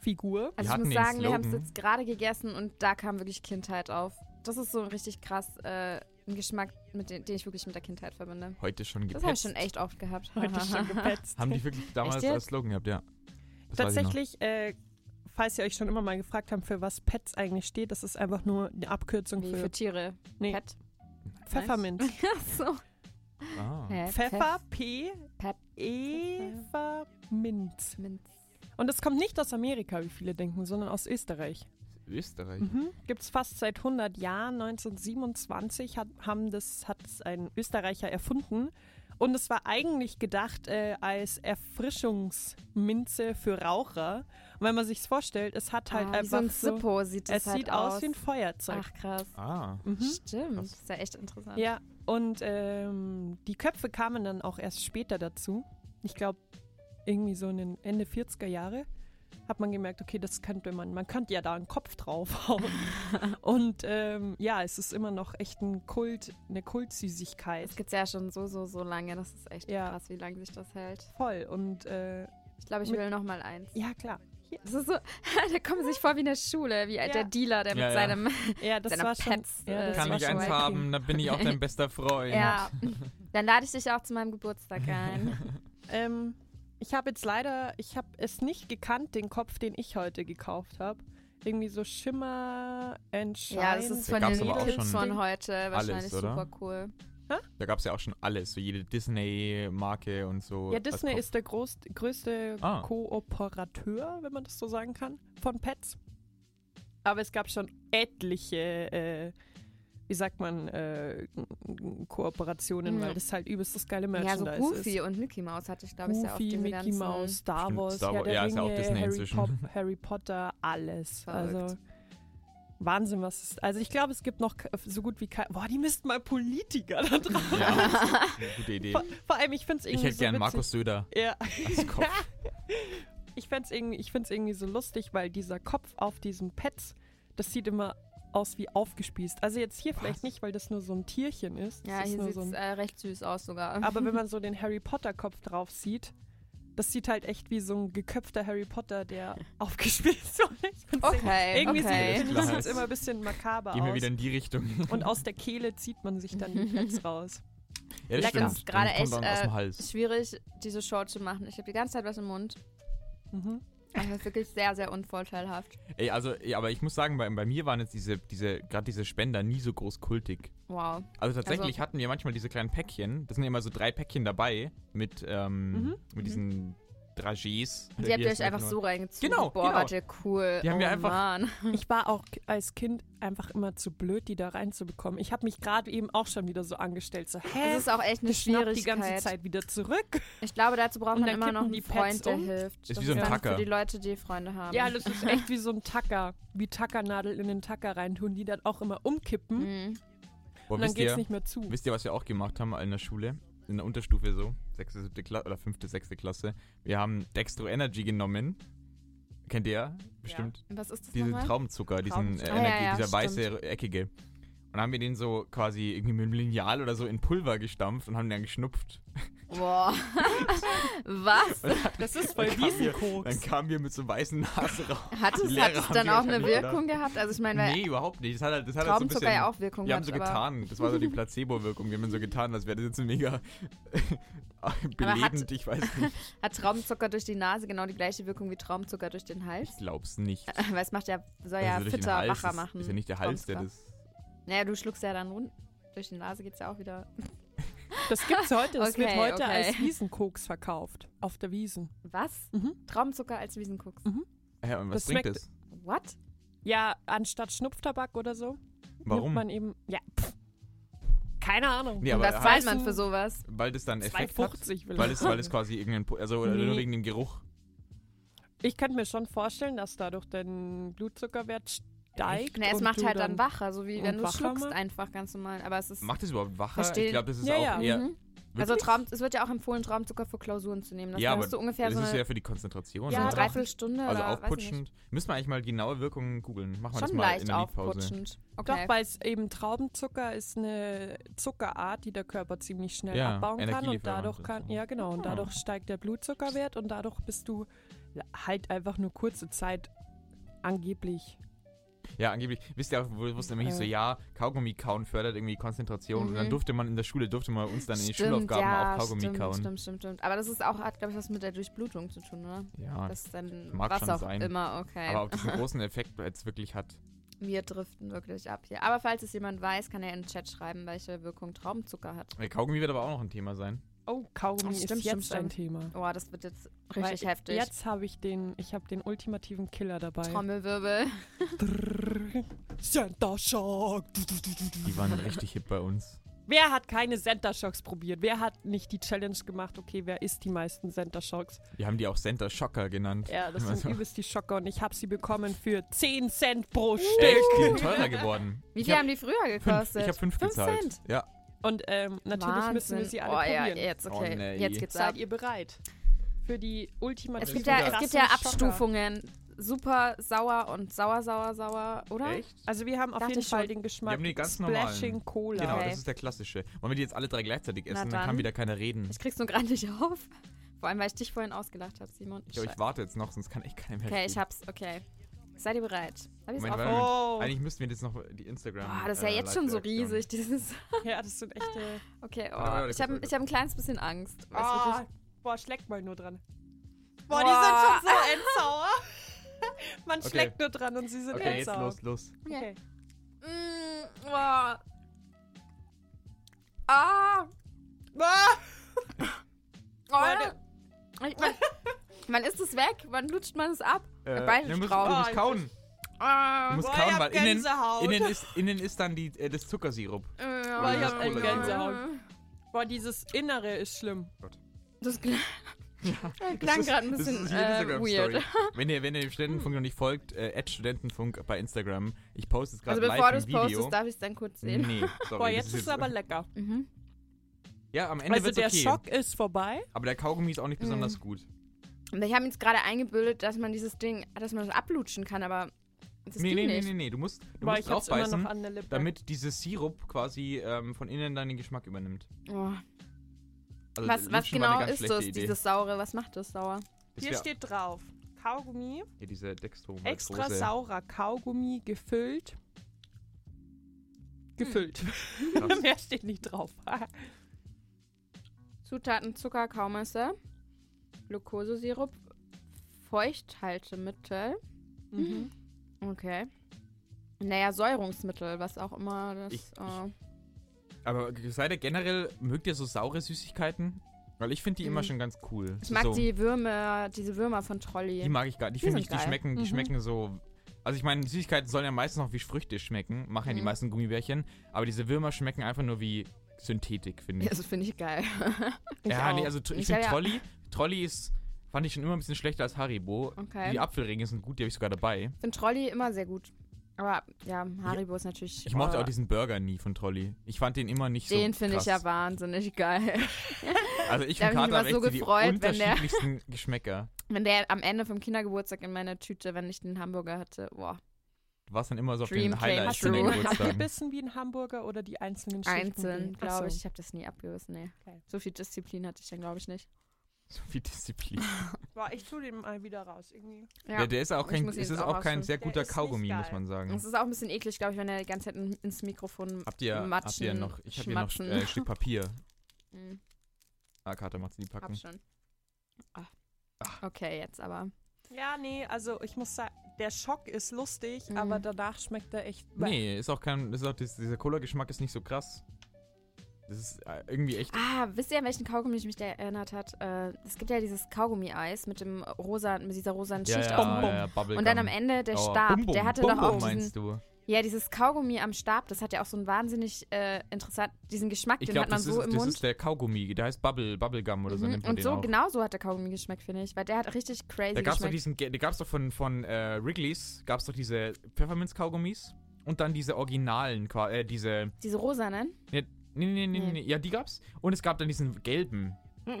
Speaker 1: Figur.
Speaker 3: Also, ich
Speaker 2: hatten
Speaker 3: muss
Speaker 2: den
Speaker 3: sagen, wir haben es
Speaker 2: Slogan.
Speaker 3: jetzt gerade gegessen und da kam wirklich Kindheit auf. Das ist so ein richtig krass äh, ein Geschmack, mit dem, den ich wirklich mit der Kindheit verbinde.
Speaker 2: heute schon
Speaker 1: halt
Speaker 3: Das habe
Speaker 2: gepetzt.
Speaker 3: ich schon echt oft gehabt.
Speaker 1: Heute schon gepetzt.
Speaker 2: Haben die wirklich damals
Speaker 3: Echt jetzt?
Speaker 2: als Slogan gehabt, ja. Das weiß ich noch.
Speaker 1: Tatsächlich, äh, falls ihr euch schon immer mal gefragt habt, für was Pets eigentlich steht, das ist einfach nur eine Abkürzung
Speaker 3: Wie
Speaker 1: für
Speaker 3: für Tiere.
Speaker 1: Nee.
Speaker 3: Pet.
Speaker 1: Pfefferminz.
Speaker 3: Achso.
Speaker 2: Ah.
Speaker 1: Pfeffer, P,
Speaker 3: Pep-
Speaker 1: Everminz.
Speaker 3: Minz.
Speaker 1: Und das kommt nicht aus Amerika, wie viele denken, sondern aus Österreich.
Speaker 2: Österreich.
Speaker 1: Mhm. Gibt es fast seit 100 Jahren, 1927 hat haben das, hat es ein Österreicher erfunden. Und es war eigentlich gedacht äh, als Erfrischungsminze für Raucher. Und wenn man sich vorstellt, es hat halt
Speaker 3: ah,
Speaker 1: einfach
Speaker 3: wie so ein Zippo sieht das
Speaker 1: es
Speaker 3: halt
Speaker 1: sieht
Speaker 3: aus.
Speaker 1: aus wie ein Feuerzeug.
Speaker 3: Ach krass.
Speaker 2: Ah.
Speaker 1: Mhm.
Speaker 3: Stimmt.
Speaker 2: Krass.
Speaker 3: Das ist ja echt interessant.
Speaker 1: Ja, und ähm, die Köpfe kamen dann auch erst später dazu. Ich glaube, irgendwie so in den Ende 40er Jahre hat man gemerkt, okay, das könnte man, man könnte ja da einen Kopf draufhauen. und ähm, ja, es ist immer noch echt ein Kult, eine Kultsüßigkeit.
Speaker 3: Das gibt es ja schon so, so, so lange. Das ist echt
Speaker 1: Ja.
Speaker 3: krass, wie lange sich das hält.
Speaker 1: Voll. Und äh,
Speaker 3: Ich glaube, ich
Speaker 1: Mit-
Speaker 3: will noch mal eins.
Speaker 1: ja, klar. hier.
Speaker 3: Das ist so, da kommen sie sich vor wie in der Schule, wie
Speaker 1: Ja.
Speaker 3: alter Pets. Dealer,
Speaker 2: Ja,
Speaker 3: der mit
Speaker 2: ja.
Speaker 3: seinem.
Speaker 1: Ja, das
Speaker 3: Seiner
Speaker 1: war schon.
Speaker 3: Pets,
Speaker 1: ja,
Speaker 3: äh,
Speaker 1: das
Speaker 2: Kann
Speaker 1: war
Speaker 2: ich
Speaker 1: schon
Speaker 2: eins
Speaker 1: weit
Speaker 2: haben, dann bin ich auch dein bester Freund.
Speaker 3: Ja. Dann lade ich dich auch zu meinem Geburtstag ein.
Speaker 1: Ähm, ich habe jetzt leider, ich habe es nicht gekannt, den Kopf, den ich heute gekauft habe. Irgendwie so Schimmer and Shine.
Speaker 3: ja, das ist
Speaker 2: Da
Speaker 3: von
Speaker 2: gab's
Speaker 3: den
Speaker 2: aber auch
Speaker 3: Kids
Speaker 2: schon
Speaker 3: von heute wahrscheinlich
Speaker 2: oder?
Speaker 3: super cool.
Speaker 2: Da gab es ja auch schon alles, so jede Disney-Marke und so.
Speaker 1: Ja,
Speaker 2: als
Speaker 1: Disney
Speaker 2: Kopf.
Speaker 1: ist der groß, größte
Speaker 2: Ah.
Speaker 1: Kooperateur, wenn man das so sagen kann, von Pets. Aber es gab schon etliche, äh, wie sagt man, äh, Kooperationen,
Speaker 3: Mhm.
Speaker 1: weil das halt übelst das geile
Speaker 3: Ja,
Speaker 1: Merchandise
Speaker 3: so Goofy und Mickey Mouse hatte ich,
Speaker 1: ist.
Speaker 3: glaube ich, sehr oft
Speaker 1: Goofy,
Speaker 3: diese
Speaker 1: Mickey
Speaker 3: ganzen.
Speaker 1: Mouse, Star
Speaker 2: Stimmt,
Speaker 1: Wars,
Speaker 2: Star
Speaker 1: Herr
Speaker 2: Wars-
Speaker 1: der
Speaker 2: ja,
Speaker 1: Ringe,
Speaker 2: ist ja auch Disney
Speaker 1: Harry,
Speaker 2: inzwischen.
Speaker 1: Pop- Harry Potter, alles.
Speaker 3: Verrückt.
Speaker 1: Also Wahnsinn, was ist. Also ich glaube, es gibt noch k- so gut wie kein. Boah, die müssten mal Politiker da drauf.
Speaker 2: Ja, gute Idee.
Speaker 1: Vor, vor allem, ich finde es irgendwie
Speaker 2: Ich hätte
Speaker 1: so
Speaker 2: gern
Speaker 1: witzig.
Speaker 2: Markus Söder
Speaker 1: Ja.
Speaker 2: als Kopf.
Speaker 1: Ich find's irgendwie, ich find's irgendwie so lustig, weil dieser Kopf auf diesen Pets, das sieht immer aus wie aufgespießt. Also jetzt hier vielleicht
Speaker 2: Was?
Speaker 1: nicht, weil das nur so ein Tierchen ist. Das
Speaker 3: Ja,
Speaker 1: ist
Speaker 3: hier
Speaker 1: nur
Speaker 3: sieht
Speaker 1: so
Speaker 3: es
Speaker 1: ein,
Speaker 3: äh, recht süß aus sogar.
Speaker 1: aber wenn man so den Harry Potter Kopf drauf sieht, das sieht halt echt wie so ein geköpfter Harry Potter, der aufgespießt wurde. Ich find's
Speaker 3: okay,
Speaker 1: Irgendwie
Speaker 3: okay.
Speaker 1: sieht
Speaker 2: Alles
Speaker 1: das
Speaker 2: klar.
Speaker 1: jetzt immer ein bisschen makaber
Speaker 2: Gehen wir wieder
Speaker 1: aus.
Speaker 2: in die Richtung.
Speaker 1: Und aus der Kehle zieht man sich dann die Pets raus.
Speaker 2: Ja,
Speaker 3: Lecker.
Speaker 2: das
Speaker 3: Ist
Speaker 2: stimmt.
Speaker 3: gerade
Speaker 2: Dann kommt dann
Speaker 3: echt,
Speaker 2: aus
Speaker 3: äh,
Speaker 2: dem Hals.
Speaker 3: schwierig, diese Show zu machen. Ich habe die ganze Zeit was im Mund.
Speaker 1: Mhm.
Speaker 3: Das ist wirklich sehr, sehr unvorteilhaft.
Speaker 2: Ey, also, ja, aber ich muss sagen, bei, bei mir waren jetzt diese, diese gerade diese Spender nie so groß kultig.
Speaker 3: Wow.
Speaker 2: Also tatsächlich
Speaker 3: Also-
Speaker 2: hatten wir manchmal diese kleinen Päckchen. Das sind ja immer so drei Päckchen dabei mit, ähm,
Speaker 1: Mhm.
Speaker 2: mit diesen Dragés. Äh,
Speaker 3: Die
Speaker 2: Wie
Speaker 3: habt
Speaker 2: heißt
Speaker 3: ihr euch
Speaker 2: das
Speaker 3: einfach
Speaker 2: nur?
Speaker 3: so reingezogen.
Speaker 2: Genau,
Speaker 3: Boah,
Speaker 2: genau.
Speaker 3: wart ihr cool.
Speaker 2: Die haben
Speaker 3: oh,
Speaker 2: wir einfach-
Speaker 3: Mann.
Speaker 1: Ich war auch k- als Kind einfach immer zu blöd, die da reinzubekommen. Ich habe mich gerade eben auch schon wieder so angestellt. So, hä?
Speaker 3: Das ist auch echt eine
Speaker 1: das schnappt
Speaker 3: Schwierigkeit.
Speaker 1: Äh, die ganze Zeit wieder zurück.
Speaker 3: Ich glaube, dazu braucht
Speaker 1: Und
Speaker 3: man
Speaker 1: dann
Speaker 3: immer noch
Speaker 1: kippen
Speaker 3: einen
Speaker 1: die Pets
Speaker 3: Freund, der
Speaker 1: um.
Speaker 3: hilft.
Speaker 2: Ist wie
Speaker 3: Das
Speaker 2: so ein
Speaker 3: ist dann
Speaker 2: Tacker.
Speaker 3: Für die Leute, die Freunde haben.
Speaker 1: Ja, das ist echt wie so ein Tacker. Wie Tackernadel in den Tacker reintun, die dann auch immer umkippen.
Speaker 3: Mhm.
Speaker 2: Hm. Boah,
Speaker 1: und dann
Speaker 2: wisst,
Speaker 1: geht's
Speaker 2: ihr,
Speaker 1: nicht mehr zu.
Speaker 2: wisst ihr, was wir auch gemacht haben in der Schule? In der Unterstufe so. Sechste, siebte Klasse oder fünfte, sechste Klasse. Wir haben Dextro Energy genommen. Kennt ihr? Bestimmt.
Speaker 3: Was ist das
Speaker 2: diesen
Speaker 3: nochmal?
Speaker 2: Traumzucker, diesen äh,
Speaker 3: Traumzucker. Ah,
Speaker 2: Energie,
Speaker 3: ja, ja,
Speaker 2: dieser
Speaker 3: stimmt.
Speaker 2: weiße, eckige. Und haben wir den so quasi irgendwie mit einem Lineal oder so in Pulver gestampft und haben den dann geschnupft.
Speaker 3: Boah. Was?
Speaker 1: Das ist voll
Speaker 2: Dann kamen wir- Dann
Speaker 1: Wiesenkoks.
Speaker 2: kamen wir mit so weißen Nase raus.
Speaker 3: Hat es,
Speaker 2: Lehrer
Speaker 3: hat es
Speaker 2: haben
Speaker 3: dann
Speaker 2: die
Speaker 3: auch eine
Speaker 2: wahrscheinlich gedacht.
Speaker 3: Wirkung gehabt? Also ich meine, weil
Speaker 2: Nee, überhaupt nicht. Das hat halt, das hat halt so ein bisschen,
Speaker 3: Traumzucker ja auch Wirkung
Speaker 2: Wir haben
Speaker 3: hat.
Speaker 2: so
Speaker 3: aber,
Speaker 2: getan. Das war so die Placebo-Wirkung. Wir haben so getan, als wäre das jetzt so mega belebend. Ich weiß nicht.
Speaker 3: hat Traumzucker durch die Nase genau die gleiche Wirkung wie Traumzucker durch den Hals?
Speaker 2: Ich glaub's nicht.
Speaker 3: Weil es macht ja, soll ja
Speaker 2: also durch den
Speaker 3: fitter,
Speaker 2: Hals
Speaker 3: wacher
Speaker 2: ist,
Speaker 3: machen.
Speaker 2: Ist ja nicht der Hals, der das.
Speaker 3: Naja, du schluckst ja dann runter. Durch die Nase geht's ja auch wieder.
Speaker 1: Das gibt's heute. Das wird
Speaker 3: Okay,
Speaker 1: heute
Speaker 3: okay.
Speaker 1: als Wiesenkoks verkauft. Auf der Wiesen.
Speaker 3: Was?
Speaker 1: Mhm.
Speaker 3: Traumzucker als Wiesenkucks.
Speaker 2: Hä, und was
Speaker 1: Das
Speaker 2: bringt
Speaker 1: schmeckt-
Speaker 2: das?
Speaker 3: What?
Speaker 1: Ja, anstatt Schnupftabak oder so, nimmt
Speaker 2: Warum?
Speaker 1: man eben. Ja, pff. Keine Ahnung.
Speaker 2: Nee,
Speaker 3: Und
Speaker 2: aber
Speaker 3: was zahlt
Speaker 1: weißt
Speaker 3: man
Speaker 1: du-
Speaker 3: für sowas?
Speaker 2: weil das dann Effekt hat.
Speaker 1: 2,50 will
Speaker 2: Weil
Speaker 1: ich
Speaker 2: es, weil es quasi irgendein. Pu- Also oder nur
Speaker 1: Nee.
Speaker 2: wegen dem Geruch.
Speaker 1: Ich könnte mir schon vorstellen, dass dadurch dein Blutzuckerwert steigt.
Speaker 3: Na, es
Speaker 1: und
Speaker 3: macht
Speaker 1: du
Speaker 3: halt dann wacher, so wie
Speaker 1: und
Speaker 3: wenn du
Speaker 1: wacher
Speaker 3: schluckst
Speaker 1: macht?
Speaker 3: einfach ganz normal. Aber es ist.
Speaker 2: Macht das überhaupt wacher?
Speaker 3: Verstehe.
Speaker 2: Ich glaube, das ist
Speaker 1: Ja,
Speaker 2: auch
Speaker 1: ja.
Speaker 2: eher.
Speaker 3: Mhm. Also
Speaker 2: Wirklich?
Speaker 3: Traum, es wird ja auch empfohlen, Traumzucker für Klausuren zu nehmen. Das
Speaker 2: Ja, aber
Speaker 3: hast du ungefähr
Speaker 2: das
Speaker 3: so
Speaker 2: ist
Speaker 3: eine,
Speaker 2: ja für die Konzentration.
Speaker 1: Ja,
Speaker 3: so eine
Speaker 2: oder?
Speaker 1: drei-
Speaker 3: Dreiviertelstunde
Speaker 2: also
Speaker 3: oder
Speaker 2: aufputschend. Müssen wir eigentlich mal genaue Wirkungen googeln. Machen wir
Speaker 3: Weiß ich nicht.
Speaker 2: das
Speaker 3: Schon
Speaker 2: mal in
Speaker 3: leicht
Speaker 2: der Liedpause.
Speaker 3: aufputschend.
Speaker 1: Doch,
Speaker 3: Okay.
Speaker 1: weil es eben Traubenzucker ist eine Zuckerart, die der Körper ziemlich schnell
Speaker 2: Ja,
Speaker 1: abbauen kann und
Speaker 2: Energielieferant
Speaker 1: dadurch
Speaker 2: ist
Speaker 1: kann,
Speaker 2: so.
Speaker 1: ja genau, und
Speaker 2: Ah.
Speaker 1: dadurch steigt der Blutzuckerwert und dadurch bist du halt einfach nur kurze Zeit angeblich.
Speaker 2: Ja, angeblich. Wisst ihr auch, wo wo es immer hieß, so,
Speaker 1: Äh.
Speaker 2: ja, Kaugummi kauen fördert irgendwie Konzentration. Und dann
Speaker 3: Mhm.
Speaker 2: durfte man in der Schule, durfte man uns dann in den
Speaker 3: Stimmt,
Speaker 2: Schulaufgaben
Speaker 3: ja,
Speaker 2: auch Kaugummi
Speaker 3: stimmt,
Speaker 2: kauen.
Speaker 3: Stimmt, stimmt, stimmt. Aber das ist auch, hat, glaube ich, was mit der Durchblutung zu tun, oder?
Speaker 2: Ja.
Speaker 3: Das ist dann
Speaker 2: mag
Speaker 3: was
Speaker 2: schon
Speaker 3: auch
Speaker 2: sein.
Speaker 3: immer, okay.
Speaker 2: aber ob das einen großen Effekt jetzt wirklich hat.
Speaker 3: Wir driften wirklich ab hier. Aber falls es jemand weiß, kann er in den Chat schreiben, welche Wirkung Traumzucker hat.
Speaker 2: Äh, Kaugummi wird aber auch noch ein Thema sein.
Speaker 1: Oh, Kaugummi
Speaker 3: Ach, stimmt,
Speaker 1: ist
Speaker 3: stimmt,
Speaker 1: jetzt ein Thema.
Speaker 3: Oh, das wird jetzt richtig
Speaker 1: Weil
Speaker 3: heftig.
Speaker 1: Jetzt habe ich den, ich habe den ultimativen Killer dabei.
Speaker 3: Trommelwirbel.
Speaker 1: Drrrr. Center Shock.
Speaker 2: Die waren richtig hip bei uns.
Speaker 1: Wer hat keine Center Shocks probiert? Wer hat nicht die Challenge gemacht? Okay, wer isst die meisten Center Shocks?
Speaker 2: Wir haben die auch Center Shocker genannt.
Speaker 1: Ja, das sind
Speaker 2: Also-
Speaker 1: übelst die Schocker und ich habe sie bekommen für 10 Cent pro
Speaker 2: Echt,
Speaker 1: Stück.
Speaker 2: die sind teurer geworden.
Speaker 3: Wie
Speaker 2: Ich
Speaker 3: viel
Speaker 2: hab
Speaker 3: haben die früher
Speaker 2: fünf,
Speaker 3: gekostet?
Speaker 2: ich habe fünf,
Speaker 3: Fünf
Speaker 2: gezahlt.
Speaker 3: Cent.
Speaker 2: Ja.
Speaker 1: Und ähm, natürlich müssen wir
Speaker 3: Wahnsinn.
Speaker 1: sie alle
Speaker 3: oh,
Speaker 1: probieren.
Speaker 3: Ja, jetzt,
Speaker 2: Oh,
Speaker 3: okay.
Speaker 2: nee.
Speaker 3: Jetzt geht's ab.
Speaker 1: Seid ihr bereit für die ultimative
Speaker 3: Es gibt
Speaker 2: wieder
Speaker 3: ja, es gibt ja Abstufungen. Super sauer und sauer, sauer, sauer, oder?
Speaker 1: Also wir haben auf
Speaker 3: Dachte
Speaker 1: jeden
Speaker 3: ich
Speaker 1: Fall
Speaker 3: schon.
Speaker 1: den
Speaker 2: Wir
Speaker 1: Geschmack
Speaker 2: haben die ganz
Speaker 1: Splashing
Speaker 2: normalen.
Speaker 1: Cola.
Speaker 2: Genau,
Speaker 3: Okay.
Speaker 2: das ist der klassische. Wollen wir die jetzt alle drei gleichzeitig
Speaker 3: Na
Speaker 2: essen, dann
Speaker 3: dann.
Speaker 2: kann wieder keiner reden.
Speaker 3: Ich krieg's nur gerade nicht auf. Vor allem, weil ich dich vorhin ausgelacht habe, Simon.
Speaker 2: Ich, ich warte jetzt noch, sonst kann echt keiner mehr.
Speaker 3: Okay, ich
Speaker 2: spielen.
Speaker 3: hab's. Okay. Seid ihr bereit? Hab ich's
Speaker 2: Moment,
Speaker 3: auf?
Speaker 2: warte.
Speaker 1: Oh,
Speaker 2: Eigentlich müssten wir jetzt noch die Instagram.
Speaker 3: Boah, das ist ja
Speaker 2: äh,
Speaker 3: jetzt schon so
Speaker 2: Live-Reaktion.
Speaker 3: riesig, dieses.
Speaker 2: Genau.
Speaker 1: ja, das sind echte.
Speaker 3: Okay,
Speaker 2: aber ja,
Speaker 3: oh.
Speaker 2: die
Speaker 3: Ich habe
Speaker 2: Verfolgung.
Speaker 3: ich hab ein kleines bisschen Angst. weil es
Speaker 1: Ah,
Speaker 3: wirklich-
Speaker 1: boah, schlägt mal nur dran.
Speaker 3: Boah.
Speaker 1: Boah, die sind schon so endsauer. Man
Speaker 2: Okay.
Speaker 1: schlägt nur dran und sie sind
Speaker 2: Okay, jetzt
Speaker 1: endsauer.
Speaker 2: los, los.
Speaker 1: Okay.
Speaker 3: Mm, boah. Ah!
Speaker 1: Ah,
Speaker 3: Oh,
Speaker 1: Leute.
Speaker 3: Ich- man, man isst es weg, man lutscht man es ab.
Speaker 2: Äh,
Speaker 3: Beide
Speaker 2: du musst, du
Speaker 3: drauf.
Speaker 2: musst
Speaker 1: Ah,
Speaker 2: kauen. Du
Speaker 3: Ah,
Speaker 2: musst
Speaker 1: Boah, ich
Speaker 2: kauen,
Speaker 1: hab
Speaker 2: weil innen,
Speaker 1: Gänsehaut.
Speaker 2: innen, ist, innen ist dann die, äh, das Zuckersirup.
Speaker 3: äh,
Speaker 2: ich hab echt
Speaker 1: Gänsehaut. boah, dieses Innere ist schlimm.
Speaker 3: Das klang,
Speaker 2: Das
Speaker 3: klang
Speaker 2: ist-
Speaker 3: gerade ein
Speaker 2: das
Speaker 3: bisschen
Speaker 2: ist hier die
Speaker 3: äh,
Speaker 2: Instagram-Story.
Speaker 3: weird.
Speaker 2: Wenn ihr, wenn ihr dem Studentenfunk noch nicht folgt, äh, @studentenfunk bei Instagram. Ich poste es gerade
Speaker 3: Also bevor du
Speaker 2: live
Speaker 3: es
Speaker 2: im Video.
Speaker 3: postest, darf ich es dann kurz sehen.
Speaker 2: nee, sorry.
Speaker 1: Boah,
Speaker 2: das
Speaker 1: jetzt ist es aber lecker.
Speaker 3: Mhm.
Speaker 2: Ja, am Ende
Speaker 1: Also
Speaker 2: wird's
Speaker 1: der
Speaker 2: okay.
Speaker 1: Schock ist vorbei.
Speaker 2: Aber der Kaugummi ist auch nicht
Speaker 3: Mm.
Speaker 2: besonders gut.
Speaker 3: Und ich habe mir jetzt gerade eingebildet, dass man dieses Ding, dass man das ablutschen kann, aber das
Speaker 2: Nee,
Speaker 3: ging
Speaker 2: nee, nee,
Speaker 3: nicht.
Speaker 2: nee, nee. Du musst, du
Speaker 1: Boah,
Speaker 2: musst
Speaker 1: ich hab's immer noch
Speaker 2: draufbeißen,
Speaker 1: an der Lippe.
Speaker 2: damit dieses Sirup quasi ähm, von innen deinen Geschmack übernimmt.
Speaker 3: Oh.
Speaker 2: Also Lutschen
Speaker 3: Was, was
Speaker 2: war eine
Speaker 3: genau
Speaker 2: ganz
Speaker 3: ist
Speaker 2: schlechte
Speaker 3: das,
Speaker 2: Idee.
Speaker 3: dieses Saure? Was macht das sauer?
Speaker 2: Das
Speaker 1: Hier
Speaker 2: wär-
Speaker 1: steht drauf: Kaugummi,
Speaker 2: hier diese Dextro
Speaker 1: extra saurer Kaugummi gefüllt. Gefüllt. Mehr steht nicht drauf.
Speaker 3: Zutaten Zucker, Kaumasse, Glukosesirup, Feuchthaltemittel.
Speaker 1: mhm.
Speaker 3: Okay. Naja, Säurungsmittel, was auch immer das.
Speaker 2: Ich-
Speaker 3: äh,
Speaker 2: Aber seid ihr generell, mögt ihr so saure Süßigkeiten? Weil ich finde die immer
Speaker 3: Mhm.
Speaker 2: schon ganz cool.
Speaker 3: ich mag
Speaker 2: so,
Speaker 3: die Würmer, diese Würmer von
Speaker 2: Die
Speaker 3: Trolli.
Speaker 2: mag ich gar nicht. Die
Speaker 3: Die
Speaker 2: finde
Speaker 3: sind
Speaker 2: ich, die
Speaker 3: geil.
Speaker 2: schmecken, die
Speaker 1: Mhm.
Speaker 2: schmecken so. Also ich meine, Süßigkeiten sollen ja meistens noch wie Früchte schmecken, machen ja die
Speaker 3: Mhm.
Speaker 2: meisten Gummibärchen, aber diese Würmer schmecken einfach nur wie Synthetik, finde
Speaker 3: Ja,
Speaker 2: ich.
Speaker 3: das finde ich geil.
Speaker 2: ja,
Speaker 1: auch.
Speaker 2: nee, also tr- ich,
Speaker 3: Ich
Speaker 2: finde
Speaker 3: hab ja-
Speaker 2: Trolli, Trolli ist, fand ich schon immer ein bisschen schlechter als Haribo.
Speaker 3: Okay.
Speaker 2: Die Apfelringe sind gut, die habe ich sogar dabei.
Speaker 3: Ich finde Trolli immer sehr gut. Aber ja, Haribo ist natürlich.
Speaker 2: Ich mochte
Speaker 3: äh,
Speaker 2: auch diesen Burger nie von Trolli. Ich fand den immer nicht so
Speaker 3: Den finde ich
Speaker 2: krass.
Speaker 3: ja wahnsinnig geil.
Speaker 2: Also ich
Speaker 3: Da
Speaker 2: und
Speaker 3: hab ich mich
Speaker 2: Kater
Speaker 3: immer so
Speaker 2: haben echt
Speaker 3: gefreut,
Speaker 2: die
Speaker 3: wenn der-
Speaker 2: unterschiedlichsten Geschmäcker.
Speaker 3: Wenn der am Ende vom Kindergeburtstag in meiner Tüte, wenn ich den Hamburger hatte, boah.
Speaker 2: Du warst dann immer so auf den
Speaker 3: Dream came
Speaker 2: Highlights von den
Speaker 3: true.
Speaker 2: Geburtstagen.
Speaker 1: Gebissen wie ein Hamburger oder die einzelnen Schichten?
Speaker 3: Einzeln,
Speaker 1: Ach
Speaker 3: glaube ich.
Speaker 1: so.
Speaker 3: Ich habe das nie abgerissen, nee.
Speaker 1: Okay.
Speaker 3: So viel Disziplin hatte ich dann, glaube ich, nicht.
Speaker 2: so viel Disziplin.
Speaker 1: Boah, ich tue den mal wieder raus. Irgendwie.
Speaker 3: Ja.
Speaker 2: Der, der ist auch
Speaker 3: Ich
Speaker 2: kein,
Speaker 3: muss ihn
Speaker 2: es
Speaker 3: jetzt
Speaker 2: ist auch
Speaker 3: auch
Speaker 2: kein
Speaker 3: rausholen.
Speaker 2: sehr
Speaker 1: Der
Speaker 2: guter
Speaker 1: ist nicht
Speaker 2: Kaugummi,
Speaker 1: geil.
Speaker 2: muss man sagen.
Speaker 3: Es ist auch ein bisschen eklig, glaube ich, wenn er die ganze Zeit in- ins Mikrofon.
Speaker 2: Habt ihr, habt ihr
Speaker 3: Matschen,
Speaker 2: noch, ich habe hier noch
Speaker 3: Schmatzen.
Speaker 2: äh, ein Stück Papier.
Speaker 3: Hm,
Speaker 2: Ah, Kater, macht sie die
Speaker 3: hab
Speaker 2: packen.
Speaker 3: schon. Ah. Okay, jetzt aber.
Speaker 1: Ja, nee, also ich muss sagen, der Schock ist lustig,
Speaker 3: Mhm.
Speaker 1: aber danach schmeckt er echt.
Speaker 2: Nee, ist auch kein, ist auch, dies- dieser Cola-Geschmack ist nicht so krass. Das ist äh, irgendwie echt,
Speaker 3: Ah, wisst ihr, an welchen Kaugummi ich mich da erinnert hat? Äh, es gibt ja dieses Kaugummi-Eis mit dem rosa, mit dieser rosanen
Speaker 2: ja,
Speaker 3: Schicht
Speaker 2: ja,
Speaker 3: außenrum.
Speaker 2: ja, Bubblegum.
Speaker 3: Und dann am Ende der
Speaker 2: Oh,
Speaker 3: Stab,
Speaker 2: Bum Bum,
Speaker 3: der hatte
Speaker 2: Bum
Speaker 3: doch auch
Speaker 2: Bum
Speaker 3: diesen,
Speaker 2: meinst du?
Speaker 3: Ja, dieses Kaugummi am Stab, das hat ja auch so einen wahnsinnig äh, interessant, diesen Geschmack,
Speaker 2: Ich
Speaker 3: den
Speaker 2: glaube,
Speaker 3: hat man
Speaker 2: das,
Speaker 3: so
Speaker 2: ist,
Speaker 3: im
Speaker 2: das
Speaker 3: Mund.
Speaker 2: ist der Kaugummi, der heißt Bubble, Bubblegum oder so.
Speaker 3: Mhm.
Speaker 2: Nimmt man
Speaker 3: Und
Speaker 2: den
Speaker 3: so
Speaker 2: auch.
Speaker 3: genau so hat der Kaugummi geschmeckt, finde ich, weil der hat richtig crazy
Speaker 2: Da gab es doch
Speaker 3: geschmeckt.
Speaker 2: diesen, da gab's doch von, von äh, Wrigley's, gab es doch diese Pfefferminz-Kaugummis und dann diese originalen, qua- äh, diese, ne,
Speaker 3: Diese rosanen.
Speaker 2: nee, nee, nee, nee,
Speaker 3: Nee.
Speaker 2: nee, ja, die gab's. Und es gab dann diesen gelben.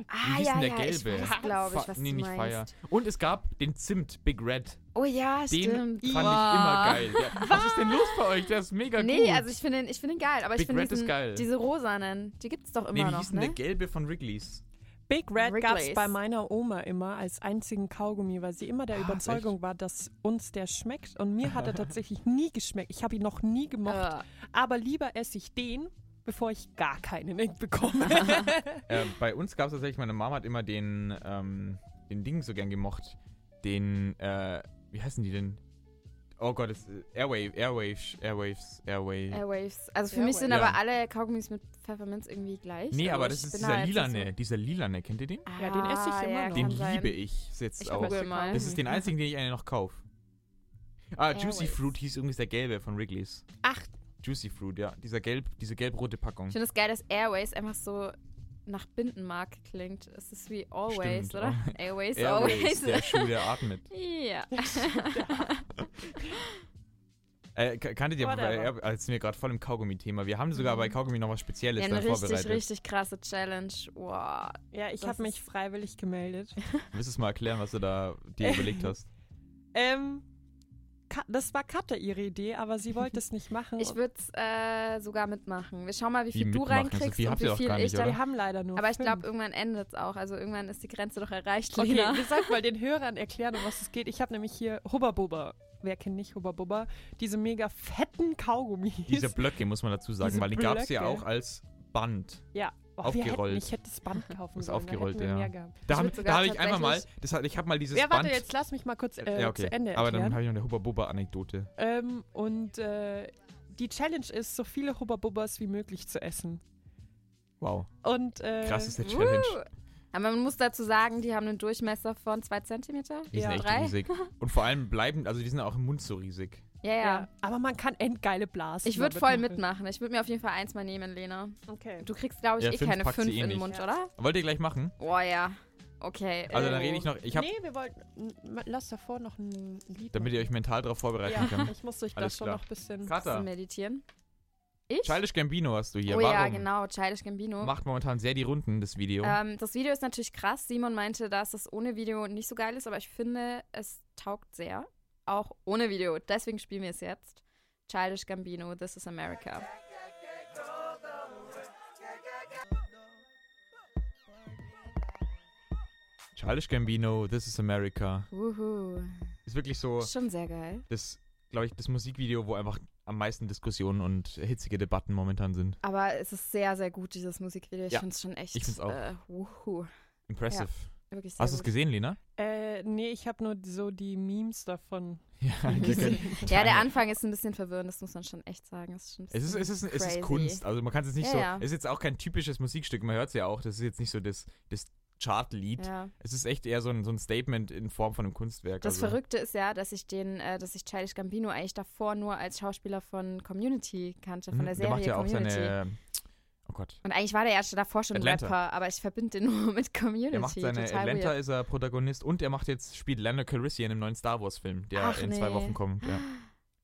Speaker 3: Ah,
Speaker 2: hieß
Speaker 3: ja,
Speaker 2: denn der
Speaker 3: ja,
Speaker 2: gelbe?
Speaker 3: ich weiß, glaube ich,
Speaker 2: Fa-
Speaker 3: was
Speaker 2: nee,
Speaker 3: du
Speaker 2: nicht
Speaker 3: meinst.
Speaker 2: Fire. Und es gab den Zimt Big Red.
Speaker 3: Oh ja,
Speaker 2: Den
Speaker 3: stimmt.
Speaker 2: fand ich immer geil. Ja, was ist denn los bei euch? Der ist mega
Speaker 3: Nee,
Speaker 2: gut.
Speaker 3: also ich finde ihn, ich finde ihn geil, aber
Speaker 2: Big
Speaker 3: ich finde
Speaker 2: Red ist
Speaker 3: diesen-
Speaker 2: geil.
Speaker 3: diese rosanen, die gibt's doch
Speaker 2: nee,
Speaker 3: immer
Speaker 2: wie
Speaker 3: noch,
Speaker 2: hieß denn der
Speaker 3: ne?
Speaker 2: gelbe von Wrigley's?
Speaker 1: Big Red gab es
Speaker 3: Wrigley's.
Speaker 1: bei meiner Oma immer als einzigen Kaugummi, weil sie immer der
Speaker 2: Ah,
Speaker 1: Überzeugung war, dass uns der schmeckt. Und mir hat er tatsächlich nie geschmeckt. Ich habe ihn noch nie gemocht.
Speaker 3: Äh,
Speaker 1: Aber lieber esse ich den, bevor ich gar keinen Ink bekomme.
Speaker 2: Äh, bei uns gab es tatsächlich, meine Mama hat immer den, ähm, den Ding so gern gemocht. Den, äh, wie heißen die denn? Oh Gott, es, Airwave, Airwaves, Airwaves, Airwave.
Speaker 3: Airwaves. Also für mich sind
Speaker 2: Airwaves.
Speaker 3: aber alle Kaugummis mit Pfefferminz irgendwie gleich.
Speaker 2: nee, aber
Speaker 3: ich
Speaker 2: das ist
Speaker 3: bin
Speaker 2: dieser
Speaker 3: halt nicht
Speaker 2: lilane, dieser lilane, kennt ihr den?
Speaker 3: So.
Speaker 1: Ja, den esse ich
Speaker 3: Ah,
Speaker 1: immer
Speaker 3: ja,
Speaker 1: noch.
Speaker 2: Den
Speaker 3: kann sein.
Speaker 2: liebe ich jetzt
Speaker 3: Ich
Speaker 2: auch.
Speaker 3: google mal.
Speaker 2: Das ist den einzigen, den ich eigentlich noch kaufe. Ah, Juicy
Speaker 3: Airwaves.
Speaker 2: Fruit hieß übrigens der gelbe von Wrigley's.
Speaker 1: Ach,
Speaker 2: Juicy Fruit, ja. Dieser gelb, diese gelb-rote Packung.
Speaker 3: Ich finde es geil, dass Airways einfach so nach Bindenmark klingt. Es ist wie Always,
Speaker 2: Stimmt,
Speaker 3: oder? Airways,
Speaker 2: Airways,
Speaker 3: Always.
Speaker 2: der Schuh, der atmet.
Speaker 3: ja.
Speaker 2: Äh, k- kanntet ihr,
Speaker 1: Whatever. Mhm.
Speaker 2: weil, ja, als sind wir gerade voll im Kaugummi-Thema. Wir haben sogar bei Kaugummi noch was Spezielles
Speaker 3: ja,
Speaker 2: dann
Speaker 3: eine
Speaker 2: vorbereitet.
Speaker 3: richtig, richtig krasse Challenge. Wow.
Speaker 1: ja, ich
Speaker 3: Das
Speaker 1: habe mich
Speaker 3: ist-
Speaker 1: freiwillig gemeldet.
Speaker 2: Willst du es mal erklären, was du da dir überlegt hast?
Speaker 1: Ähm, Ka- das war Katja ihre Idee, aber sie wollte es nicht machen.
Speaker 3: Ich würde es äh, sogar mitmachen. Wir schauen mal, wie viel du
Speaker 2: Oh. mitmachen? So
Speaker 3: reinkriegst
Speaker 2: viel
Speaker 3: und
Speaker 2: habt ihr
Speaker 3: wie
Speaker 2: doch
Speaker 3: viel
Speaker 2: gar
Speaker 3: ich
Speaker 2: nicht,
Speaker 3: dann.
Speaker 1: wir haben leider nur
Speaker 3: Aber ich
Speaker 1: fünf.
Speaker 3: glaube, irgendwann endet es auch. Also irgendwann ist die Grenze doch erreicht,
Speaker 1: Okay,
Speaker 3: Lena.
Speaker 1: wir sollten mal den Hörern erklären, um was es geht. Ich habe nämlich hier Hubba Bubba. Wer kennt nicht Hubba Bubba? Diese mega fetten Kaugummis.
Speaker 2: Diese Blöcke, muss man dazu sagen,
Speaker 1: Diese
Speaker 2: weil die gab es ja
Speaker 1: Blöcke.
Speaker 2: auch als Band.
Speaker 1: ja, oh, wir hätten,
Speaker 2: aufgerollt.
Speaker 1: ich hätte das Band kaufen
Speaker 2: Ist
Speaker 1: sollen. da
Speaker 2: aufgerollt,
Speaker 1: hätten wir
Speaker 2: ja.
Speaker 1: mehr gehabt.
Speaker 2: Da
Speaker 3: Ich
Speaker 2: habe
Speaker 3: würd
Speaker 2: da
Speaker 3: sogar
Speaker 2: hab ich einmal mal,
Speaker 3: tatsächlich-
Speaker 2: das, hat- ich habe mal dieses
Speaker 1: Ja, warte,
Speaker 2: Band.
Speaker 1: jetzt lass mich mal kurz äh,
Speaker 2: ja, okay.
Speaker 1: zu Ende
Speaker 2: Aber
Speaker 1: erklären.
Speaker 2: dann halt habe ich noch eine Hubba-Bubba-Anekdote.
Speaker 1: Ähm, und äh, die Challenge ist, so viele Hubba Bubbas wie möglich zu essen.
Speaker 2: Wow,
Speaker 1: Und äh,
Speaker 2: krass ist der Challenge.
Speaker 3: Wuhu. Aber man muss dazu sagen, die haben einen Durchmesser von zwei Zentimeter.
Speaker 2: Die
Speaker 1: Ja.
Speaker 2: sind echt
Speaker 3: Drei?
Speaker 2: riesig. Und vor allem bleiben, also die sind auch im Mund so riesig.
Speaker 3: Ja, ja.
Speaker 1: ja. Aber man kann endgeile Blasen.
Speaker 3: Ich würde voll mitmachen. Ich würde mir auf jeden Fall eins mal nehmen, Lena.
Speaker 1: Okay.
Speaker 3: Du kriegst, glaube ich,
Speaker 2: Ja,
Speaker 3: eh
Speaker 2: fünf
Speaker 3: keine
Speaker 2: packt sie
Speaker 3: fünf
Speaker 2: eh
Speaker 3: in den
Speaker 2: nicht.
Speaker 3: Mund,
Speaker 1: Ja.
Speaker 3: oder?
Speaker 2: Wollt ihr gleich machen?
Speaker 3: Oh ja. Okay.
Speaker 2: Also dann
Speaker 3: äh,
Speaker 2: rede ich noch. Ich habe,
Speaker 1: nee, wir wollten. m- Lass davor noch ein Lied.
Speaker 2: damit ihr euch
Speaker 1: machen.
Speaker 2: mental darauf vorbereiten
Speaker 1: Ja,
Speaker 2: könnt.
Speaker 1: ich muss euch da
Speaker 2: Alles
Speaker 1: schon
Speaker 2: klar.
Speaker 1: noch ein bisschen.
Speaker 3: bisschen
Speaker 2: Kata,
Speaker 3: meditieren. Ich?
Speaker 2: Childish Gambino hast du hier.
Speaker 3: oh
Speaker 2: Warum?
Speaker 3: ja, genau. Childish Gambino.
Speaker 2: Macht momentan sehr die Runden, das Video.
Speaker 3: Ähm, das Video ist natürlich krass. Simon meinte, dass das ohne Video nicht so geil ist, aber ich finde, es taugt sehr. Auch ohne Video. Deswegen spielen wir es jetzt. Childish Gambino, This is America.
Speaker 2: Childish Gambino, This is America.
Speaker 3: Wuhu.
Speaker 2: Ist wirklich so
Speaker 3: Schon sehr geil.
Speaker 2: das, glaube ich, das Musikvideo, wo einfach am meisten Diskussionen und hitzige Debatten momentan sind.
Speaker 3: Aber es ist sehr, sehr gut, dieses Musikvideo. Ich
Speaker 2: Ja,
Speaker 3: finde es schon echt.
Speaker 2: ich find's auch.
Speaker 3: Äh, wuhu.
Speaker 2: Impressive.
Speaker 3: Wirklich sehr
Speaker 2: Hast du es
Speaker 3: gut.
Speaker 2: gesehen, Lena?
Speaker 1: Äh, nee, ich habe nur so die Memes davon.
Speaker 2: Ja,
Speaker 1: gesehen.
Speaker 3: Ja, der Anfang ist ein bisschen verwirrend, das muss man schon echt sagen. Es ist, schon ein
Speaker 2: Es ist, es, ist,
Speaker 3: bisschen
Speaker 2: es ist
Speaker 3: crazy.
Speaker 2: Kunst, also man kann es jetzt nicht
Speaker 3: Ja,
Speaker 2: so,
Speaker 3: ja.
Speaker 2: es ist jetzt auch kein typisches Musikstück, man hört es ja auch, das ist jetzt nicht so das, das Chartlied.
Speaker 3: Ja.
Speaker 2: Es ist echt eher so ein, so ein Statement in Form von einem Kunstwerk.
Speaker 3: Das
Speaker 2: also.
Speaker 3: Verrückte ist ja, dass ich den, äh, dass ich Childish Gambino eigentlich davor nur als Schauspieler von Community kannte, von
Speaker 2: Mhm,
Speaker 3: der
Speaker 2: Der
Speaker 3: Serie
Speaker 2: macht ja auch
Speaker 3: Community.
Speaker 2: seine, oh Gott,
Speaker 3: Und eigentlich war der ja schon davor schon ein
Speaker 2: Atlanta.
Speaker 3: Rapper, aber ich verbinde den nur mit Community.
Speaker 2: er macht seine,
Speaker 3: Total
Speaker 2: Atlanta
Speaker 3: weird.
Speaker 2: ist er Protagonist und er macht jetzt, spielt Lando Calrissian im neuen Star Wars Film, der
Speaker 3: Ach,
Speaker 2: in zwei
Speaker 3: nee.
Speaker 2: Wochen kommt.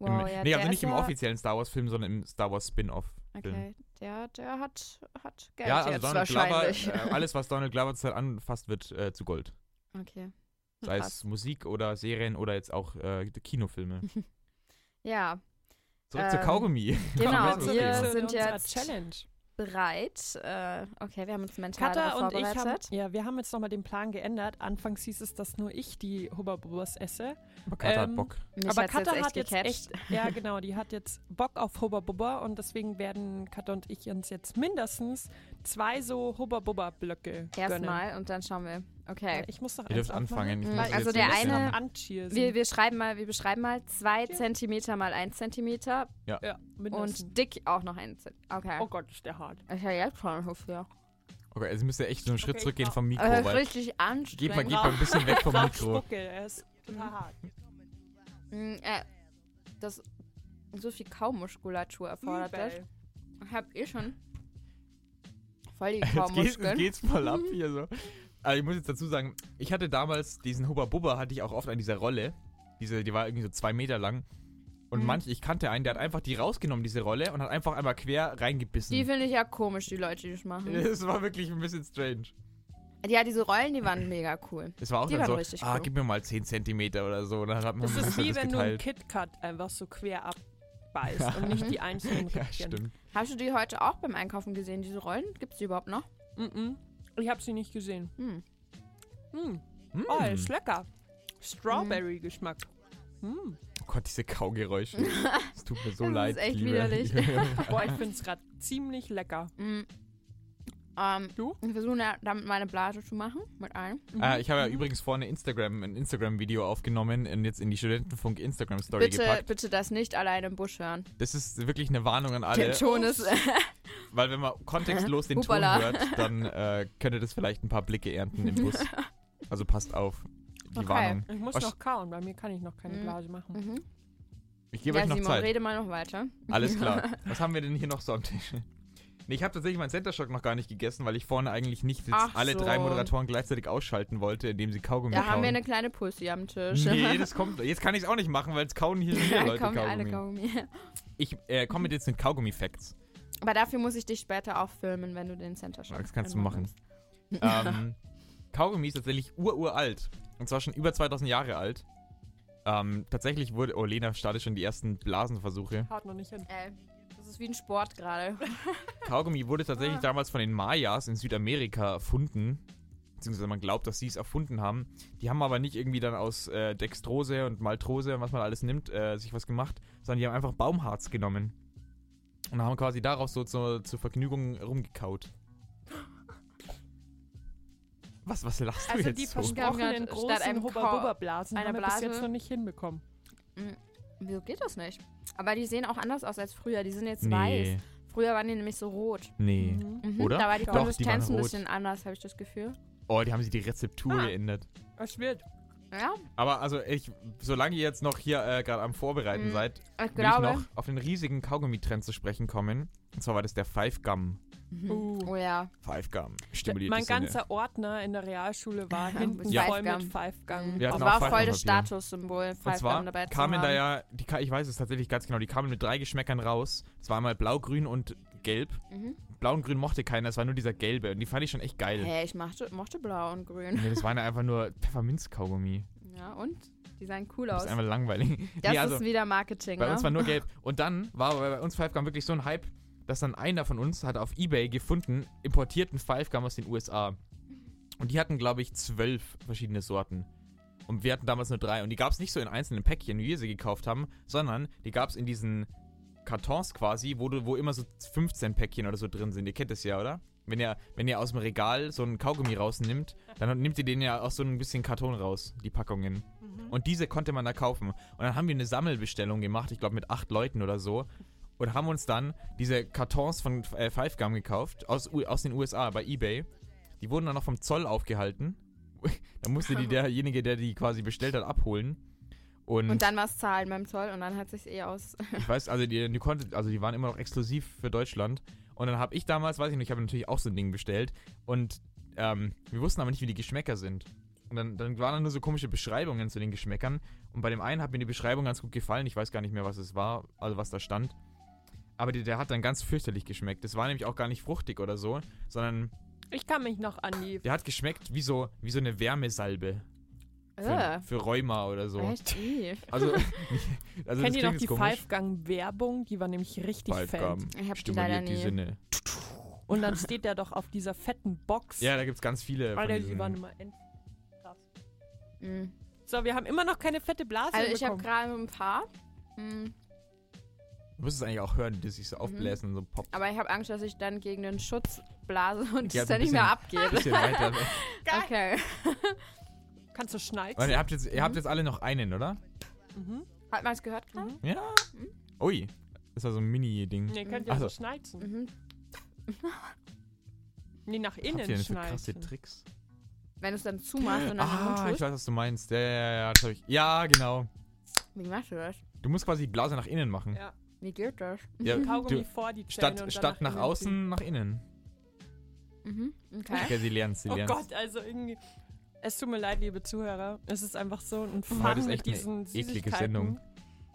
Speaker 2: Ja.
Speaker 3: Wow,
Speaker 2: Im,
Speaker 3: ja,
Speaker 2: nee,
Speaker 3: der
Speaker 2: also nicht
Speaker 3: ist
Speaker 2: im
Speaker 3: ja,
Speaker 2: offiziellen Star Wars Film, sondern im Star Wars Spin-Off Film.
Speaker 3: Okay, der, der hat, hat Geld
Speaker 2: Ja, also
Speaker 3: jetzt
Speaker 2: Donald Glover,
Speaker 3: wahrscheinlich.
Speaker 2: äh, alles was Donald Glover zurzeit anfasst, wird äh, zu Gold.
Speaker 3: okay.
Speaker 2: Sei
Speaker 3: Krass.
Speaker 2: es Musik oder Serien oder jetzt auch äh, Kinofilme.
Speaker 3: Ja,
Speaker 2: Zurück zu
Speaker 3: Ähm,
Speaker 2: Kaugummi.
Speaker 3: genau,
Speaker 2: Kaugummi ist
Speaker 3: wir
Speaker 2: okay.
Speaker 3: sind jetzt-
Speaker 1: Challenge.
Speaker 3: bereit. Äh, okay, wir haben uns mental
Speaker 1: Katha
Speaker 3: darauf
Speaker 1: und ich haben,
Speaker 3: vorbereitet.
Speaker 1: ja, wir haben jetzt nochmal den Plan geändert. Anfangs hieß es, dass nur ich die Hubba Bubbas esse.
Speaker 2: Aber Kater
Speaker 1: ähm,
Speaker 2: hat Bock.
Speaker 3: Mich
Speaker 1: Aber
Speaker 3: hat's jetzt
Speaker 1: Katha
Speaker 3: echt
Speaker 1: hat jetzt
Speaker 3: gecatcht.
Speaker 1: echt, ja genau, die hat jetzt Bock auf Hubba Bubba und deswegen werden Katha und ich uns jetzt mindestens zwei so Hubba Bubba Blöcke gönnen.
Speaker 3: Erstmal und dann schauen wir. Okay.
Speaker 1: Ich muss noch
Speaker 2: Ihr
Speaker 1: eins
Speaker 2: dürft
Speaker 1: aufmachen.
Speaker 2: anfangen. Ich
Speaker 3: Mhm.
Speaker 2: muss das
Speaker 3: Also
Speaker 2: jetzt
Speaker 3: der
Speaker 2: ein bisschen-
Speaker 3: eine-
Speaker 1: Ancheersen.
Speaker 3: Wir, wir schreiben mal, wir beschreiben mal 2 Zentimeter mal 1 Zentimeter
Speaker 1: ja, mindestens.
Speaker 3: und dick auch noch 1 Zentimeter. Okay.
Speaker 1: Oh Gott, ist der hart.
Speaker 3: Ich habe jetzt schon Hofia.
Speaker 2: Okay, also müsst ihr echt so einen Schritt
Speaker 1: Okay, ich
Speaker 2: zurückgehen
Speaker 1: mach-
Speaker 2: vom Mikro,
Speaker 3: Äh,
Speaker 2: weil
Speaker 3: richtig
Speaker 2: geht mal, geht
Speaker 3: anstrengend.
Speaker 2: mal ein bisschen weg vom
Speaker 1: Ach,
Speaker 2: Mikro.
Speaker 1: Spucke, er ist total hart.
Speaker 3: Hm, Mm, äh, das so viel Kaumuskulatur erfordert das.
Speaker 1: Übel.
Speaker 3: Ich habe eh schon voll die
Speaker 2: Jetzt geht's, jetzt
Speaker 3: Kaumuskeln.
Speaker 2: geht's voll ab hier so. Aber ich muss jetzt dazu sagen, ich hatte damals diesen Hubba Bubba, hatte ich auch oft an dieser Rolle. Diese, die war irgendwie so zwei Meter lang. Und
Speaker 3: Mhm.
Speaker 2: manch, ich kannte einen, der hat einfach die rausgenommen, diese Rolle, und hat einfach einmal quer
Speaker 3: Die
Speaker 2: reingebissen.
Speaker 3: finde ich ja komisch, die Leute, die das machen.
Speaker 2: Das war wirklich ein bisschen strange.
Speaker 3: Ja, diese Rollen, die waren mega cool.
Speaker 2: Das war auch
Speaker 3: Die
Speaker 2: dann
Speaker 3: waren
Speaker 2: so,
Speaker 3: richtig
Speaker 2: ah,
Speaker 3: cool.
Speaker 2: gib mir mal 10 Zentimeter oder so. Und dann hat man
Speaker 1: Das ist
Speaker 2: hat
Speaker 1: wie
Speaker 2: das
Speaker 1: wenn du ein
Speaker 2: geteilt.
Speaker 1: KitKat einfach so quer abbeißt und
Speaker 3: Mhm.
Speaker 1: nicht die einzelnen
Speaker 2: Ja,
Speaker 1: Rippchen.
Speaker 2: stimmt.
Speaker 3: Hast du die heute auch beim Einkaufen gesehen, diese Rollen? Gibt es die überhaupt noch?
Speaker 1: Mhm. Ich habe sie nicht gesehen.
Speaker 3: Hm.
Speaker 1: Mhm.
Speaker 2: Mm.
Speaker 1: Oh, ist lecker. Strawberry-Geschmack. Mhm.
Speaker 2: Oh Gott, diese Kaugeräusche. Es tut mir so
Speaker 3: Das ist
Speaker 2: leid.
Speaker 3: echt
Speaker 2: liebe,
Speaker 3: widerlich.
Speaker 2: Liebe.
Speaker 1: Boah, ich finde es gerade ziemlich lecker.
Speaker 3: Mm. Ähm,
Speaker 1: Du?
Speaker 3: Ich versuche ja damit meine Blase zu machen, mit einem.
Speaker 2: ah, ich habe ja
Speaker 3: Mhm.
Speaker 2: übrigens vorne Instagram, ein Instagram-Video aufgenommen und jetzt in die Studentenfunk Instagram-Story
Speaker 3: Bitte,
Speaker 2: gepackt.
Speaker 3: bitte das nicht alleine im Busch hören.
Speaker 2: Das ist wirklich eine Warnung an alle,
Speaker 3: Der Ton ist
Speaker 2: weil wenn man kontextlos den Ton
Speaker 3: Hupala.
Speaker 2: hört, dann äh, könnte das vielleicht ein paar Blicke ernten im Bus. Also passt auf. Die
Speaker 3: Okay.
Speaker 2: Warnung.
Speaker 1: Ich muss
Speaker 2: Was-
Speaker 1: noch kauen, bei mir kann ich noch keine
Speaker 3: Mhm.
Speaker 1: Blase machen.
Speaker 3: Mhm.
Speaker 2: Ich gebe
Speaker 3: ja,
Speaker 2: euch noch
Speaker 3: Simon,
Speaker 2: Zeit.
Speaker 3: rede mal noch weiter.
Speaker 2: Alles klar. Was haben wir denn hier noch so am Tisch? Nee, ich habe tatsächlich meinen Center Shock noch gar nicht gegessen, weil ich vorne eigentlich nicht jetzt
Speaker 3: Ach
Speaker 2: alle
Speaker 3: so.
Speaker 2: drei Moderatoren gleichzeitig ausschalten wollte, indem sie Kaugummi
Speaker 3: Da
Speaker 2: kauen.
Speaker 3: haben wir eine kleine Pussy am Tisch.
Speaker 2: nee, das kommt. Jetzt kann ich es auch nicht machen, weil es kauen hier wieder Leute
Speaker 3: Kommen alle
Speaker 2: Kaugummi.
Speaker 3: Kaugummi.
Speaker 2: Ich äh, komme mit jetzt den Kaugummi-Facts.
Speaker 3: Aber dafür muss ich dich später auch filmen, wenn du den Center Shock
Speaker 2: Das kannst du machen. ähm, Kaugummi ist tatsächlich ururalt. Und zwar schon über 2000 Jahre alt. Ähm, tatsächlich wurde, oh, Lena startet schon die ersten Blasenversuche.
Speaker 1: Haut noch nicht hin.
Speaker 3: Ey, Äh, das ist wie ein Sport gerade.
Speaker 2: Kaugummi wurde tatsächlich
Speaker 3: Ah.
Speaker 2: damals von den Mayas in Südamerika erfunden. Beziehungsweise man glaubt, dass sie es erfunden haben. Die haben aber nicht irgendwie dann aus äh, Dextrose und Maltrose und was man alles nimmt, äh, sich was gemacht, sondern die haben einfach Baumharz genommen. Und haben quasi darauf so zur, zur Vergnügung rumgekaut. Was, was lachst du
Speaker 1: Also
Speaker 2: jetzt
Speaker 1: die
Speaker 2: so?
Speaker 3: Versch- Wir haben
Speaker 1: versprochenen
Speaker 3: grad statt
Speaker 1: großen
Speaker 3: einem
Speaker 1: Hubba-Bubba-Blasen
Speaker 3: einer
Speaker 1: haben wir bis
Speaker 3: Blase-
Speaker 1: jetzt noch nicht hinbekommen.
Speaker 3: Wieso geht das nicht? Aber die sehen auch anders aus als früher. Die sind jetzt weiß.
Speaker 2: Nee,
Speaker 3: Früher waren die nämlich so rot.
Speaker 2: nee.
Speaker 1: Mhm.
Speaker 3: Mhm,
Speaker 2: Oder?
Speaker 3: Da war die
Speaker 1: Doch,
Speaker 3: Konsistenz
Speaker 2: die waren
Speaker 3: ein
Speaker 2: rot.
Speaker 3: bisschen anders, habe ich das Gefühl.
Speaker 2: Oh, die haben sich die Rezeptur
Speaker 1: Ah.
Speaker 2: geändert.
Speaker 1: Es wird.
Speaker 3: Ja,
Speaker 2: Aber also ich, solange ihr jetzt noch hier äh, gerade am Vorbereiten
Speaker 3: Mhm.
Speaker 2: seid,
Speaker 3: ich
Speaker 2: will ich
Speaker 3: glaube.
Speaker 2: noch auf den riesigen Kaugummi-Trend zu sprechen kommen. Und zwar war das der Five Gum.
Speaker 3: Mhm.
Speaker 1: Uh.
Speaker 3: Oh ja.
Speaker 2: Five Gum stimuliert
Speaker 1: mein
Speaker 2: die Sinne.
Speaker 1: ganzer Ordner in der Realschule war
Speaker 3: Ja,
Speaker 1: hinten
Speaker 3: ja.
Speaker 1: voll mit
Speaker 3: Five-Gum.
Speaker 1: Five-Gang.
Speaker 2: Wir
Speaker 3: Das
Speaker 2: hatten auch
Speaker 3: Oh, war voll
Speaker 2: Falkenpapier.
Speaker 3: das Statussymbol,
Speaker 2: Und
Speaker 3: Five
Speaker 2: zwar
Speaker 3: Gum dabei zu
Speaker 2: kamen da
Speaker 3: haben.
Speaker 2: ja, die, Ka- ich weiß es tatsächlich ganz genau, die kamen mit drei Geschmäckern raus. Es war einmal blau, grün und gelb.
Speaker 3: Mhm.
Speaker 2: Blau und grün mochte keiner, es war nur dieser gelbe. Und die fand ich schon echt geil.
Speaker 3: Hey, ich mochte, mochte blau und grün.
Speaker 2: Nee, das waren einfach nur Pfefferminzkaugummi.
Speaker 3: Ja, und? Die sahen cool
Speaker 2: Das
Speaker 3: aus.
Speaker 2: ist einfach langweilig.
Speaker 3: Das
Speaker 2: nee, also,
Speaker 3: ist wieder Marketing,
Speaker 2: Bei
Speaker 3: ne?
Speaker 2: uns war nur gelb. Und dann war aber bei uns Five Gum wirklich so ein Hype, dass dann einer von uns hat auf Ebay gefunden, importierten Five Gum aus den USA. Und die hatten, glaube ich, zwölf verschiedene Sorten. Und wir hatten damals nur drei. Und die gab es nicht so in einzelnen Päckchen, wie wir sie gekauft haben, sondern die gab es in diesen Kartons quasi, wo, du, wo immer so 15 Päckchen oder so drin sind. Ihr kennt das ja, oder? Wenn ihr, wenn ihr aus dem Regal so einen Kaugummi rausnimmt, dann nimmt ihr den ja aus so ein bisschen Karton raus, die Packungen. Und diese konnte man da kaufen. Und dann haben wir eine Sammelbestellung gemacht, ich glaube mit acht Leuten oder so. Und haben uns dann diese Kartons von äh, Five Gum gekauft, aus, U- aus den USA, bei Ebay. Die wurden dann noch vom Zoll aufgehalten. da musste die, derjenige, der die quasi bestellt hat, abholen. Und,
Speaker 3: und dann war es Zahlen beim Zoll und dann hat sich eh aus.
Speaker 2: ich weiß, also die, die, konnte, also die waren immer noch exklusiv für Deutschland. Und dann habe ich damals, weiß ich nicht, ich habe natürlich auch so ein Ding bestellt. Und ähm, wir wussten aber nicht, wie die Geschmäcker sind. Und dann, dann waren da nur so komische Beschreibungen zu den Geschmäckern. Und bei dem einen hat mir die Beschreibung ganz gut gefallen. Ich weiß gar nicht mehr, was es war, also was da stand. Aber die, der hat dann ganz fürchterlich geschmeckt. Das war nämlich auch gar nicht fruchtig oder so, sondern
Speaker 1: Ich kann mich noch an die
Speaker 2: der hat geschmeckt wie so, wie so eine Wärmesalbe
Speaker 3: Äh,
Speaker 2: für, für Rheuma oder so.
Speaker 3: echt? ih.
Speaker 2: Also, also
Speaker 1: Kennt ihr
Speaker 2: das
Speaker 1: noch
Speaker 2: klingt jetzt
Speaker 1: die
Speaker 2: komisch.
Speaker 1: Five-Gang-Werbung? Die war nämlich richtig
Speaker 2: Five
Speaker 1: fett.
Speaker 2: Gum
Speaker 3: Ich hab die
Speaker 2: stimuliert
Speaker 3: leider
Speaker 2: die
Speaker 3: nie.
Speaker 2: Sinne.
Speaker 1: Und dann steht der doch auf dieser fetten Box.
Speaker 2: Ja, da gibt es ganz viele. von
Speaker 1: Alter, die
Speaker 2: diesen-
Speaker 1: waren immer end.
Speaker 3: Mhm.
Speaker 1: So, wir haben immer noch keine fette Blase
Speaker 3: Also ich habe
Speaker 1: bekommen.
Speaker 3: gerade ein paar. Mhm.
Speaker 2: du musst es eigentlich auch hören, die
Speaker 1: Mhm.
Speaker 2: sich so aufbläsen und so pop.
Speaker 3: Aber ich habe Angst, dass ich dann gegen den Schutz blase und
Speaker 2: Ja,
Speaker 3: es
Speaker 2: so
Speaker 3: dann
Speaker 2: ein
Speaker 3: nicht mehr abgebe.
Speaker 2: Bisschen weiter. weg.
Speaker 3: Okay.
Speaker 1: Kannst du
Speaker 2: Warte,
Speaker 1: schnalzen?
Speaker 2: ihr, habt jetzt, ihr habt jetzt alle noch einen, oder?
Speaker 1: Mhm.
Speaker 3: Hat man es gehört gerade?
Speaker 2: Ja. Ui. Das war so ein Mini-Ding.
Speaker 1: Nee, könnt ihr
Speaker 2: Ach
Speaker 1: so
Speaker 2: so.
Speaker 1: schnalzen.
Speaker 3: Mhm.
Speaker 1: Nee, nach
Speaker 2: Was
Speaker 1: innen
Speaker 2: habt ihr denn für krasse
Speaker 1: schnalzen.
Speaker 2: Tricks?
Speaker 3: Wenn du es dann zumachst und dann ah, den
Speaker 2: Ah, ich
Speaker 3: Mund tust.
Speaker 2: weiß, was du meinst. Ja, ja, ja, das hab ich. Ja, genau.
Speaker 3: Wie machst du das?
Speaker 2: Du musst quasi die Blase nach innen machen.
Speaker 1: Ja.
Speaker 3: Wie geht das?
Speaker 2: Ja,
Speaker 1: Kaugummi
Speaker 2: du,
Speaker 1: vor um die Zähne
Speaker 2: statt
Speaker 1: und
Speaker 2: statt
Speaker 1: dann innen
Speaker 2: nach,
Speaker 1: ziehen.
Speaker 2: außen, nach innen.
Speaker 3: Mhm. Okay.
Speaker 2: Ja, sie lernt's, sie
Speaker 1: Oh
Speaker 2: lernt's.
Speaker 1: Gott, also irgendwie. Es tut mir leid, liebe Zuhörer. Es ist einfach so ein
Speaker 2: Heute
Speaker 1: Fang
Speaker 2: ist
Speaker 1: mit
Speaker 2: echt eine
Speaker 1: diesen
Speaker 2: eklige
Speaker 1: Süßigkeiten.
Speaker 2: Sendung.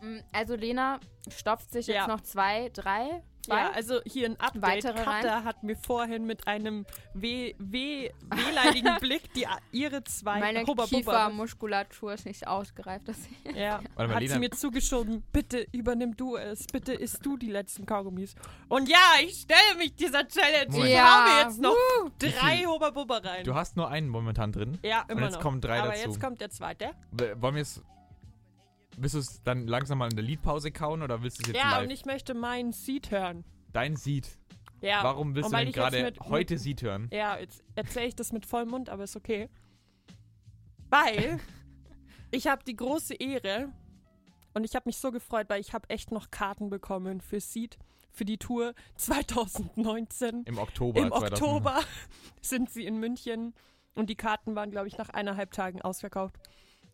Speaker 3: Mm, Also Lena stopft sich jetzt
Speaker 1: Ja.
Speaker 3: noch zwei, drei, zwei.
Speaker 1: Ja, also hier ein Update.
Speaker 3: Weitere rein?
Speaker 1: Katha hat mir vorhin mit einem weh, weh, wehleidigen Blick die, ihre zwei
Speaker 3: Meine
Speaker 1: Hubba Bubba-
Speaker 3: Kiefermuskulatur ist nicht ausgereift. Dass ich
Speaker 1: Ja,
Speaker 2: Warte mal,
Speaker 1: hat
Speaker 2: Lena-
Speaker 1: sie mir zugeschoben, bitte übernimm du es, bitte isst du die letzten Kaugummis. Und ja, ich stelle mich dieser Challenge.
Speaker 2: Moment.
Speaker 1: Ich
Speaker 3: Ja,
Speaker 1: hau mir jetzt noch
Speaker 2: Wie
Speaker 1: drei
Speaker 2: viel?
Speaker 1: Hubba Bubba rein.
Speaker 2: Du hast nur einen momentan drin.
Speaker 1: ja, immer
Speaker 2: jetzt
Speaker 1: noch.
Speaker 2: kommen drei
Speaker 1: Aber
Speaker 2: dazu.
Speaker 1: jetzt kommt der zweite.
Speaker 2: W- Wollen wir es. Willst du es dann langsam mal in der Liedpause kauen oder willst du es jetzt
Speaker 1: Ja,
Speaker 2: live?
Speaker 1: und ich möchte meinen Seed hören.
Speaker 2: Dein Sied.
Speaker 1: Ja.
Speaker 2: Warum willst
Speaker 1: und
Speaker 2: du
Speaker 1: weil
Speaker 2: denn
Speaker 1: ich jetzt
Speaker 2: gerade
Speaker 1: mit-
Speaker 2: heute Sied hören?
Speaker 1: Ja, jetzt erzähle ich das mit vollem Mund, aber ist okay. Weil ich habe die große Ehre und ich habe mich so gefreut, weil ich habe echt noch Karten bekommen für Seed, für die Tour 2019.
Speaker 2: Im Oktober.
Speaker 1: Im
Speaker 2: 2000.
Speaker 1: Oktober sind sie in München und die Karten waren, glaube ich, nach eineinhalb Tagen ausverkauft.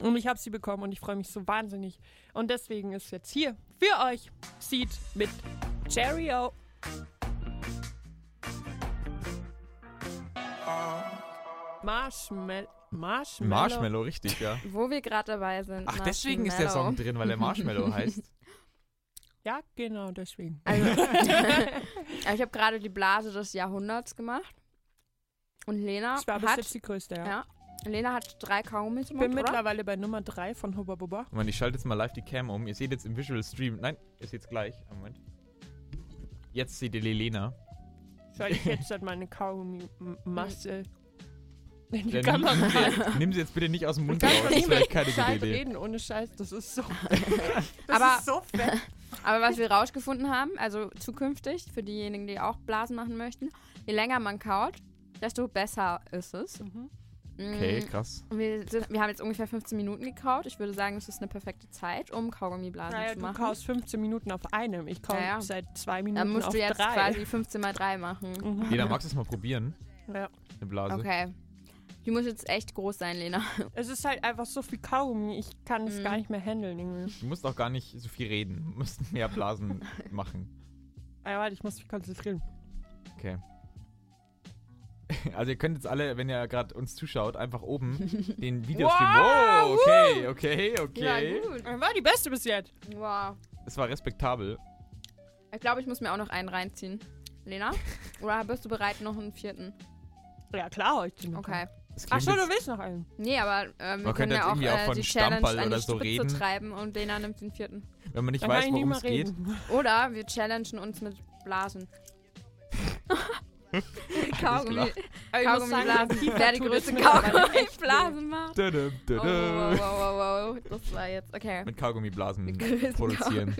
Speaker 1: Und ich habe sie bekommen und ich freue mich so wahnsinnig. Und deswegen ist jetzt hier für euch Seed mit Cheerio. Marshmallow. Marshmallow.
Speaker 2: Marshmallow, richtig, ja.
Speaker 3: wo wir gerade dabei sind.
Speaker 2: Ach, deswegen ist der Song
Speaker 3: Marshmallow.
Speaker 2: drin, weil er Marshmallow heißt.
Speaker 1: Ja, genau, deswegen.
Speaker 3: Also, also ich habe gerade die Blase des Jahrhunderts gemacht. Und Lena
Speaker 1: Das war bis
Speaker 3: hat
Speaker 1: jetzt die größte, ja.
Speaker 3: Ja. Lena hat drei Kaugummis
Speaker 1: Ich
Speaker 3: im
Speaker 1: bin
Speaker 3: Mund, oder?
Speaker 1: mittlerweile bei Nummer 3 von Hubba Bubba.
Speaker 2: Moment, ich schalte jetzt mal live die Cam um. Ihr seht jetzt im Visual Stream. Nein, ihr seht es gleich. Ah, Moment. Jetzt seht ihr Lelena.
Speaker 1: Soll ich jetzt dann meine Kaugummi-Masse in die
Speaker 2: Dann
Speaker 1: Kamera
Speaker 2: nimm, sie jetzt, nimm sie jetzt bitte nicht aus dem Mund
Speaker 1: Kann
Speaker 2: raus.
Speaker 1: man
Speaker 2: Das ist
Speaker 1: nicht eh
Speaker 2: vielleicht keine gute
Speaker 1: Scheiß
Speaker 2: Idee.
Speaker 1: reden ohne Scheiß, das ist so. das
Speaker 3: Aber-
Speaker 1: ist so fett.
Speaker 3: Aber was wir rausgefunden haben, also zukünftig für diejenigen, die auch Blasen machen möchten, je länger man kaut, desto besser ist es.
Speaker 1: Mhm.
Speaker 3: Mm,
Speaker 2: Okay, krass.
Speaker 3: Wir, sind, wir haben jetzt ungefähr 15 Minuten gekaut. Ich würde sagen, es ist eine perfekte Zeit, um Kaugummiblasen
Speaker 1: Naja,
Speaker 3: zu
Speaker 1: du
Speaker 3: machen.
Speaker 1: kaust 15 Minuten auf einem. Ich kau
Speaker 3: Naja.
Speaker 1: seit zwei
Speaker 3: Dann
Speaker 1: Minuten
Speaker 3: musst
Speaker 1: auf
Speaker 3: du jetzt
Speaker 1: drei.
Speaker 3: quasi 15 mal 3 machen.
Speaker 1: Mhm.
Speaker 2: Lena, magst du es mal probieren?
Speaker 1: Ja.
Speaker 2: Eine Blase.
Speaker 3: Okay. Die muss jetzt echt groß sein, Lena.
Speaker 1: Es ist halt einfach so viel Kaugummi, ich kann es
Speaker 3: Mhm.
Speaker 1: gar nicht mehr handeln. irgendwie.
Speaker 2: Du musst auch gar nicht so viel reden. Du musst mehr Blasen machen.
Speaker 1: Ah, warte, ich muss mich konzentrieren.
Speaker 2: Okay. Also ihr könnt jetzt alle, wenn ihr gerade uns zuschaut, einfach oben den Videostream.
Speaker 1: Wow,
Speaker 2: Wow, okay, okay, okay.
Speaker 3: gut.
Speaker 1: War die beste bis jetzt.
Speaker 3: Wow.
Speaker 2: Es war respektabel.
Speaker 3: Ich glaube, ich muss mir auch noch einen reinziehen. Lena? Oder bist du bereit, noch einen vierten?
Speaker 1: Ja, klar, hol ich die noch.
Speaker 3: Okay.
Speaker 2: Es
Speaker 1: Ach
Speaker 2: klingt
Speaker 1: so,
Speaker 2: jetzt-
Speaker 1: du willst noch einen.
Speaker 3: Nee, aber äh, wir
Speaker 2: Man
Speaker 3: können
Speaker 2: könnte jetzt
Speaker 3: ja auch,
Speaker 2: irgendwie auch
Speaker 3: äh,
Speaker 2: von
Speaker 3: die Challenge
Speaker 2: Stammball
Speaker 3: an
Speaker 2: oder
Speaker 3: die
Speaker 2: so
Speaker 3: Spitze
Speaker 2: reden.
Speaker 3: treiben und Lena nimmt den vierten.
Speaker 2: Wenn man nicht
Speaker 1: Dann
Speaker 2: weiß,
Speaker 1: kann ich nicht
Speaker 2: worum
Speaker 1: mehr
Speaker 2: es geht.
Speaker 1: reden.
Speaker 3: Oder wir challengen uns mit Blasen. Kaugummi.
Speaker 2: klar.
Speaker 1: Aber ich muss sagen,
Speaker 3: Kaugummiblasen.
Speaker 1: Tifa
Speaker 3: Wer die
Speaker 1: tut es
Speaker 3: größte
Speaker 1: mittlerweile echt
Speaker 3: Kaugummiblasen macht.
Speaker 2: Dö, dö,
Speaker 3: Oh,
Speaker 2: dö, dö.
Speaker 3: wow, wow, wow, wow. Das war jetzt. Okay.
Speaker 2: Mit Kaugummi-Blasen
Speaker 1: Genau.
Speaker 3: Größten
Speaker 2: produzieren.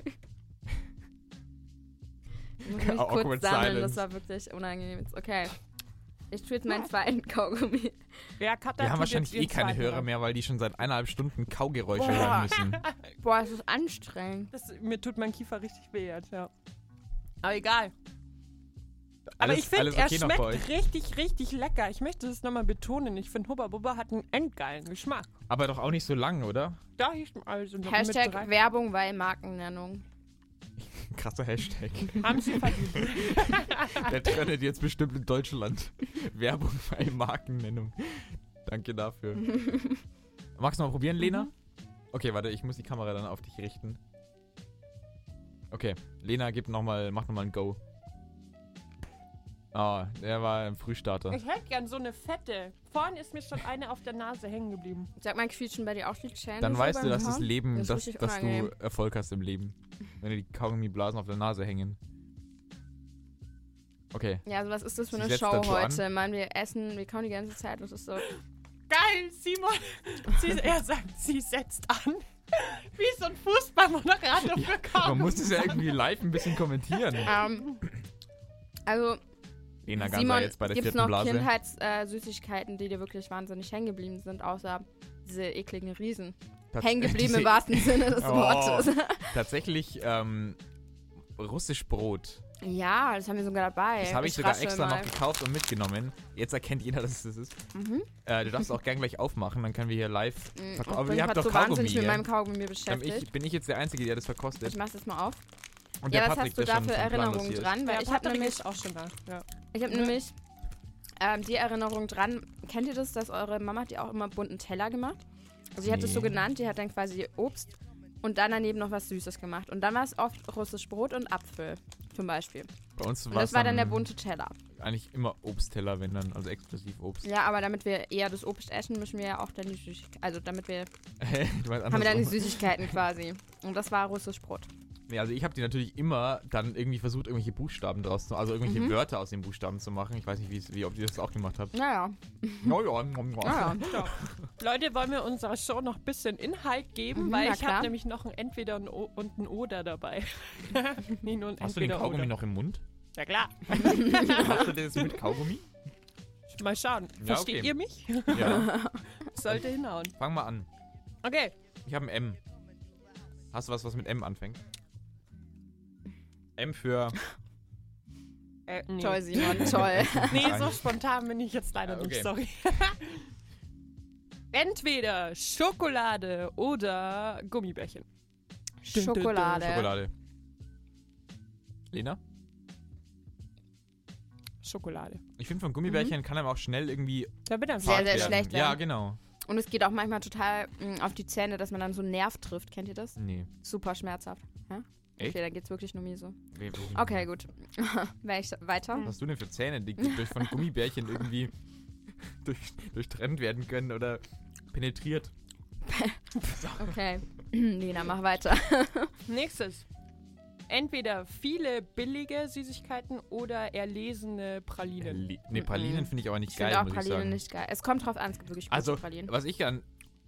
Speaker 3: Ich muss mich
Speaker 2: Awkward
Speaker 3: kurz sammeln.
Speaker 2: silence.
Speaker 3: Das war wirklich unangenehm. jetzt. Okay. Ich tue jetzt meinen zweiten Kaugummi.
Speaker 1: Ja, Katha
Speaker 2: Wir haben
Speaker 1: tut
Speaker 2: wahrscheinlich
Speaker 1: jetzt
Speaker 2: eh
Speaker 1: ihren
Speaker 2: keine
Speaker 1: zweiten
Speaker 2: Hörer
Speaker 1: rein.
Speaker 2: mehr, weil die schon seit eineinhalb Stunden Kaugeräusche
Speaker 3: Boah.
Speaker 2: hören müssen.
Speaker 3: Boah, es ist anstrengend.
Speaker 1: Das, mir tut mein Kiefer richtig weh jetzt, ja. Aber egal. Aber
Speaker 2: Alles-
Speaker 1: ich finde,
Speaker 2: alles
Speaker 1: er
Speaker 2: okay noch bei euch?
Speaker 1: schmeckt richtig, richtig lecker. Ich möchte das nochmal betonen. Ich finde, Hubba Bubba hat einen endgeilen Geschmack.
Speaker 2: Aber doch auch nicht so lang, oder?
Speaker 1: Da hieß also noch mit
Speaker 3: Hashtag
Speaker 1: drei.
Speaker 3: Werbung bei Markennennung.
Speaker 2: Krasser Hashtag.
Speaker 1: Haben sie verdient.
Speaker 2: Der trennt jetzt bestimmt in Deutschland. Werbung bei Markennennung. Danke dafür. Magst du mal probieren, Lena?
Speaker 3: Mhm.
Speaker 2: Okay, warte, ich muss die Kamera dann auf dich richten. Okay, Lena gibt noch mal, macht nochmal ein Go. Ah, der war ein Frühstarter.
Speaker 1: Ich hätte gern so eine fette. Vorne ist mir schon eine auf der Nase hängen geblieben.
Speaker 3: Sag mal, quietschen bei dir auch die Challenge?
Speaker 2: Dann weißt du,
Speaker 3: beim
Speaker 2: dass das
Speaker 3: Kauen?
Speaker 2: Leben,
Speaker 3: Das ist
Speaker 2: dass,
Speaker 3: richtig
Speaker 2: dass du
Speaker 3: unangenehm.
Speaker 2: Erfolg hast im Leben. Wenn dir die Kaugummiblasen auf der Nase hängen. Okay.
Speaker 3: Ja, also was ist das für
Speaker 2: Sie
Speaker 3: eine
Speaker 2: setzt
Speaker 3: Show
Speaker 2: dazu an.
Speaker 3: heute? Mann, wir essen, wir kauen die ganze Zeit. Das ist so.
Speaker 1: Geil, Simon. Sie, er sagt, sie setzt an. Wie so ein Fußballmoderator für Kabel.
Speaker 2: Man muss das ja irgendwie live ein bisschen kommentieren.
Speaker 3: Ähm, also,
Speaker 2: Lena Ganser
Speaker 3: Simon,
Speaker 2: jetzt bei der
Speaker 3: gibt es
Speaker 2: vierten
Speaker 3: noch
Speaker 2: Blase.
Speaker 3: Kindheitssüßigkeiten, äh, Süßigkeiten, die dir wirklich wahnsinnig hängen geblieben sind, außer diese ekligen Riesen?
Speaker 2: Tats-
Speaker 3: Hängen geblieben
Speaker 2: diese-
Speaker 3: im wahrsten Sinne des
Speaker 2: Oh.
Speaker 3: Wortes.
Speaker 2: Tatsächlich ähm, russisch Brot.
Speaker 3: ja, das haben wir sogar dabei.
Speaker 2: Das habe ich
Speaker 3: Ich
Speaker 2: sogar
Speaker 3: raschel
Speaker 2: extra
Speaker 3: mal. Mm,
Speaker 2: noch gekauft und mitgenommen. Jetzt erkennt jeder, dass es das ist.
Speaker 3: Mhm.
Speaker 2: Äh, du darfst auch gern gleich aufmachen, dann können wir hier live verkaufen.
Speaker 3: Mhm. Ich
Speaker 2: Aber
Speaker 3: bin
Speaker 2: ihr habt
Speaker 3: grad
Speaker 2: doch
Speaker 3: so
Speaker 2: Kaugummi.
Speaker 3: wahnsinnig mit meinem
Speaker 2: gell?
Speaker 3: Kaugummi
Speaker 2: Ähm,
Speaker 3: beschäftigt.
Speaker 2: ich, bin ich jetzt der Einzige, der das
Speaker 3: ich
Speaker 2: verkostet?
Speaker 3: mach's jetzt mal auf.
Speaker 2: Und
Speaker 3: ja,
Speaker 2: der
Speaker 3: was
Speaker 2: Patrick,
Speaker 3: hast du
Speaker 2: der
Speaker 3: da
Speaker 2: schon
Speaker 3: für
Speaker 2: vom Plan
Speaker 3: Erinnerungen
Speaker 2: losiert.
Speaker 3: dran? Weil
Speaker 1: Ja,
Speaker 3: ich habe
Speaker 1: Patrick
Speaker 3: nämlich,
Speaker 1: ist auch schon da. Ja.
Speaker 3: ich hab nämlich ähm, die Erinnerung dran. Kennt ihr das, dass eure Mama hat ja auch immer bunten Teller gemacht? Also sie hat es so
Speaker 2: Nee.
Speaker 3: genannt, die hat dann quasi Obst und dann daneben noch was Süßes gemacht. Und dann war es oft russisch Brot und Apfel zum Beispiel.
Speaker 2: Bei uns
Speaker 3: Und
Speaker 2: war's
Speaker 3: das war dann der bunte Teller.
Speaker 2: Eigentlich immer Obstteller, wenn dann, also exklusiv Obst.
Speaker 3: Ja, aber damit wir eher das Obst essen, müssen wir ja auch dann die Süßigkeiten. Also damit wir.
Speaker 2: Hä? du meinst
Speaker 3: Haben wir dann die
Speaker 2: andersrum.
Speaker 3: Süßigkeiten quasi. Und das war russisch Brot.
Speaker 2: Nee, also ich habe die natürlich immer dann irgendwie versucht, irgendwelche Buchstaben draus zu also irgendwelche
Speaker 3: Mhm.
Speaker 2: Wörter aus den Buchstaben zu machen. Ich weiß nicht, wie, es- wie ob ihr das auch gemacht habt.
Speaker 3: Naja.
Speaker 2: Ja, ja, ja.
Speaker 3: naja.
Speaker 1: So. Leute, wollen wir unserer Show noch ein bisschen Inhalt geben?
Speaker 3: Mhm,
Speaker 1: weil
Speaker 3: na
Speaker 1: ich
Speaker 3: klar.
Speaker 1: habe nämlich noch ein Entweder und, o und ein Oder dabei. nee, nur ein
Speaker 2: Hast du den
Speaker 1: Entweder
Speaker 2: Kaugummi
Speaker 1: oder.
Speaker 2: noch im Mund?
Speaker 1: Ja klar.
Speaker 2: Hast du das mit Kaugummi?
Speaker 1: Mal schauen.
Speaker 2: Ja,
Speaker 1: Versteht
Speaker 2: okay.
Speaker 1: ihr mich?
Speaker 2: Ja.
Speaker 1: Sollte hinhauen.
Speaker 2: Fang mal an.
Speaker 1: Okay.
Speaker 2: Ich habe ein M. Hast du was, was mit M anfängt? M für.
Speaker 1: Äh,
Speaker 3: Toll, Simon, toll.
Speaker 1: Nee, so spontan bin ich jetzt leider
Speaker 2: Ah, okay.
Speaker 1: nicht, sorry. Entweder Schokolade oder Gummibärchen. dün, dün.
Speaker 3: Schokolade.
Speaker 2: Schokolade. Lena?
Speaker 1: Schokolade.
Speaker 2: Ich finde, von Gummibärchen kann einem auch schnell irgendwie.
Speaker 1: Da bin ich
Speaker 3: Mhm. Sehr,
Speaker 2: fad
Speaker 3: sehr
Speaker 2: werden.
Speaker 3: schlecht
Speaker 2: Ja,
Speaker 3: werden.
Speaker 2: genau.
Speaker 3: Und es geht auch manchmal total mh, auf die Zähne, dass man dann so einen Nerv trifft. Kennt ihr das?
Speaker 2: Nee.
Speaker 3: Super schmerzhaft. Ja?
Speaker 2: Echt?
Speaker 3: Okay, dann geht's wirklich nur mir so. Okay, gut. Wel- Weiter.
Speaker 2: Was hast du denn für Zähne, die durch von Gummibärchen irgendwie durch, durchtrennt werden können oder penetriert.
Speaker 3: Okay. Lena, mach weiter.
Speaker 1: Nächstes. Entweder viele billige Süßigkeiten oder erlesene Pralinen.
Speaker 2: Li- Nee,
Speaker 3: Mhm.
Speaker 2: Pralinen finde ich aber nicht
Speaker 3: Ich
Speaker 2: geil,
Speaker 3: finde auch
Speaker 2: muss ich
Speaker 3: Pralinen
Speaker 2: sagen.
Speaker 3: nicht geil. Es kommt drauf an, es gibt wirklich gute
Speaker 2: Also,
Speaker 3: Pralinen.
Speaker 2: was ich gern.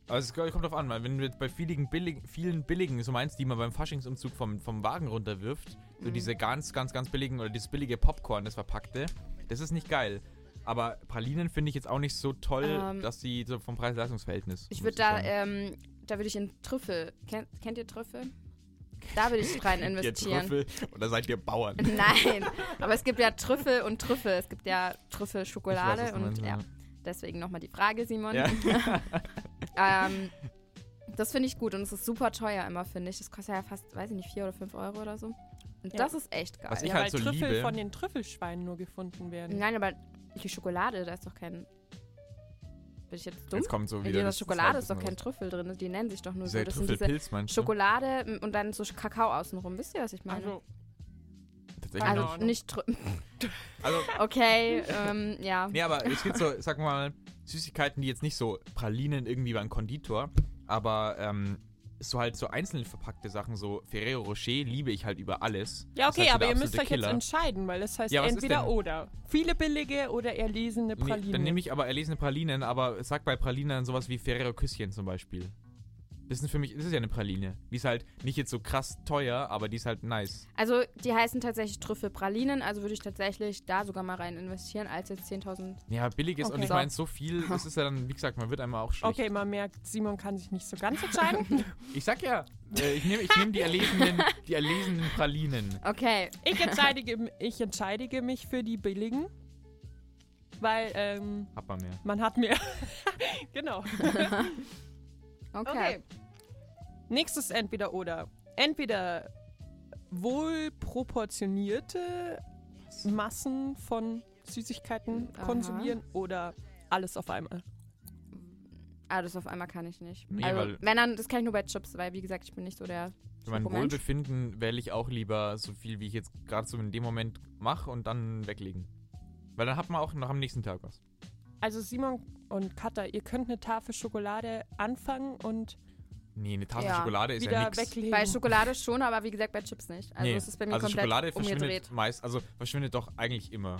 Speaker 2: Also es kommt drauf an, weil wenn du jetzt bei vielen billigen, vielen billigen, so meinst, die man beim Faschingsumzug vom, vom Wagen runterwirft, so
Speaker 3: Mhm.
Speaker 2: diese ganz, ganz, ganz billigen oder dieses billige Popcorn, das verpackte, das ist nicht geil. Aber Pralinen finde ich jetzt auch nicht so toll,
Speaker 3: Ähm,
Speaker 2: dass sie so vom Preis-Leistungs-Verhältnis.
Speaker 3: Ich
Speaker 2: muss
Speaker 3: würde da,
Speaker 2: sagen.
Speaker 3: ähm, da würde ich in Trüffel. Kennt, kennt ihr Trüffel? Da würde ich rein
Speaker 2: Ihr
Speaker 3: investieren.
Speaker 2: Trüffel oder seid ihr Bauern?
Speaker 3: Nein, aber es gibt ja Trüffel und Trüffel. Es gibt ja
Speaker 2: Ich
Speaker 3: Trüffelschokolade
Speaker 2: weiß, was du
Speaker 3: und
Speaker 2: meinst,
Speaker 3: ja.
Speaker 2: ja.
Speaker 3: Deswegen nochmal die Frage, Simon.
Speaker 2: Ja.
Speaker 3: Ähm, das finde ich gut und es ist super teuer immer, finde ich. Das kostet ja fast, weiß ich nicht, 4 oder 5 Euro oder so. Und
Speaker 1: Ja.
Speaker 3: das ist echt geil.
Speaker 2: Was ich
Speaker 1: ja,
Speaker 2: halt
Speaker 1: weil
Speaker 2: so
Speaker 1: Trüffel
Speaker 2: liebe-
Speaker 1: von den Trüffelschweinen nur gefunden werden.
Speaker 3: Nein, aber die Schokolade, da ist doch kein. Bin ich jetzt dumm?
Speaker 2: Jetzt kommt so
Speaker 3: In
Speaker 2: wieder.
Speaker 3: dieser
Speaker 2: das
Speaker 3: Schokolade
Speaker 2: zweite
Speaker 3: ist doch
Speaker 2: Mal
Speaker 3: kein
Speaker 2: was.
Speaker 3: Trüffel drin. Die nennen sich doch nur so.
Speaker 2: Dieser
Speaker 3: Das sind diese
Speaker 2: Trüffelpilz, meinst du?
Speaker 3: Schokolade m- und dann so Kakao außenrum. Wisst ihr, was ich meine?
Speaker 1: Also,
Speaker 2: Tatsächlich.
Speaker 1: keine
Speaker 3: Also,
Speaker 1: Ahnung.
Speaker 3: nicht Trüffel.
Speaker 2: also
Speaker 3: Okay, ähm, ja.
Speaker 2: Nee, aber es gibt so, sag mal, Süßigkeiten, die jetzt nicht so Pralinen irgendwie beim Konditor, aber ähm, so halt so einzeln verpackte Sachen, so Ferrero Rocher liebe ich halt über alles.
Speaker 1: Ja,
Speaker 2: Das
Speaker 1: okay,
Speaker 2: ist halt so
Speaker 1: aber
Speaker 2: der
Speaker 1: ihr müsst
Speaker 2: absolute
Speaker 1: euch jetzt entscheiden, weil das heißt
Speaker 2: Ja, was ist
Speaker 1: entweder
Speaker 2: denn?
Speaker 1: oder. Viele billige oder erlesene Pralinen.
Speaker 2: Nee, dann nehme ich aber erlesene Pralinen, aber sag bei Pralinen sowas wie Ferrero Küsschen zum Beispiel. Das sind für mich, das ist ja eine Praline. Die ist halt nicht jetzt so krass teuer, aber die ist halt nice.
Speaker 3: Also, die heißen tatsächlich Trüffelpralinen. Also würde ich tatsächlich da sogar mal rein investieren, als jetzt 10.000.
Speaker 2: Ja, billig ist und
Speaker 1: Okay.
Speaker 2: ich meine, so viel, das ist ja dann, wie gesagt, man wird einmal auch schlecht.
Speaker 1: okay, man merkt, Simon kann sich nicht so ganz entscheiden.
Speaker 2: Ich sag ja, äh, ich nehme ich nehm die, erlesenen, die erlesenen Pralinen.
Speaker 3: Okay.
Speaker 1: ich, entscheide, ich entscheide mich für die billigen, weil ähm,
Speaker 2: Hab man mehr.
Speaker 1: man hat mir... genau.
Speaker 3: Okay.
Speaker 1: Nächstes entweder oder. Entweder wohl proportionierte Massen von Süßigkeiten
Speaker 3: Aha.
Speaker 1: konsumieren oder alles auf einmal.
Speaker 3: Ah, das auf einmal kann ich nicht.
Speaker 2: Nee,
Speaker 3: also,
Speaker 2: weil-
Speaker 3: wenn dann, das kann ich nur bei Chips, weil, wie gesagt, ich bin nicht so der.
Speaker 2: Für mein
Speaker 3: Schokomensch.
Speaker 2: Wohlbefinden wähle ich auch lieber so viel, wie ich jetzt gerade so in dem Moment mache und dann weglegen. Weil dann hat man auch noch am nächsten Tag was.
Speaker 1: Also Simon und Katha, ihr könnt eine Tafel Schokolade anfangen und
Speaker 2: Nee, eine Tafel
Speaker 3: Ja,
Speaker 2: Schokolade ist ja
Speaker 1: wieder
Speaker 2: nix.
Speaker 1: weglegen.
Speaker 3: Bei Schokolade schon, aber wie gesagt, bei Chips nicht. Also,
Speaker 2: nee.
Speaker 3: es ist bei mir
Speaker 2: also
Speaker 3: komplett
Speaker 2: Schokolade verschwindet
Speaker 3: umgedreht.
Speaker 2: meist, also verschwindet doch eigentlich immer.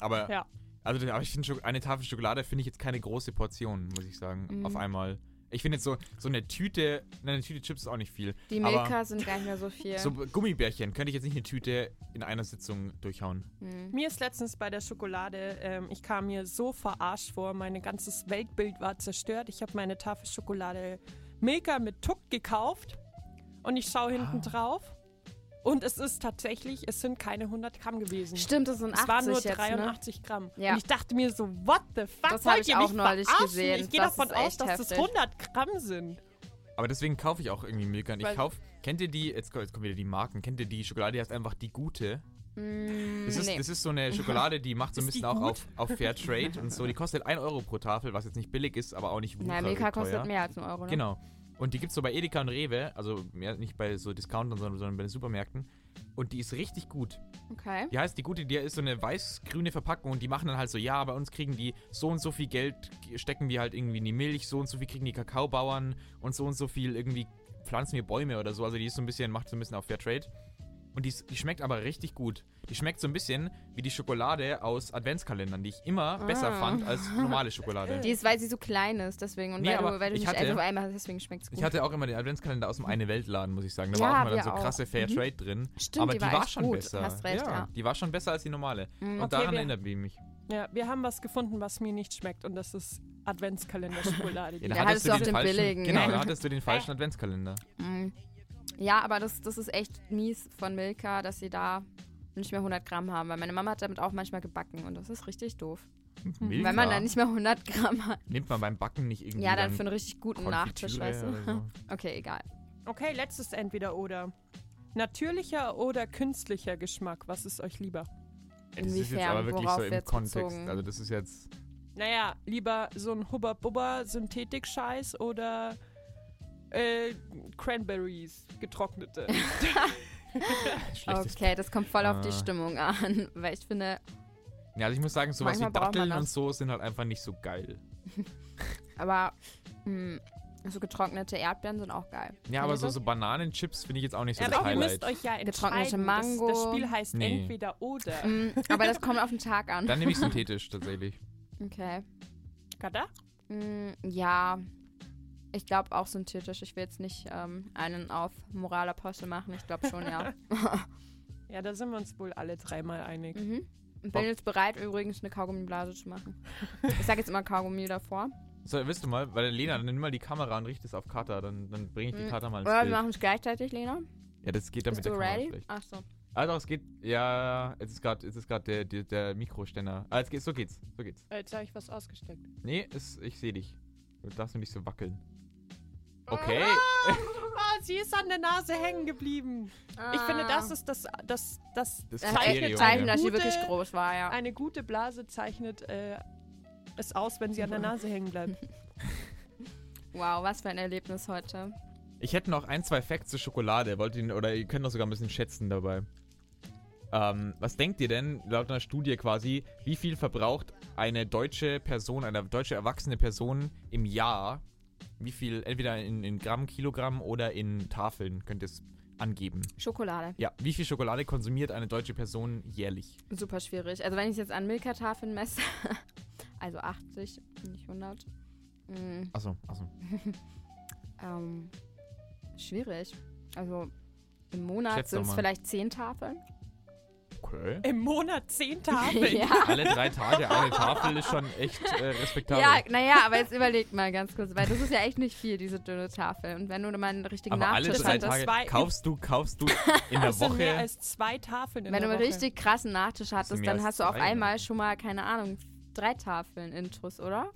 Speaker 2: Aber,
Speaker 1: Ja.
Speaker 2: also, aber ich finde, Schok- eine Tafel Schokolade finde ich jetzt keine große Portion, muss ich sagen,
Speaker 3: Mhm.
Speaker 2: auf einmal. Ich finde jetzt so, so eine Tüte, nein, eine Tüte Chips ist auch nicht viel.
Speaker 3: Die
Speaker 2: aber-
Speaker 3: Milka sind gar nicht mehr so viel.
Speaker 2: So Gummibärchen könnte ich jetzt nicht eine Tüte in einer Sitzung durchhauen.
Speaker 3: Hm.
Speaker 1: Mir ist letztens bei der Schokolade, ähm, ich kam mir so verarscht vor, mein ganzes Weltbild war zerstört. Ich habe meine Tafel Schokolade Milka mit Tuck gekauft und ich schaue hinten
Speaker 2: Ah.
Speaker 1: drauf und es ist tatsächlich, es sind keine 100 Gramm gewesen.
Speaker 3: Stimmt, das sind
Speaker 1: Es
Speaker 3: 80
Speaker 1: waren nur
Speaker 3: jetzt, ne?
Speaker 1: 83 Gramm.
Speaker 3: Ja.
Speaker 1: Und ich dachte mir so, what the fuck,
Speaker 3: Das hab
Speaker 1: wollt
Speaker 3: ich
Speaker 1: ihr
Speaker 3: auch
Speaker 1: mich
Speaker 3: neulich
Speaker 1: verarschen?
Speaker 3: gesehen.
Speaker 1: Ich gehe
Speaker 3: Das
Speaker 1: davon
Speaker 3: ist
Speaker 1: aus,
Speaker 3: echt
Speaker 1: dass das
Speaker 3: heftig.
Speaker 1: 100 Gramm sind.
Speaker 2: Aber deswegen kaufe ich auch irgendwie Milka. Und ich
Speaker 1: Weil-
Speaker 2: kaufe, kennt ihr die, jetzt, ko- jetzt kommen wieder die Marken, kennt ihr die Schokolade, die heißt einfach die gute.
Speaker 3: Mm,
Speaker 2: Das ist,
Speaker 3: nee.
Speaker 2: das ist so eine Schokolade, die macht so ein
Speaker 1: Ist die
Speaker 2: bisschen auch
Speaker 1: gut?
Speaker 2: auf, auf Fairtrade und so. Die kostet 1 Euro pro Tafel, was jetzt nicht billig ist, aber auch nicht
Speaker 3: Na,
Speaker 2: wuchert
Speaker 3: Milka
Speaker 2: teuer.
Speaker 3: kostet mehr als einen Euro, ne?
Speaker 2: Genau. Und die gibt es so bei Edeka und Rewe, also mehr, nicht bei so Discountern, sondern, sondern bei den Supermärkten. Und die ist richtig gut.
Speaker 3: Okay.
Speaker 2: Die heißt, die gute, die ist so eine weiß-grüne Verpackung und die machen dann halt so, ja, bei uns kriegen die so und so viel Geld, g- stecken wir halt irgendwie in die Milch, so und so viel kriegen die Kakaobauern und so und so viel irgendwie pflanzen wir Bäume oder so. Also die ist so ein bisschen, macht so ein bisschen auf Fairtrade. Und die, ist- die schmeckt aber richtig gut. Die schmeckt so ein bisschen wie die Schokolade aus Adventskalendern, die ich immer besser
Speaker 3: Ah.
Speaker 2: fand als normale Schokolade.
Speaker 3: Die ist, weil sie so klein ist, deswegen. Und
Speaker 2: Nee,
Speaker 3: weil,
Speaker 2: aber
Speaker 3: du, weil du
Speaker 2: ich
Speaker 3: nicht
Speaker 2: hatte-
Speaker 3: elf auf einmal hast, deswegen schmeckt es gut.
Speaker 2: Ich hatte auch immer den Adventskalender aus dem Eine-Welt-Laden, muss ich sagen. Da
Speaker 3: Ja,
Speaker 2: war auch immer dann
Speaker 3: wir
Speaker 2: so
Speaker 3: auch. Mhm.
Speaker 2: krasse Fairtrade drin.
Speaker 3: Stimmt,
Speaker 2: aber
Speaker 3: die
Speaker 2: die,
Speaker 3: war
Speaker 2: war,
Speaker 3: echt
Speaker 2: schon
Speaker 3: gut.
Speaker 2: besser.
Speaker 3: Hast recht, ja.
Speaker 2: Die war schon besser als die normale.
Speaker 3: Mm,
Speaker 2: Und
Speaker 1: okay,
Speaker 2: daran
Speaker 1: wir-
Speaker 2: erinnert die mich.
Speaker 1: Ja, wir haben was gefunden, was mir nicht schmeckt und das ist Adventskalender-Schokolade.
Speaker 2: Ja,
Speaker 1: Die-
Speaker 2: dann
Speaker 3: Ja, hattest du auch den
Speaker 2: falschen,
Speaker 3: billigen.
Speaker 2: Genau, dann hattest du den falschen Adventskalender.
Speaker 3: Mm. Ja, aber das, das ist echt mies von Milka, dass sie da nicht mehr 100 Gramm haben, weil meine Mama hat damit auch manchmal gebacken und das ist richtig doof.
Speaker 2: Milka.
Speaker 3: Weil Mhm. man dann nicht mehr 100 Gramm hat.
Speaker 2: Nimmt man beim Backen nicht irgendwie.
Speaker 3: Ja, dann für einen richtig guten
Speaker 2: Konfitüre
Speaker 3: Nachtisch, weißt du?
Speaker 2: oder so.
Speaker 3: Okay, egal.
Speaker 1: Okay, letztes entweder oder. Natürlicher oder künstlicher Geschmack, was ist euch lieber?
Speaker 2: Das ist jetzt
Speaker 3: Inwiefern?
Speaker 2: aber wirklich
Speaker 3: Worauf
Speaker 2: so im
Speaker 3: wird's
Speaker 2: Kontext.
Speaker 3: bezogen?
Speaker 2: Also, das ist jetzt.
Speaker 1: Naja, lieber so ein Hubba-Bubba-Synthetik-Scheiß oder äh, Cranberries, getrocknete.
Speaker 2: Schlechtes
Speaker 3: okay, das kommt voll auf die
Speaker 2: Ah.
Speaker 3: Stimmung an, weil ich finde,
Speaker 2: Ja, also ich muss sagen, sowas
Speaker 3: Manchmal
Speaker 2: wie
Speaker 3: braucht man
Speaker 2: Datteln
Speaker 3: das.
Speaker 2: und so sind halt einfach nicht so geil.
Speaker 3: Aber mh, so getrocknete Erdbeeren sind auch geil.
Speaker 2: Ja, aber
Speaker 3: Kennt
Speaker 2: so,
Speaker 3: ihr
Speaker 2: so Bananenchips finde ich jetzt auch nicht so
Speaker 1: Ja,
Speaker 2: das
Speaker 1: aber ihr
Speaker 2: Highlight.
Speaker 1: müsst euch ja
Speaker 3: Getrocknete
Speaker 1: entscheiden. Das, das
Speaker 3: Mango.
Speaker 1: Spiel heißt
Speaker 2: Nee.
Speaker 1: entweder oder.
Speaker 3: das? Mm, aber das kommt auf den Tag an.
Speaker 2: Dann nehme ich synthetisch tatsächlich.
Speaker 3: Okay.
Speaker 1: Kada?
Speaker 3: Mm, ja. Ich glaube auch synthetisch. Ich will jetzt nicht ähm, einen auf Moralapostel machen. Ich glaube schon, ja.
Speaker 1: Ja, da sind wir uns wohl alle dreimal einig.
Speaker 3: mhm. Und Bin jetzt bereit, übrigens eine Kaugummiblase zu machen. Ich sage jetzt immer Kaugummi davor.
Speaker 2: So, willst du mal, weil Lena, dann nimm mal die Kamera und richte es auf Kata, dann, dann bringe ich die
Speaker 3: Mhm.
Speaker 2: Kata mal ins
Speaker 3: Oder wir
Speaker 2: Bild.
Speaker 3: machen es gleichzeitig, Lena.
Speaker 2: Ja, das geht dann mit
Speaker 3: Bist
Speaker 2: der
Speaker 3: du
Speaker 2: Kamera
Speaker 3: ready?
Speaker 2: schlecht.
Speaker 3: Ach so.
Speaker 2: Ah doch, es geht, ja, jetzt ist gerade, jetzt ist gerade der, der, der Mikroständer. Ah, jetzt geht's, so geht's, so geht's.
Speaker 1: Jetzt habe ich was ausgesteckt.
Speaker 2: Nee, ist, ich sehe dich. Du darfst nur nicht so wackeln. Okay.
Speaker 1: Ah, ah, sie ist an der Nase hängen geblieben. Ich finde,
Speaker 3: Ah.
Speaker 1: das ist das, das, das,
Speaker 2: Das
Speaker 3: das
Speaker 1: zeichnet
Speaker 3: echt
Speaker 2: Kriterium,
Speaker 3: ein
Speaker 2: ja.
Speaker 3: Zeichen, dass sie
Speaker 1: Gute-
Speaker 3: wirklich groß war, ja.
Speaker 1: eine gute Blase zeichnet äh, es aus, wenn sie an der Nase hängen bleibt.
Speaker 3: Wow, was für ein Erlebnis heute.
Speaker 2: Ich hätte noch ein, zwei Facts zur Schokolade. Wollt ihr, oder ihr könnt noch sogar ein bisschen schätzen dabei. Ähm, was denkt ihr denn, laut einer Studie quasi, wie viel verbraucht eine deutsche Person, eine deutsche erwachsene Person im Jahr? Wie viel, entweder in, in Gramm, Kilogramm oder in Tafeln, könnt ihr es angeben.
Speaker 3: Schokolade.
Speaker 2: Ja, wie viel Schokolade konsumiert eine deutsche Person jährlich?
Speaker 3: Super schwierig. Also wenn ich es jetzt an Milka-Tafeln messe, also 80, nicht 100. Mm,
Speaker 2: Achso, achso.
Speaker 3: ähm, schwierig. Also im Monat
Speaker 2: Schätz doch
Speaker 3: sind es
Speaker 2: mal.
Speaker 3: vielleicht 10 Tafeln.
Speaker 2: Okay.
Speaker 1: Im Monat zehn Tafeln.
Speaker 3: ja.
Speaker 2: Alle drei Tage eine Tafel ist schon echt äh, respektabel.
Speaker 3: Ja, naja, aber jetzt überleg mal ganz kurz, weil das ist ja echt nicht viel, diese dünne Tafel. Und wenn du mal einen richtigen
Speaker 2: Aber alle
Speaker 3: Nachtisch
Speaker 2: drei
Speaker 1: sind
Speaker 3: hattest,
Speaker 1: das zwei-
Speaker 2: Tage kaufst du, kaufst du in der
Speaker 1: Das sind mehr
Speaker 2: Woche.
Speaker 1: als zwei Tafeln in
Speaker 3: wenn du
Speaker 1: der
Speaker 3: einen
Speaker 1: Woche.
Speaker 3: richtig krassen Nachtisch hattest,
Speaker 2: mehr
Speaker 3: dann
Speaker 2: als
Speaker 3: hast du auf
Speaker 2: drei, ne?
Speaker 3: einmal schon mal, keine Ahnung, drei Tafeln Intros, oder?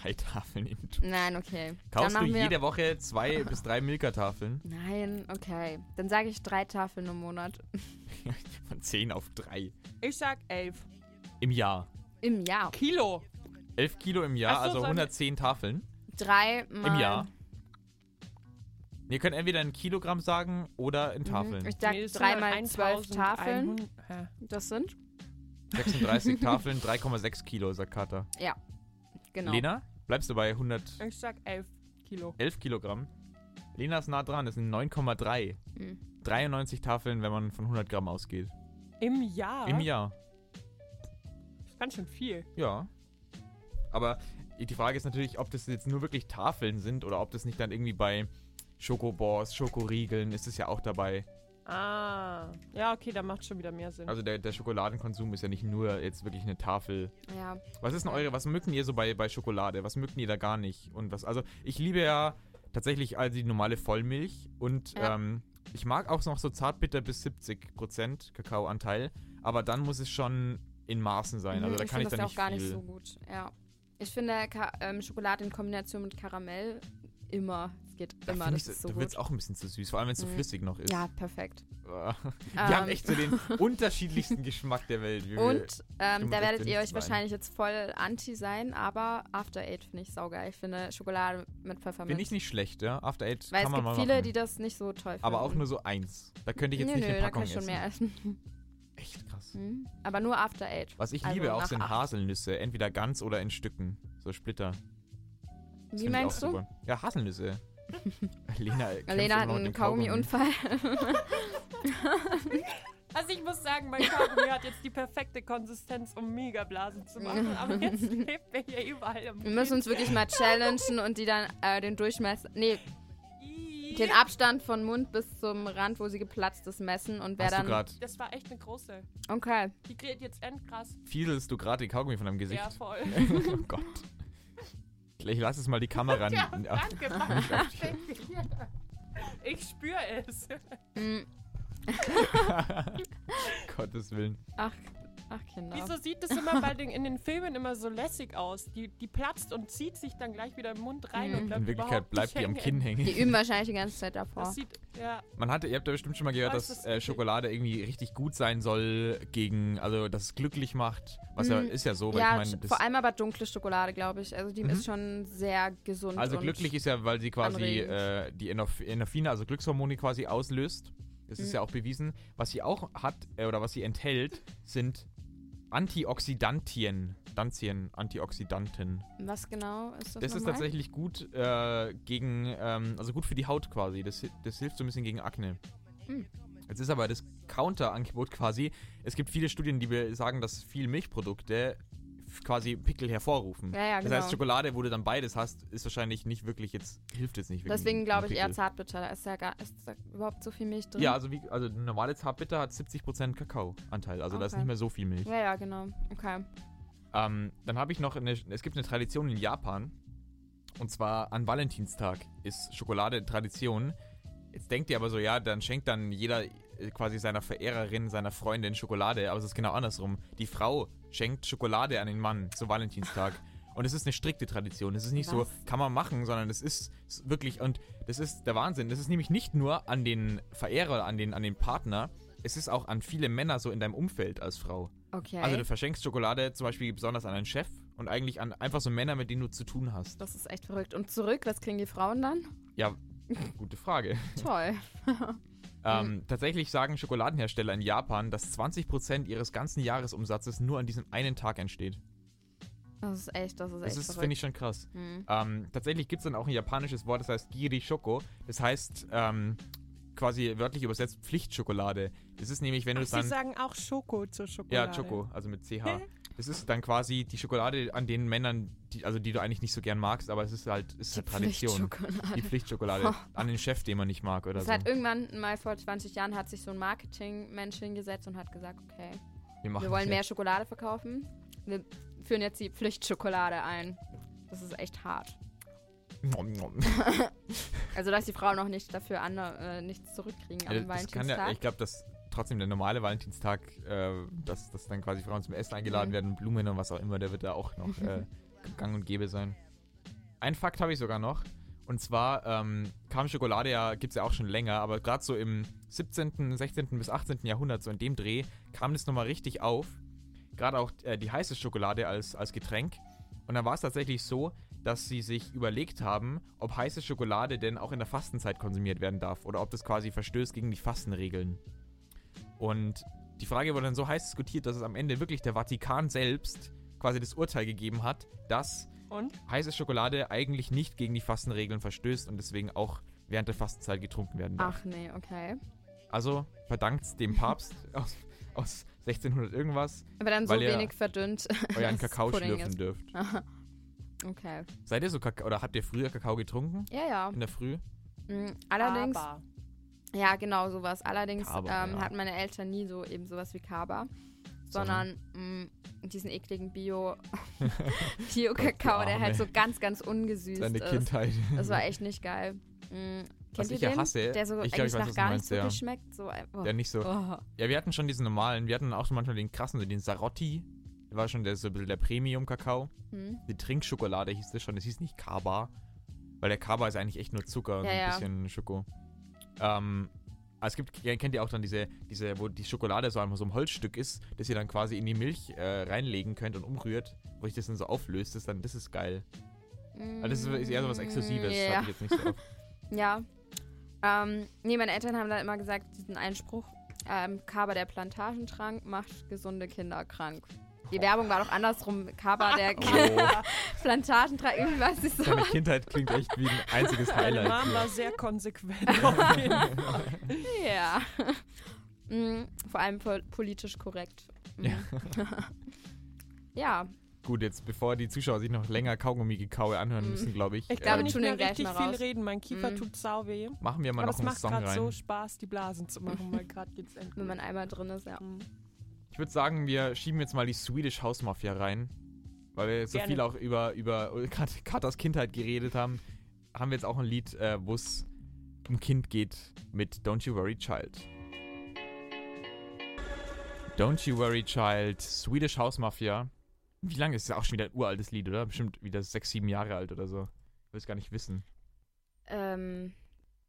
Speaker 2: Drei Tafeln im
Speaker 3: Nein, okay.
Speaker 2: Kaufst du
Speaker 3: machen wir-
Speaker 2: jede Woche zwei bis drei Milka-Tafeln?
Speaker 3: Nein, okay. Dann sage ich drei Tafeln im Monat.
Speaker 2: Von zehn auf drei.
Speaker 1: ich sag elf.
Speaker 2: Im Jahr.
Speaker 3: Im Jahr.
Speaker 1: Kilo.
Speaker 2: Elf Kilo im Jahr,
Speaker 1: Ach so,
Speaker 2: also
Speaker 1: sollen-
Speaker 2: 110 Tafeln
Speaker 3: Drei mal. Mhm.
Speaker 2: im Jahr. Ihr könnt entweder ein Kilogramm sagen oder in Tafeln.
Speaker 3: Mhm. Ich sag
Speaker 1: Nee, das sind halt
Speaker 3: drei
Speaker 1: dann
Speaker 3: mal zwölf
Speaker 1: 1100.
Speaker 3: Tafeln.
Speaker 1: Hä?
Speaker 3: Das sind?
Speaker 2: 36 Tafeln, 3,6 Kilo, sagt Kata.
Speaker 3: Genau.
Speaker 2: Lena, bleibst du bei 111
Speaker 1: Ich sag elf Kilo.
Speaker 2: Kilogramm? Lena ist nah dran, das sind 9,3.
Speaker 3: Mhm.
Speaker 2: 93 Tafeln, wenn man von 100 Gramm ausgeht.
Speaker 1: Im Jahr?
Speaker 2: Im Jahr.
Speaker 1: Das ist ganz schön viel.
Speaker 2: Ja. Aber die Frage ist natürlich, ob das jetzt nur wirklich Tafeln sind oder ob das nicht dann irgendwie bei Schokobors, Schokoriegeln ist es ja auch dabei.
Speaker 1: Ah. Ja, okay, da macht schon wieder mehr Sinn.
Speaker 2: Also der, der Schokoladenkonsum ist ja nicht nur jetzt wirklich eine Tafel.
Speaker 3: Ja.
Speaker 2: Was ist denn eure, was mögt ihr so bei, bei Schokolade? Was mögt ihr da gar nicht? Und was, also ich liebe ja tatsächlich also die normale Vollmilch und
Speaker 3: Ja.
Speaker 2: ähm, ich mag auch noch so zartbitter bis 70% Kakaoanteil, aber dann muss es schon in Maßen sein. Also
Speaker 3: Mhm,
Speaker 2: da kann ich,
Speaker 3: find
Speaker 2: dann
Speaker 3: das
Speaker 2: nicht
Speaker 3: auch gar
Speaker 2: viel.
Speaker 3: nicht so gut. Ja. Ich finde Ka ähm, Schokolade in Kombination mit Karamell immer. Es geht
Speaker 2: Da
Speaker 3: immer.
Speaker 2: find
Speaker 3: Das
Speaker 2: ich so-
Speaker 3: ist so
Speaker 2: da
Speaker 3: gut.
Speaker 2: wird's auch ein bisschen zu süß, vor allem wenn es so
Speaker 3: Mhm.
Speaker 2: flüssig noch ist.
Speaker 3: Ja, perfekt.
Speaker 2: Wir haben echt so den unterschiedlichsten Geschmack der Welt. wie wir-
Speaker 3: Und ähm, da
Speaker 2: echt
Speaker 3: werdet ihr
Speaker 2: nicht
Speaker 3: euch
Speaker 2: sein.
Speaker 3: wahrscheinlich jetzt voll anti sein, aber After Eight finde ich saugeil. Ich finde Schokolade mit Pfefferminz.
Speaker 2: Finde ich nicht schlecht, ja. After Eight
Speaker 3: Weil
Speaker 2: kann
Speaker 3: es
Speaker 2: man
Speaker 3: gibt
Speaker 2: mal
Speaker 3: viele,
Speaker 2: machen.
Speaker 3: die das nicht so toll finden.
Speaker 2: aber auch nur so eins. Da könnte ich jetzt
Speaker 3: nö,
Speaker 2: nicht
Speaker 3: nö,
Speaker 2: eine
Speaker 3: da
Speaker 2: Packung
Speaker 3: kann ich schon
Speaker 2: essen.
Speaker 3: mehr essen.
Speaker 2: Echt krass.
Speaker 3: Mhm. Aber nur After Eight.
Speaker 2: Was ich
Speaker 3: Also
Speaker 2: liebe auch
Speaker 3: nach
Speaker 2: sind
Speaker 3: acht.
Speaker 2: Haselnüsse, entweder ganz oder in Stücken. So Splitter. Das
Speaker 3: Wie
Speaker 2: find ich auch
Speaker 3: meinst du?
Speaker 2: super. Ja, Haselnüsse. Lena, kämpft
Speaker 3: Lena
Speaker 2: immer
Speaker 3: hat
Speaker 2: noch mit
Speaker 3: einen
Speaker 2: dem Kaugummi.
Speaker 3: Kaugummi-Unfall.
Speaker 1: Also ich muss sagen, mein Kaugummi hat jetzt die perfekte Konsistenz, um Megablasen zu machen. Aber jetzt klebt mir hier überall im
Speaker 3: Wir müssen uns wirklich mal challengen und die dann äh, den Durchmesser, nee,
Speaker 1: Ih,
Speaker 3: den Abstand von Mund bis zum Rand, wo sie geplatzt ist, messen und wer
Speaker 2: Hast du
Speaker 3: dann.
Speaker 2: grad,
Speaker 1: Das war echt eine große.
Speaker 3: okay.
Speaker 1: Die kreiert jetzt endkrass.
Speaker 2: fieselst du gerade den Kaugummi von deinem Gesicht?
Speaker 1: Ja, voll.
Speaker 2: oh Gott. Ich lass es mal die Kamera Oh
Speaker 1: Ja,
Speaker 2: n- auf-
Speaker 1: danke, Papa. Genau. Ich spüre es.
Speaker 3: Mm,
Speaker 2: Gottes Willen.
Speaker 3: ach, ach Kinder.
Speaker 1: Wieso sieht es immer bei den, in den Filmen immer so lässig aus? Die, die platzt und zieht sich dann gleich wieder im Mund rein
Speaker 3: Mhm.
Speaker 1: und bleibt
Speaker 2: In Wirklichkeit
Speaker 1: überhaupt
Speaker 2: bleibt
Speaker 1: nicht
Speaker 2: die am
Speaker 1: hängen.
Speaker 2: Kinn hängen.
Speaker 3: Die üben wahrscheinlich die ganze Zeit davor.
Speaker 1: Das sieht, ja,
Speaker 2: Man hatte, ihr habt ja bestimmt schon mal gehört,
Speaker 1: Oh, ist
Speaker 2: dass
Speaker 1: das
Speaker 2: äh,
Speaker 1: eklig.
Speaker 2: Schokolade irgendwie richtig gut sein soll gegen, also dass es glücklich macht. Was ja
Speaker 3: Mhm.
Speaker 2: ist ja so, Oh, weil
Speaker 3: Ja,
Speaker 2: ich meine,
Speaker 3: vor
Speaker 2: das-
Speaker 3: allem aber dunkle Schokolade, glaube ich. Also die
Speaker 2: Mhm.
Speaker 3: ist schon sehr gesund.
Speaker 2: also
Speaker 3: und
Speaker 2: glücklich ist ja, weil sie quasi
Speaker 3: anregend.
Speaker 2: äh, die Endorph- Endorphine, also Glückshormone quasi auslöst. Das ist
Speaker 3: Mhm.
Speaker 2: ja auch bewiesen. Was sie auch hat äh, oder was sie enthält, sind Antioxidantien. Dantien, Antioxidanten.
Speaker 3: Was genau ist das?
Speaker 2: Das ist
Speaker 3: nochmal?
Speaker 2: tatsächlich gut äh, gegen, ähm, also gut für die Haut quasi. Das, hi- das hilft so ein bisschen gegen Akne.
Speaker 3: Hm.
Speaker 2: Jetzt ist aber das Counter-Angebot quasi, es gibt viele Studien, die be- sagen, dass viel Milchprodukte f- quasi Pickel hervorrufen.
Speaker 3: Ja, ja,
Speaker 2: das
Speaker 3: genau.
Speaker 2: heißt, Schokolade, wo du dann beides hast, ist wahrscheinlich nicht wirklich jetzt, hilft jetzt nicht.
Speaker 3: Deswegen glaube ich
Speaker 2: eher
Speaker 3: eher Zartbitter. Da ist ja gar ist da überhaupt so viel Milch drin.
Speaker 2: Ja, also, wie, also ein normales Zartbitter hat 70% Kakaoanteil, also da ist
Speaker 3: Okay.
Speaker 2: nicht mehr so viel Milch.
Speaker 3: ja, ja, genau. Okay.
Speaker 2: Ähm, dann habe ich noch, eine, es gibt eine Tradition in Japan. Und zwar an Valentinstag ist Schokolade Tradition. Jetzt denkt ihr aber so, ja, dann schenkt dann jeder äh, quasi seiner Verehrerin, seiner Freundin Schokolade. Aber es ist genau andersrum. Die Frau schenkt Schokolade an den Mann zu Valentinstag. Und es ist eine strikte Tradition. Es ist nicht so,
Speaker 3: Was?
Speaker 2: kann man machen, sondern es ist s- wirklich, und das ist der Wahnsinn. Das ist nämlich nicht nur an den Verehrer, an den, an den Partner. Es ist auch an viele Männer so in deinem Umfeld als Frau.
Speaker 3: Okay.
Speaker 2: Also du verschenkst Schokolade zum Beispiel besonders an einen Chef und eigentlich an einfach so Männer, mit denen du zu tun hast.
Speaker 3: das ist echt verrückt. Und zurück, was kriegen die Frauen dann?
Speaker 2: Ja, gute Frage.
Speaker 3: Toll.
Speaker 2: Ähm, tatsächlich sagen Schokoladenhersteller in Japan, dass 20% ihres ganzen Jahresumsatzes nur an diesem einen Tag entsteht.
Speaker 3: Das ist echt, das ist echt
Speaker 2: Das ist, finde
Speaker 3: verrückt.
Speaker 2: ich, schon krass.
Speaker 3: Hm.
Speaker 2: Ähm, tatsächlich gibt es dann auch ein japanisches Wort, das heißt Giri Shoko. Das heißt ähm, quasi wörtlich übersetzt Pflichtschokolade. Das ist nämlich, wenn du
Speaker 1: Ach,
Speaker 2: es
Speaker 1: sie
Speaker 2: dann...
Speaker 1: sagen auch Schoko zur Schokolade.
Speaker 2: Ja, Choco, also mit CH.
Speaker 3: Mhm.
Speaker 2: Das ist dann quasi die Schokolade an den Männern, die, also die du eigentlich nicht so gern magst, aber es ist halt, ist halt Tradition. Also.
Speaker 3: Pflichtschokolade.
Speaker 2: Die Pflichtschokolade an den Chef, den man nicht mag oder
Speaker 3: Das
Speaker 2: so.
Speaker 3: hat irgendwann mal vor 20 Jahren hat sich so ein Marketingmensch hingesetzt und hat gesagt, okay,
Speaker 2: machen
Speaker 3: wir wollen
Speaker 2: das
Speaker 3: mehr
Speaker 2: jetzt.
Speaker 3: Schokolade verkaufen. Wir führen jetzt die Pflichtschokolade ein. Das ist echt hart.
Speaker 2: Nom, nom.
Speaker 3: Also dass die Frauen auch nicht dafür an, äh, nichts zurückkriegen am
Speaker 2: das kann ja,
Speaker 3: Valentinstag.
Speaker 2: ich glaube, dass trotzdem der normale Valentinstag, äh, dass, dass dann quasi Frauen zum Essen eingeladen
Speaker 3: Mhm.
Speaker 2: werden, Blumen und was auch immer, der wird da auch noch äh, gang und gäbe sein. Ein Fakt habe ich sogar noch. Und zwar ähm, kam Schokolade ja, gibt es ja auch schon länger, aber gerade so im 17., 16. bis 18. Jahrhundert, so in dem Dreh, kam das nochmal richtig auf. Gerade auch äh, die heiße Schokolade als, als Getränk. Und dann war es tatsächlich so, dass sie sich überlegt haben, ob heiße Schokolade denn auch in der Fastenzeit konsumiert werden darf oder ob das quasi verstößt gegen die Fastenregeln. Und die Frage wurde dann so heiß diskutiert, dass es am Ende wirklich der Vatikan selbst quasi das Urteil gegeben hat, dass
Speaker 1: Und?
Speaker 2: heiße Schokolade eigentlich nicht gegen die Fastenregeln verstößt und deswegen auch während der Fastenzeit getrunken werden darf.
Speaker 3: Ach nee, okay.
Speaker 2: Also verdankt dem Papst aus, aus 1600 irgendwas
Speaker 3: Aber dann so
Speaker 2: Weil ihr
Speaker 3: wenig verdünnt.
Speaker 2: euren
Speaker 3: dass es
Speaker 2: Kakao
Speaker 3: Pudding
Speaker 2: schlürfen
Speaker 3: ist.
Speaker 2: dürft.
Speaker 3: Aha. okay.
Speaker 2: Seid ihr so Kakao oder habt ihr früher Kakao getrunken
Speaker 3: Ja, ja.
Speaker 2: in der Früh? Genau.
Speaker 3: Mhm. Allerdings,
Speaker 1: Aber.
Speaker 3: ja genau sowas. Allerdings
Speaker 2: Kaba,
Speaker 3: ähm,
Speaker 2: ja.
Speaker 3: hatten meine Eltern nie so eben sowas wie Kaba, sondern mh, diesen ekligen Bio Bio-Kakao,
Speaker 2: Gott, du
Speaker 3: der halt so
Speaker 2: Arme.
Speaker 3: ganz, ganz ungesüßt
Speaker 2: Seine
Speaker 3: ist.
Speaker 2: Kindheit.
Speaker 3: Das war echt nicht geil. Mhm. Kennt
Speaker 2: Was
Speaker 3: ihr
Speaker 2: ich ja
Speaker 3: den?
Speaker 2: hasse-
Speaker 3: der so
Speaker 2: ich glaub, ich
Speaker 3: eigentlich
Speaker 2: weiß,
Speaker 3: nach
Speaker 2: was du
Speaker 3: gar
Speaker 2: meinst,
Speaker 3: nichts
Speaker 2: ja.
Speaker 3: wirklich schmeckt. So, äh, oh.
Speaker 2: Der nicht so.
Speaker 3: oh.
Speaker 2: Ja, wir hatten schon diesen normalen, wir hatten auch schon manchmal den krassen, so den Sarotti. Der war schon der, so ein bisschen der Premium-Kakao.
Speaker 3: Hm.
Speaker 2: Die Trinkschokolade hieß das schon, das hieß nicht Kaba. Weil der Kaba ist eigentlich echt nur Zucker und
Speaker 3: Ja,
Speaker 2: ein
Speaker 3: ja.
Speaker 2: bisschen Schoko. Ähm, aber es gibt, ja, kennt ihr auch dann diese, diese, wo die Schokolade so einmal so ein Holzstück ist, das ihr dann quasi in die Milch äh, reinlegen könnt und umrührt, wo ich das dann so auflöst, das, dann, das ist geil. Aber das ist, ist eher so
Speaker 1: Mm,
Speaker 2: was Exklusives,
Speaker 3: Ja.
Speaker 2: hab ich jetzt nicht so oft.
Speaker 3: Ja. Ähm, nee, meine Eltern haben dann immer gesagt, diesen Einspruch, ähm, Kaba der Plantagentrank macht gesunde Kinder krank. Die Werbung war doch andersrum, Kaba der
Speaker 2: Oh,
Speaker 3: Plantagentrank, irgendwie weiß ich so.
Speaker 2: deine Kindheit klingt echt wie ein einziges
Speaker 1: Meine
Speaker 2: Highlight.
Speaker 1: Mom war sehr konsequent. auf jeden Fall.
Speaker 3: Ja. Mm, Vor allem pol politisch korrekt. Mm.
Speaker 2: Ja.
Speaker 3: ja,
Speaker 2: Gut, jetzt bevor die Zuschauer sich noch länger Kaugummi gekaue anhören
Speaker 3: Mm.
Speaker 2: müssen, glaube ich,
Speaker 1: Ich
Speaker 2: äh,
Speaker 1: kann
Speaker 3: wir
Speaker 1: nicht
Speaker 3: tun
Speaker 1: mehr
Speaker 3: den gleich
Speaker 1: richtig
Speaker 3: mal
Speaker 1: viel
Speaker 3: raus.
Speaker 1: reden. Mein Kiefer
Speaker 3: Mhm.
Speaker 1: tut sau weh.
Speaker 2: machen wir mal
Speaker 1: Aber
Speaker 2: noch
Speaker 1: es
Speaker 2: einen
Speaker 1: macht
Speaker 2: Song
Speaker 1: gerade
Speaker 2: rein.
Speaker 1: so Spaß, die Blasen zu machen, weil gerade geht's endlich. Mhm.
Speaker 3: wenn man einmal drin ist, ja.
Speaker 2: Ich würde sagen, wir schieben jetzt mal die Swedish House Mafia rein, weil wir jetzt so
Speaker 1: Gerne.
Speaker 2: viel auch über, über gerade Katas Kindheit geredet haben. Haben wir jetzt auch ein Lied, äh, wo es um Kind geht mit Don't You Worry Child. Don't You Worry Child, Swedish House Mafia. Wie lange ist das auch schon wieder ein uraltes Lied, oder? Bestimmt wieder sechs, sieben Jahre alt oder so. Ich will es gar nicht wissen.
Speaker 3: Ähm,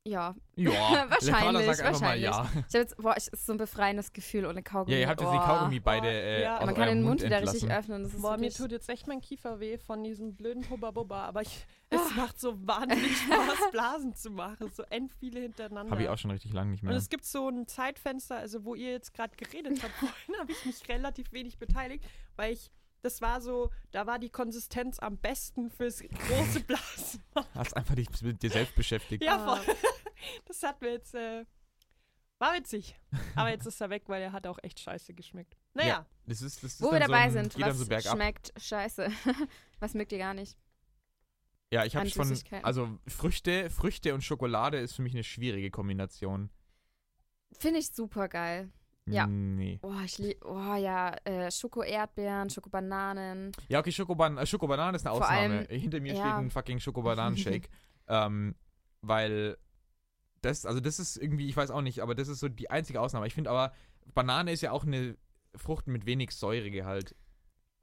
Speaker 3: Ja,
Speaker 2: Ja,
Speaker 3: Wahrscheinlich,
Speaker 2: Lefana sagt einfach mal
Speaker 3: wahrscheinlich.
Speaker 2: ja.
Speaker 3: ich hab jetzt, boah, ich, es ist so ein befreiendes Gefühl ohne Kaugummi.
Speaker 2: Ja, ihr habt jetzt die
Speaker 3: Boah.
Speaker 2: Kaugummi beide äh,
Speaker 1: Ja. Man
Speaker 2: aus
Speaker 3: Man kann
Speaker 2: eurem
Speaker 3: den Mund, wieder
Speaker 2: entlassen.
Speaker 3: richtig öffnen. Das ist
Speaker 1: Boah, mir
Speaker 3: wirklich,
Speaker 1: tut jetzt echt mein Kiefer weh von diesem blöden Hubba-Bubba, aber ich,
Speaker 3: Ah.
Speaker 1: es macht so wahnsinnig Spaß, Blasen zu machen, so end viele hintereinander.
Speaker 2: Habe ich auch schon richtig lange nicht
Speaker 1: Und
Speaker 2: mehr.
Speaker 1: es gibt so ein Zeitfenster, also wo ihr jetzt gerade geredet habt, vorhin habe ich mich relativ wenig beteiligt, weil ich, das war so, da war die Konsistenz am besten fürs große Blasen.
Speaker 2: Hast einfach dich mit dir selbst beschäftigt.
Speaker 3: Ah.
Speaker 1: ja, voll. Das hat mir jetzt, äh, war witzig. Aber jetzt ist er weg, weil er hat auch echt scheiße geschmeckt. Naja,
Speaker 2: Das ist, das ist
Speaker 3: Wo wir
Speaker 2: dann
Speaker 3: dabei
Speaker 2: so ein,
Speaker 3: sind,
Speaker 2: geht dann
Speaker 3: was
Speaker 2: so bergab.
Speaker 3: schmeckt scheiße. was mögt ihr gar nicht?
Speaker 2: Ja, ich
Speaker 3: an
Speaker 2: habe schon,
Speaker 3: Süßigkeiten?
Speaker 2: also Früchte, Früchte und Schokolade ist für mich eine schwierige Kombination.
Speaker 3: Finde ich super geil. Ja.
Speaker 2: Nee.
Speaker 3: Oh, ich liebe, oh ja, äh, Schoko-Erdbeeren, Schoko-Bananen.
Speaker 2: Ja, okay, Schokoban äh, Schokobananen ist eine
Speaker 3: Vor
Speaker 2: Ausnahme.
Speaker 3: allem-
Speaker 2: Hinter mir
Speaker 3: ja.
Speaker 2: steht ein fucking Schokobananenshake. ähm, weil das, also das ist irgendwie, ich weiß auch nicht, aber das ist so die einzige Ausnahme. Ich finde aber, Banane ist ja auch eine Frucht mit wenig Säuregehalt.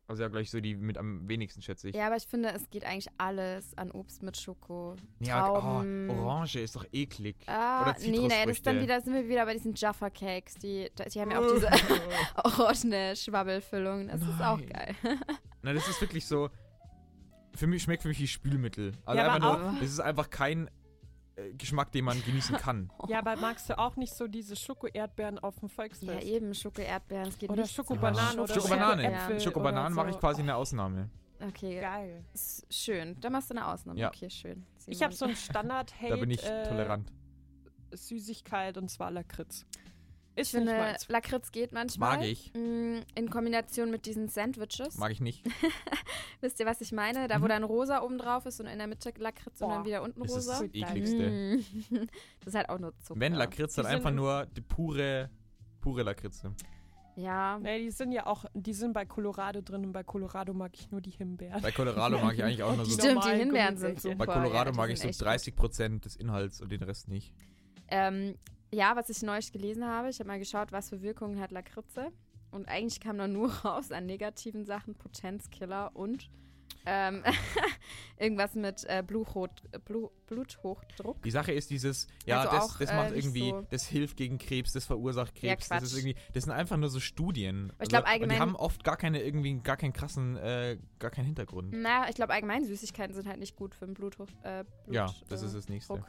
Speaker 2: Also ja, gleich so die mit am wenigsten, schätze ich.
Speaker 3: Ja, aber ich finde, es geht eigentlich alles an Obst mit Schoko.
Speaker 2: Ja, oh,
Speaker 3: Trauben.
Speaker 2: Orange ist doch eklig.
Speaker 3: Ah,
Speaker 2: Oder
Speaker 3: nee, nee, das
Speaker 2: Zitrusfrüchte.
Speaker 3: ist dann wieder, sind wir wieder bei diesen Jaffa Cakes. Die, die haben ja auch diese orangene Schwabbelfüllung. Das ist auch
Speaker 2: Nein.
Speaker 3: geil.
Speaker 2: Na, das ist wirklich so. Für mich schmeckt für mich wie Spülmittel. Also
Speaker 1: Ja, aber
Speaker 2: einfach nur, das ist einfach kein äh, Geschmack, den man genießen kann.
Speaker 1: ja, aber magst du auch nicht so diese Schoko-Erdbeeren auf dem
Speaker 3: Ja,
Speaker 1: Volksfest?
Speaker 3: eben, Schoko-Erdbeeren. Es geht
Speaker 1: Oder
Speaker 3: nichts
Speaker 1: Schokobananen
Speaker 3: ohne
Speaker 1: oder
Speaker 2: Schokobananen.
Speaker 1: Äpfel
Speaker 3: Schoko-Erdbeeren.
Speaker 2: Schokobananen
Speaker 1: oder
Speaker 2: mache ich
Speaker 1: so.
Speaker 2: quasi eine Ausnahme.
Speaker 3: Okay,
Speaker 1: Geil. Genau.
Speaker 3: ist schön. Da machst du eine Ausnahme.
Speaker 2: Ja.
Speaker 3: Okay, schön.
Speaker 1: Ich habe so einen Standard-Hate.
Speaker 2: da bin ich
Speaker 1: äh,
Speaker 2: tolerant.
Speaker 1: Süßigkeit und zwar Lakritz.
Speaker 3: Ich
Speaker 1: Ist nicht
Speaker 3: finde,
Speaker 1: meins.
Speaker 3: Lakritz geht manchmal.
Speaker 2: Mag ich.
Speaker 3: Mm, In Kombination mit diesen Sandwiches.
Speaker 2: Mag ich nicht.
Speaker 3: Wisst ihr, was ich meine? Da, wo
Speaker 2: Mhm.
Speaker 3: dann rosa oben drauf ist und in der Mitte Lakritz und
Speaker 1: Boah.
Speaker 3: dann wieder unten
Speaker 2: Das ist
Speaker 3: rosa.
Speaker 2: das
Speaker 1: Sweet Life.
Speaker 2: ekligste.
Speaker 3: Mm. Das ist halt auch nur Zucker.
Speaker 2: Wenn Lakritz, dann
Speaker 1: Die sind-
Speaker 2: einfach nur die pure, pure Lakritze.
Speaker 3: Ja.
Speaker 1: Nee, die sind ja auch, die sind bei Colorado drin und bei Colorado mag ich nur die Himbeeren.
Speaker 2: Bei Colorado mag ich eigentlich auch nur
Speaker 1: Die
Speaker 2: Also so.
Speaker 1: sind-
Speaker 3: Stimmt, die
Speaker 1: normalen
Speaker 3: Himbeeren sind
Speaker 1: Gummibärchen.
Speaker 3: super.
Speaker 2: Bei Colorado
Speaker 3: ja, die
Speaker 2: mag ich
Speaker 3: sind
Speaker 2: so
Speaker 3: echt
Speaker 2: 30% des Inhalts und den Rest nicht.
Speaker 3: gut. Ähm, ja, was ich neulich gelesen habe, ich habe mal geschaut, was für Wirkungen hat Lakritze. Und eigentlich kam da nur raus an negativen Sachen Potenzkiller und ähm, irgendwas mit äh, Blutrot, Blu, Bluthochdruck.
Speaker 2: Die Sache ist dieses, ja,
Speaker 3: Also
Speaker 2: das,
Speaker 3: auch,
Speaker 2: das
Speaker 3: äh,
Speaker 2: macht
Speaker 3: nicht
Speaker 2: irgendwie,
Speaker 3: so-
Speaker 2: das hilft gegen Krebs, das verursacht
Speaker 3: Ja,
Speaker 2: Krebs, das ist
Speaker 3: Quatsch.
Speaker 2: irgendwie, das sind einfach nur so Studien. Also,
Speaker 3: ich glaub,
Speaker 2: und
Speaker 3: allgemein-
Speaker 2: Die haben oft gar keine irgendwie, gar keinen krassen, äh, gar keinen Hintergrund.
Speaker 3: Naja, ich glaube allgemein Süßigkeiten sind halt nicht gut für den Bluthoch, äh, Blut,
Speaker 2: ja, das
Speaker 3: äh,
Speaker 2: ist das nächste.
Speaker 3: Druck.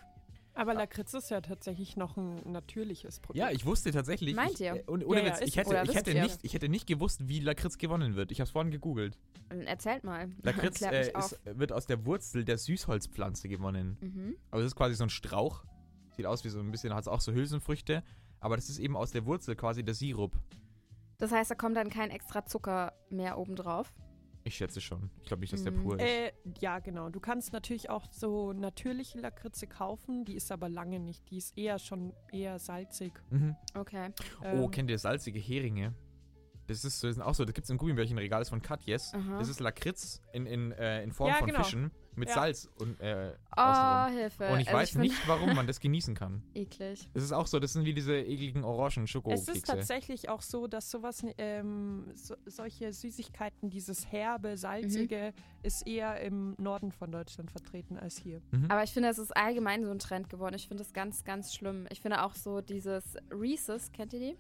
Speaker 1: Aber Lakritz ist ja tatsächlich noch ein natürliches Produkt.
Speaker 2: Ja, ich wusste tatsächlich.
Speaker 3: Meint
Speaker 2: ich,
Speaker 3: ihr?
Speaker 2: äh, Und, ohne
Speaker 1: Ja, ja,
Speaker 2: Witz,
Speaker 1: ist
Speaker 2: ich
Speaker 1: so.
Speaker 2: hätte,
Speaker 3: Oder
Speaker 2: ich,
Speaker 3: wisst
Speaker 2: hätte
Speaker 3: ihr?
Speaker 2: nicht, ich hätte nicht gewusst, wie Lakritz gewonnen wird. Ich habe es vorhin gegoogelt.
Speaker 3: Erzählt mal.
Speaker 2: Lakritz
Speaker 3: Klärt mich
Speaker 2: äh,
Speaker 3: auf.
Speaker 2: ist, wird aus der Wurzel der Süßholzpflanze gewonnen.
Speaker 3: Mhm.
Speaker 2: Also das ist quasi so ein Strauch. Sieht aus wie so ein bisschen, hat auch so Hülsenfrüchte. Aber das ist eben aus der Wurzel quasi der Sirup.
Speaker 3: Das heißt, da kommt dann kein extra Zucker mehr obendrauf.
Speaker 2: Ich schätze schon. Ich glaube nicht, dass der
Speaker 3: Mhm.
Speaker 2: pur ist.
Speaker 1: Äh, ja, genau. Du kannst natürlich auch so natürliche Lakritze kaufen, die ist aber lange nicht. Die ist eher schon eher salzig.
Speaker 2: Mhm.
Speaker 3: Okay.
Speaker 2: Oh,
Speaker 1: Ähm,
Speaker 2: kennt ihr salzige Heringe? Das ist, das sind auch so, das gibt es im Gummibärchenregal, das ist von Katjes.
Speaker 3: Aha.
Speaker 2: Das ist Lakritz in, in, äh, in Form
Speaker 1: Ja,
Speaker 2: von
Speaker 1: genau.
Speaker 2: Fischen mit
Speaker 1: Ja.
Speaker 2: Salz und äh,
Speaker 3: Oh,
Speaker 2: außenrum.
Speaker 3: Hilfe.
Speaker 2: Und ich
Speaker 3: Also
Speaker 2: weiß
Speaker 3: find-
Speaker 2: nicht, warum man das genießen kann.
Speaker 3: Eklig.
Speaker 2: Das ist auch so, das sind wie diese ekligen orangen schoko
Speaker 1: es ist tatsächlich auch so, dass sowas, ähm, so, solche Süßigkeiten, dieses herbe, salzige, ist eher im Norden von Deutschland vertreten als hier.
Speaker 3: Aber ich finde, es ist allgemein so ein Trend geworden. Ich finde das ganz, ganz schlimm. Ich finde auch so dieses Reese's, kennt ihr die?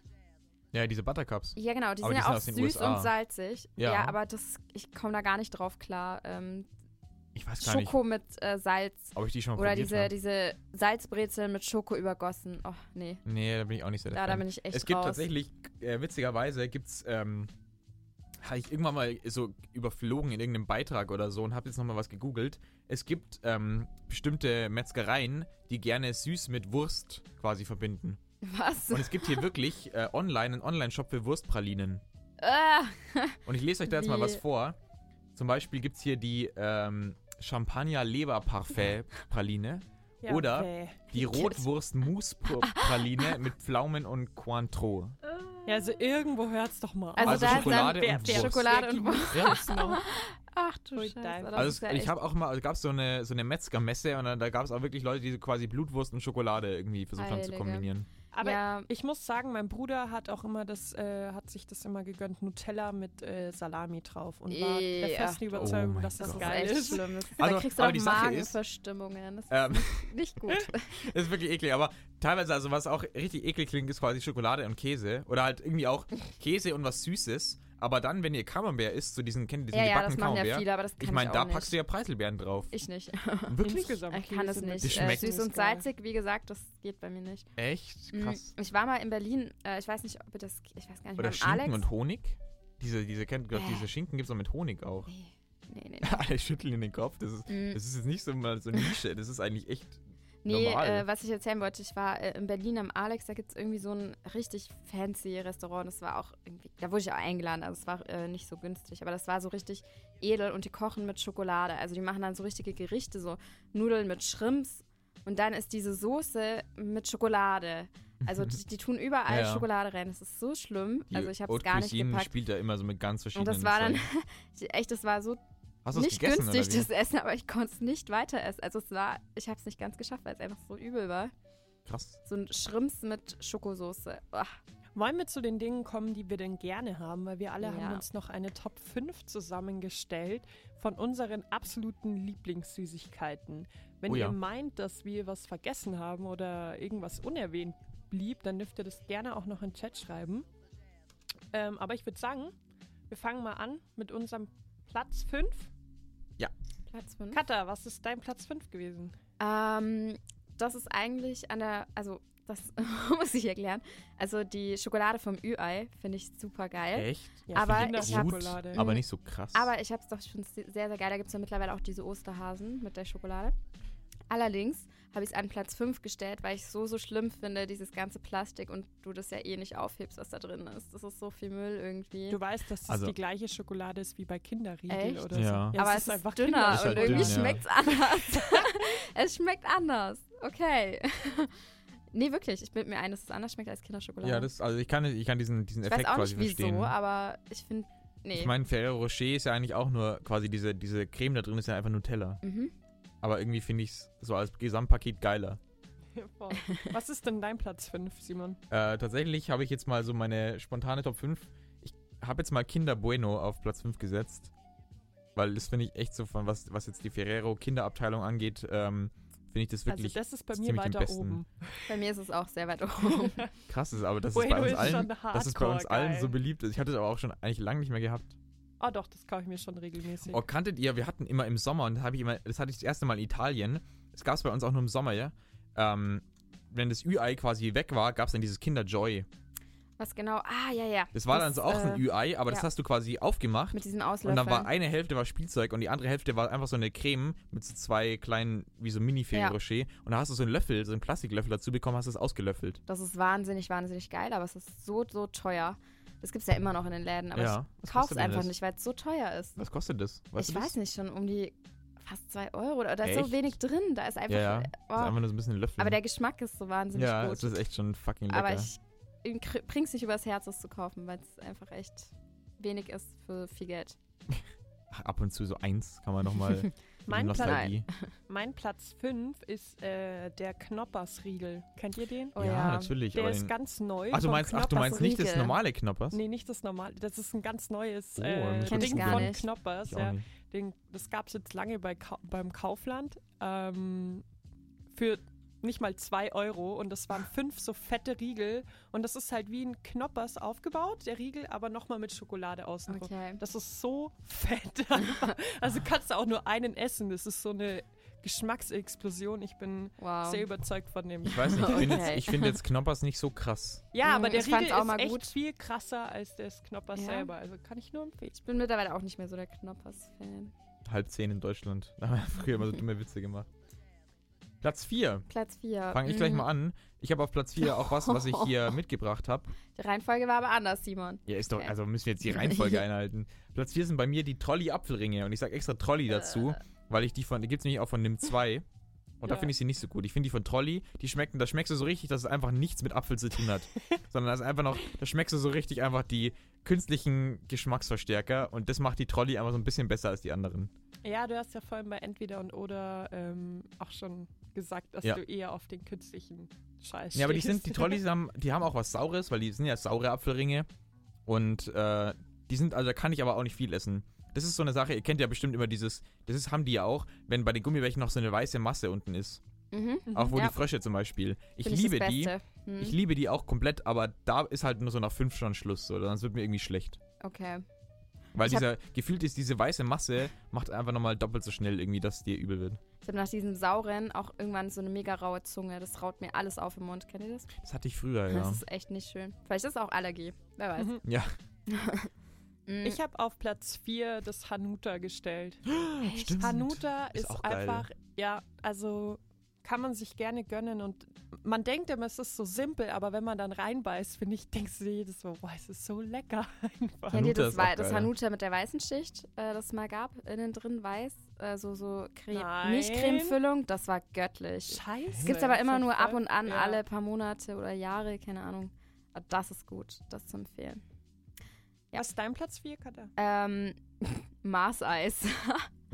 Speaker 2: Ja, diese Buttercups.
Speaker 3: Ja, genau. Die
Speaker 2: Aber die
Speaker 3: sind ja
Speaker 2: sind
Speaker 3: auch
Speaker 2: aus den
Speaker 3: süß
Speaker 2: USA.
Speaker 3: und salzig.
Speaker 2: Ja.
Speaker 3: aber das, ich komme da gar nicht drauf klar. Ähm,
Speaker 2: Ich weiß gar nicht,
Speaker 3: Schoko mit äh, Salz.
Speaker 2: ob ich die schon mal
Speaker 3: Oder
Speaker 2: probiert
Speaker 3: diese,
Speaker 2: habe.
Speaker 3: diese Salzbrezeln mit Schoko übergossen. Oh, nee.
Speaker 2: Nee, da bin ich auch nicht so der
Speaker 3: Da, da
Speaker 2: Fan.
Speaker 3: bin ich echt
Speaker 2: Es gibt
Speaker 3: raus.
Speaker 2: tatsächlich, äh, witzigerweise, gibt es, ähm, habe ich irgendwann mal so überflogen in irgendeinem Beitrag oder so und habe jetzt nochmal was gegoogelt. Es gibt ähm, bestimmte Metzgereien, die gerne süß mit Wurst quasi verbinden.
Speaker 3: Was?
Speaker 2: Und es gibt hier wirklich äh, online einen Online-Shop für Wurstpralinen.
Speaker 3: Ah,
Speaker 2: Und ich lese euch da jetzt mal
Speaker 3: Wie-
Speaker 2: was vor. Zum Beispiel gibt es hier die ähm, Champagner-Leber-Parfait-Praline.
Speaker 1: Ja,
Speaker 2: Oder-
Speaker 1: bäh.
Speaker 2: Die Rotwurst-Mousse-Praline mit Pflaumen und Cointreau.
Speaker 1: Ja, also irgendwo hört es doch mal auf.
Speaker 3: Also
Speaker 2: Also
Speaker 3: da ist dann
Speaker 2: Schokolade
Speaker 1: wer- wer-
Speaker 2: und Wurst. genau.
Speaker 3: Schokolade und Wurst.
Speaker 2: Ja.
Speaker 3: Ach du
Speaker 1: Pfui,
Speaker 3: Scheiße.
Speaker 1: dein-
Speaker 3: das
Speaker 2: also
Speaker 3: ist
Speaker 2: es,
Speaker 3: ja
Speaker 2: ich
Speaker 3: echt-
Speaker 2: habe auch mal, also gab es so eine, so eine Metzgermesse und dann, da gab es auch wirklich Leute, die so quasi Blutwurst und Schokolade irgendwie versucht haben zu
Speaker 3: Heilige.
Speaker 2: kombinieren.
Speaker 1: Aber
Speaker 3: ja,
Speaker 1: ich muss sagen, mein Bruder hat auch immer das, äh, hat sich das immer gegönnt, Nutella mit äh, Salami drauf und war der
Speaker 3: Ja.
Speaker 1: festen
Speaker 2: Oh
Speaker 1: Überzeugung,
Speaker 2: mein
Speaker 1: dass das
Speaker 3: das ist
Speaker 1: geil
Speaker 3: echt
Speaker 1: ist.
Speaker 3: schlimm. Das,
Speaker 2: Also,
Speaker 3: da kriegst du
Speaker 2: aber
Speaker 3: auch
Speaker 2: die Sache ist-
Speaker 3: Magenverstimmungen. Das ist
Speaker 2: Ähm,
Speaker 3: nicht gut.
Speaker 2: Das ist wirklich eklig, aber teilweise, also was auch richtig eklig klingt, ist quasi Schokolade und Käse. Oder halt irgendwie auch Käse und was Süßes. Aber dann, wenn ihr Camembert isst, so diesen, kennt ihr diesen
Speaker 3: ja, ja, das
Speaker 2: gebackenen
Speaker 3: machen ja
Speaker 2: Camembert?
Speaker 3: viele, aber das kann
Speaker 2: ich meine,
Speaker 3: auch
Speaker 2: da
Speaker 3: nicht.
Speaker 2: packst du ja Preiselbeeren drauf.
Speaker 3: Ich nicht.
Speaker 2: wirklich?
Speaker 1: Insgesamt
Speaker 3: Ich kann
Speaker 1: Kiwis
Speaker 3: das
Speaker 1: sind
Speaker 3: nicht.
Speaker 2: Die
Speaker 3: Äh,
Speaker 2: schmecken.
Speaker 3: süß und
Speaker 1: geil.
Speaker 3: salzig, wie gesagt, das geht bei mir nicht.
Speaker 2: Echt?
Speaker 3: Mm,
Speaker 2: Krass.
Speaker 3: Ich war mal in Berlin, äh, ich weiß nicht, ob ihr das, ich weiß gar nicht,
Speaker 2: Oder
Speaker 3: beim
Speaker 2: Schinken
Speaker 3: Alex.
Speaker 2: und Honig? Diese, diese, kennt,
Speaker 3: Äh.
Speaker 2: diese Schinken gibt es auch mit Honig auch.
Speaker 3: nee, nee, nee.
Speaker 2: Alle schütteln in den Kopf. Das ist,
Speaker 3: Mm.
Speaker 2: das ist jetzt nicht so mal so eine Nische. Das ist eigentlich echt.
Speaker 3: Nee,
Speaker 2: Normal.
Speaker 3: äh, was ich erzählen wollte, ich war äh, in Berlin am Alex, da gibt es irgendwie so ein richtig fancy Restaurant. Das war auch irgendwie, da wurde ich auch eingeladen, also es war äh, nicht so günstig, aber das war so richtig edel und die kochen mit Schokolade. Also die machen dann so richtige Gerichte, so Nudeln mit Shrimps und dann ist diese Soße mit Schokolade. Also die, die tun überall
Speaker 2: Ja.
Speaker 3: Schokolade rein. Das ist so schlimm.
Speaker 2: Die
Speaker 3: Also ich habe es
Speaker 2: Haute
Speaker 3: gar nicht
Speaker 2: Cuisine
Speaker 3: gepackt.
Speaker 2: spielt da immer so mit ganz
Speaker 3: Und
Speaker 2: verschiedenen.
Speaker 3: das war dann,
Speaker 2: Zeugen.
Speaker 3: echt, das war so
Speaker 2: Hast du's
Speaker 3: nicht
Speaker 2: gegessen,
Speaker 3: günstig,
Speaker 2: oder wie?
Speaker 3: das Essen, aber ich konnte es nicht weiter essen. Also es war, ich habe es nicht ganz geschafft, weil es einfach so übel war.
Speaker 2: Krass.
Speaker 3: So ein Schrimps mit Schokosoße. Ah, Ach,
Speaker 1: Wollen wir zu den Dingen kommen, die wir denn gerne haben, weil wir alle haben
Speaker 3: Ja.
Speaker 1: uns noch eine Top 5 zusammengestellt von unseren absoluten Lieblingssüßigkeiten. Wenn
Speaker 2: Oh ja.
Speaker 1: ihr meint, dass wir was vergessen haben oder irgendwas unerwähnt blieb, dann dürft ihr das gerne auch noch in den Chat schreiben. Ähm, aber ich würde sagen, wir fangen mal an mit unserem Platz 5.
Speaker 3: Platz 5.
Speaker 1: Katha, was ist dein Platz 5 gewesen?
Speaker 3: Ähm, das ist eigentlich an der, also das muss ich erklären. Also die Schokolade vom Ü-Ei finde ich super geil.
Speaker 2: Echt?
Speaker 1: Ja,
Speaker 3: Aber
Speaker 1: Kinder-
Speaker 3: ich hab-
Speaker 2: Gut,
Speaker 1: Schokolade.
Speaker 2: aber nicht so krass.
Speaker 3: Aber ich habe es doch schon se- sehr, sehr geil. Da gibt es ja mittlerweile auch diese Osterhasen mit der Schokolade. Allerdings habe ich es an Platz 5 gestellt, weil ich es so, so schlimm finde, dieses ganze Plastik und du das ja eh nicht aufhebst, was da drin ist. Das ist so viel Müll irgendwie.
Speaker 1: Du weißt, dass das
Speaker 2: Also-
Speaker 1: die gleiche Schokolade ist wie bei Kinderriegel
Speaker 3: Echt?
Speaker 1: oder so.
Speaker 2: Ja.
Speaker 3: aber es ist,
Speaker 1: Kinderriegel.
Speaker 3: dünner
Speaker 2: Ist
Speaker 3: und
Speaker 2: halt
Speaker 3: irgendwie
Speaker 2: dünn, ja.
Speaker 3: schmeckt es anders. es schmeckt anders. Okay. nee, wirklich. Ich bin mir ein, dass es anders schmeckt als Kinderschokolade.
Speaker 2: Ja, das, also ich kann, ich kann diesen, diesen
Speaker 3: ich
Speaker 2: Effekt
Speaker 3: weiß auch
Speaker 2: quasi
Speaker 3: nicht wieso,
Speaker 2: verstehen.
Speaker 3: aber ich finde. Nee.
Speaker 2: Ich meine, Ferrero Rocher ist ja eigentlich auch nur quasi diese, diese Creme da drin ist ja einfach Nutella.
Speaker 3: mhm.
Speaker 2: Aber irgendwie finde ich es so als Gesamtpaket geiler.
Speaker 1: Voll. Was ist denn dein Platz 5, Simon?
Speaker 2: Äh, tatsächlich habe ich jetzt mal so meine spontane Top 5. Ich habe jetzt mal Kinder Bueno auf Platz 5 gesetzt. Weil das finde ich echt so von, was, was jetzt die Ferrero Kinderabteilung angeht, ähm, finde ich das
Speaker 1: also
Speaker 2: wirklich
Speaker 1: das ist bei mir
Speaker 2: ziemlich am
Speaker 1: weiter
Speaker 2: besten.
Speaker 1: oben.
Speaker 3: Bei mir ist es auch sehr weit oben.
Speaker 2: krass ist, aber das ist
Speaker 1: Bueno
Speaker 2: bei uns
Speaker 1: ist
Speaker 2: allen,
Speaker 1: schon
Speaker 2: das ist bei uns
Speaker 1: hardcore
Speaker 2: allen so
Speaker 1: geil.
Speaker 2: beliebt. ist. Ich hatte es aber auch schon eigentlich lange nicht mehr gehabt.
Speaker 1: Ah doch, das kaufe ich mir schon regelmäßig.
Speaker 2: Oh, kanntet ihr, wir hatten immer im Sommer, und das, hab ich immer, das hatte ich das erste Mal in Italien, das gab es bei uns auch nur im Sommer, ja. Ähm, wenn das Ü-Ei quasi weg war, gab es dann dieses Kinder-Joy.
Speaker 3: Was genau? Ah, ja, ja.
Speaker 2: Das war dann so auch ein
Speaker 3: äh,
Speaker 2: Ü-Ei, aber das
Speaker 3: ja.
Speaker 2: hast du quasi aufgemacht
Speaker 3: Mit diesen
Speaker 2: und
Speaker 3: Auslöffeln.
Speaker 2: dann war eine Hälfte war Spielzeug und die andere Hälfte war einfach so eine Creme mit so zwei kleinen, wie so mini
Speaker 3: Ja.
Speaker 2: Rocher. Und da hast du so einen Löffel, so einen Plastiklöffel dazu bekommen, hast es ausgelöffelt.
Speaker 3: das ist wahnsinnig, wahnsinnig geil, aber es ist so, so teuer. Das gibt es ja immer noch in den Läden, aber
Speaker 2: Ja.
Speaker 3: ich
Speaker 2: Was
Speaker 3: kauf's
Speaker 2: kostet denn
Speaker 3: einfach
Speaker 2: das?
Speaker 3: nicht, weil es so teuer ist.
Speaker 2: Was kostet das? Weißt
Speaker 3: ich
Speaker 2: du das?
Speaker 3: weiß nicht, schon um die fast 2 Euro. Oder da ist so
Speaker 2: Echt?
Speaker 3: wenig drin. Da ist einfach.
Speaker 2: Ja, ja.
Speaker 3: äh,
Speaker 2: Das ist
Speaker 3: oh.
Speaker 2: einfach nur so ein bisschen ein Löffel.
Speaker 3: Aber der Geschmack ist so wahnsinnig
Speaker 2: ja,
Speaker 3: gut.
Speaker 2: das ist echt schon fucking lecker.
Speaker 3: Aber ich ihm kr- bring's nicht übers Herz, das zu kaufen, weil es einfach echt wenig ist für viel Geld.
Speaker 2: Ach, Ab und zu so eins kann man nochmal.
Speaker 1: Mein Plan-
Speaker 2: Nostalgie.
Speaker 1: Mein Platz 5 ist äh, der Knoppersriegel. Kennt ihr den?
Speaker 3: Oh
Speaker 2: ja,
Speaker 3: ja.
Speaker 2: natürlich.
Speaker 1: Der
Speaker 2: aber
Speaker 1: ist
Speaker 2: den-
Speaker 1: ganz neu.
Speaker 2: ach, du
Speaker 1: vom
Speaker 2: meinst, ach, du meinst nicht das
Speaker 3: Knoppersriegel.
Speaker 2: normale Knoppers?
Speaker 1: Nee, nicht das normale. Das ist ein ganz neues
Speaker 2: Oh,
Speaker 1: äh,
Speaker 2: kenn
Speaker 3: ich
Speaker 1: Ding
Speaker 3: gar
Speaker 1: von
Speaker 3: nicht.
Speaker 1: Knoppers.
Speaker 2: Ich auch
Speaker 1: Ja.
Speaker 2: nicht.
Speaker 1: Den, das gab es jetzt lange bei Ka beim Kaufland ähm, für nicht mal 2 Euro und das waren fünf so fette Riegel und das ist halt wie ein Knoppers aufgebaut, der Riegel, aber nochmal mit Schokolade außen drauf.
Speaker 3: Okay.
Speaker 1: Das ist so fett. also kannst du auch nur einen essen. Das ist so eine Geschmacksexplosion. Ich bin
Speaker 3: Wow.
Speaker 1: sehr überzeugt von dem.
Speaker 2: Ich weiß nicht, ich finde
Speaker 3: Okay.
Speaker 2: jetzt, ich find jetzt Knoppers nicht so krass.
Speaker 1: Ja, aber
Speaker 3: Mm,
Speaker 1: der
Speaker 3: ich fand's
Speaker 1: Riegel
Speaker 3: auch
Speaker 1: ist
Speaker 3: mal
Speaker 1: echt
Speaker 3: gut.
Speaker 1: viel krasser als das Knoppers
Speaker 3: Ja.
Speaker 1: selber. Also kann ich nur empfehlen.
Speaker 3: Ich bin mittlerweile auch nicht mehr so der Knoppers-Fan.
Speaker 2: Halb zehn in Deutschland. Da haben wir früher immer so dumme Witze gemacht. Platz 4.
Speaker 3: Platz Mhm. 4.
Speaker 2: Fange ich gleich mal an. Ich habe auf Platz 4 auch was, was ich hier mitgebracht habe.
Speaker 3: Die Reihenfolge war aber anders, Simon.
Speaker 2: Ja, ist doch,
Speaker 3: Okay.
Speaker 2: also müssen wir jetzt die Reihenfolge einhalten. Platz 4 sind
Speaker 3: Äh.
Speaker 2: bei mir die Trolli-Apfelringe und ich sage extra Trolli dazu, weil ich die von, die gibt es nämlich auch von Nim 2. Und da
Speaker 1: Ja.
Speaker 2: finde ich sie nicht so gut. Ich finde die von Trolli, die schmecken, da schmeckst du so richtig, dass es einfach nichts mit Apfel zu tun hat. sondern da ist einfach noch, da schmeckst du so richtig einfach die künstlichen Geschmacksverstärker und das macht die Trolli einfach so ein bisschen besser als die anderen.
Speaker 1: Ja, du hast ja vorhin bei Entweder und Oder ähm, auch schon gesagt, dass
Speaker 2: Ja.
Speaker 1: du eher auf den künstlichen Scheiß
Speaker 2: Ja, aber die
Speaker 1: stehst.
Speaker 2: sind, die Trollis haben, die haben auch was Saures, weil die sind ja saure Apfelringe. Und äh, die sind, also da kann ich aber auch nicht viel essen. Das ist so eine Sache, ihr kennt ja bestimmt immer dieses, das ist, haben die ja auch, wenn bei den Gummibärchen noch so eine weiße Masse unten ist.
Speaker 3: Mhm.
Speaker 2: Auch wo
Speaker 3: Ja.
Speaker 2: die Frösche zum Beispiel. Ich
Speaker 3: Find
Speaker 2: liebe
Speaker 3: das
Speaker 2: die.
Speaker 3: Beste. Hm.
Speaker 2: Ich liebe die auch komplett, aber da ist halt nur so nach fünf schon Schluss, so, sonst wird mir irgendwie schlecht.
Speaker 3: Okay.
Speaker 2: Weil
Speaker 3: Ich hab-
Speaker 2: dieser, gefühlt ist diese weiße Masse, macht einfach nochmal doppelt so schnell irgendwie, dass es dir übel wird.
Speaker 3: Ich habe nach diesem sauren auch irgendwann so eine mega raue Zunge. Das raut mir alles auf im Mund. Kennt ihr das?
Speaker 2: Das hatte ich früher,
Speaker 3: Das
Speaker 2: ja.
Speaker 3: ist echt nicht schön. Vielleicht ist es auch Allergie. Wer weiß.
Speaker 1: Mhm.
Speaker 2: Ja,
Speaker 3: Mhm.
Speaker 1: Ich habe auf Platz 4 das Hanuta gestellt.
Speaker 2: stimmt.
Speaker 1: Hanuta
Speaker 2: Ist
Speaker 1: ist,
Speaker 2: auch geil.
Speaker 1: einfach, ja, also kann man sich gerne gönnen und man denkt immer, es ist so simpel, aber wenn man dann reinbeißt, finde ich, denkst du jedes Mal, boah, es ist so lecker einfach.
Speaker 3: Kennt
Speaker 2: Hanuta
Speaker 3: ihr das,
Speaker 2: ist auch
Speaker 3: Wei- das
Speaker 2: geil.
Speaker 3: Hanuta mit der weißen Schicht, äh, das es mal gab? Innen drin weiß, äh, so, so Creme.
Speaker 1: Nein.
Speaker 3: Nicht Cremefüllung, das war göttlich.
Speaker 1: Scheiße.
Speaker 3: Es gibt es aber immer
Speaker 1: Das
Speaker 3: nur
Speaker 1: hat
Speaker 3: ab
Speaker 1: voll-
Speaker 3: und an,
Speaker 1: ja.
Speaker 3: alle paar Monate oder Jahre, keine Ahnung. Aber Das ist gut, das zu empfehlen. Ja.
Speaker 1: Was ist dein Platz 4, Katha?
Speaker 3: Ähm, Mars-Eis.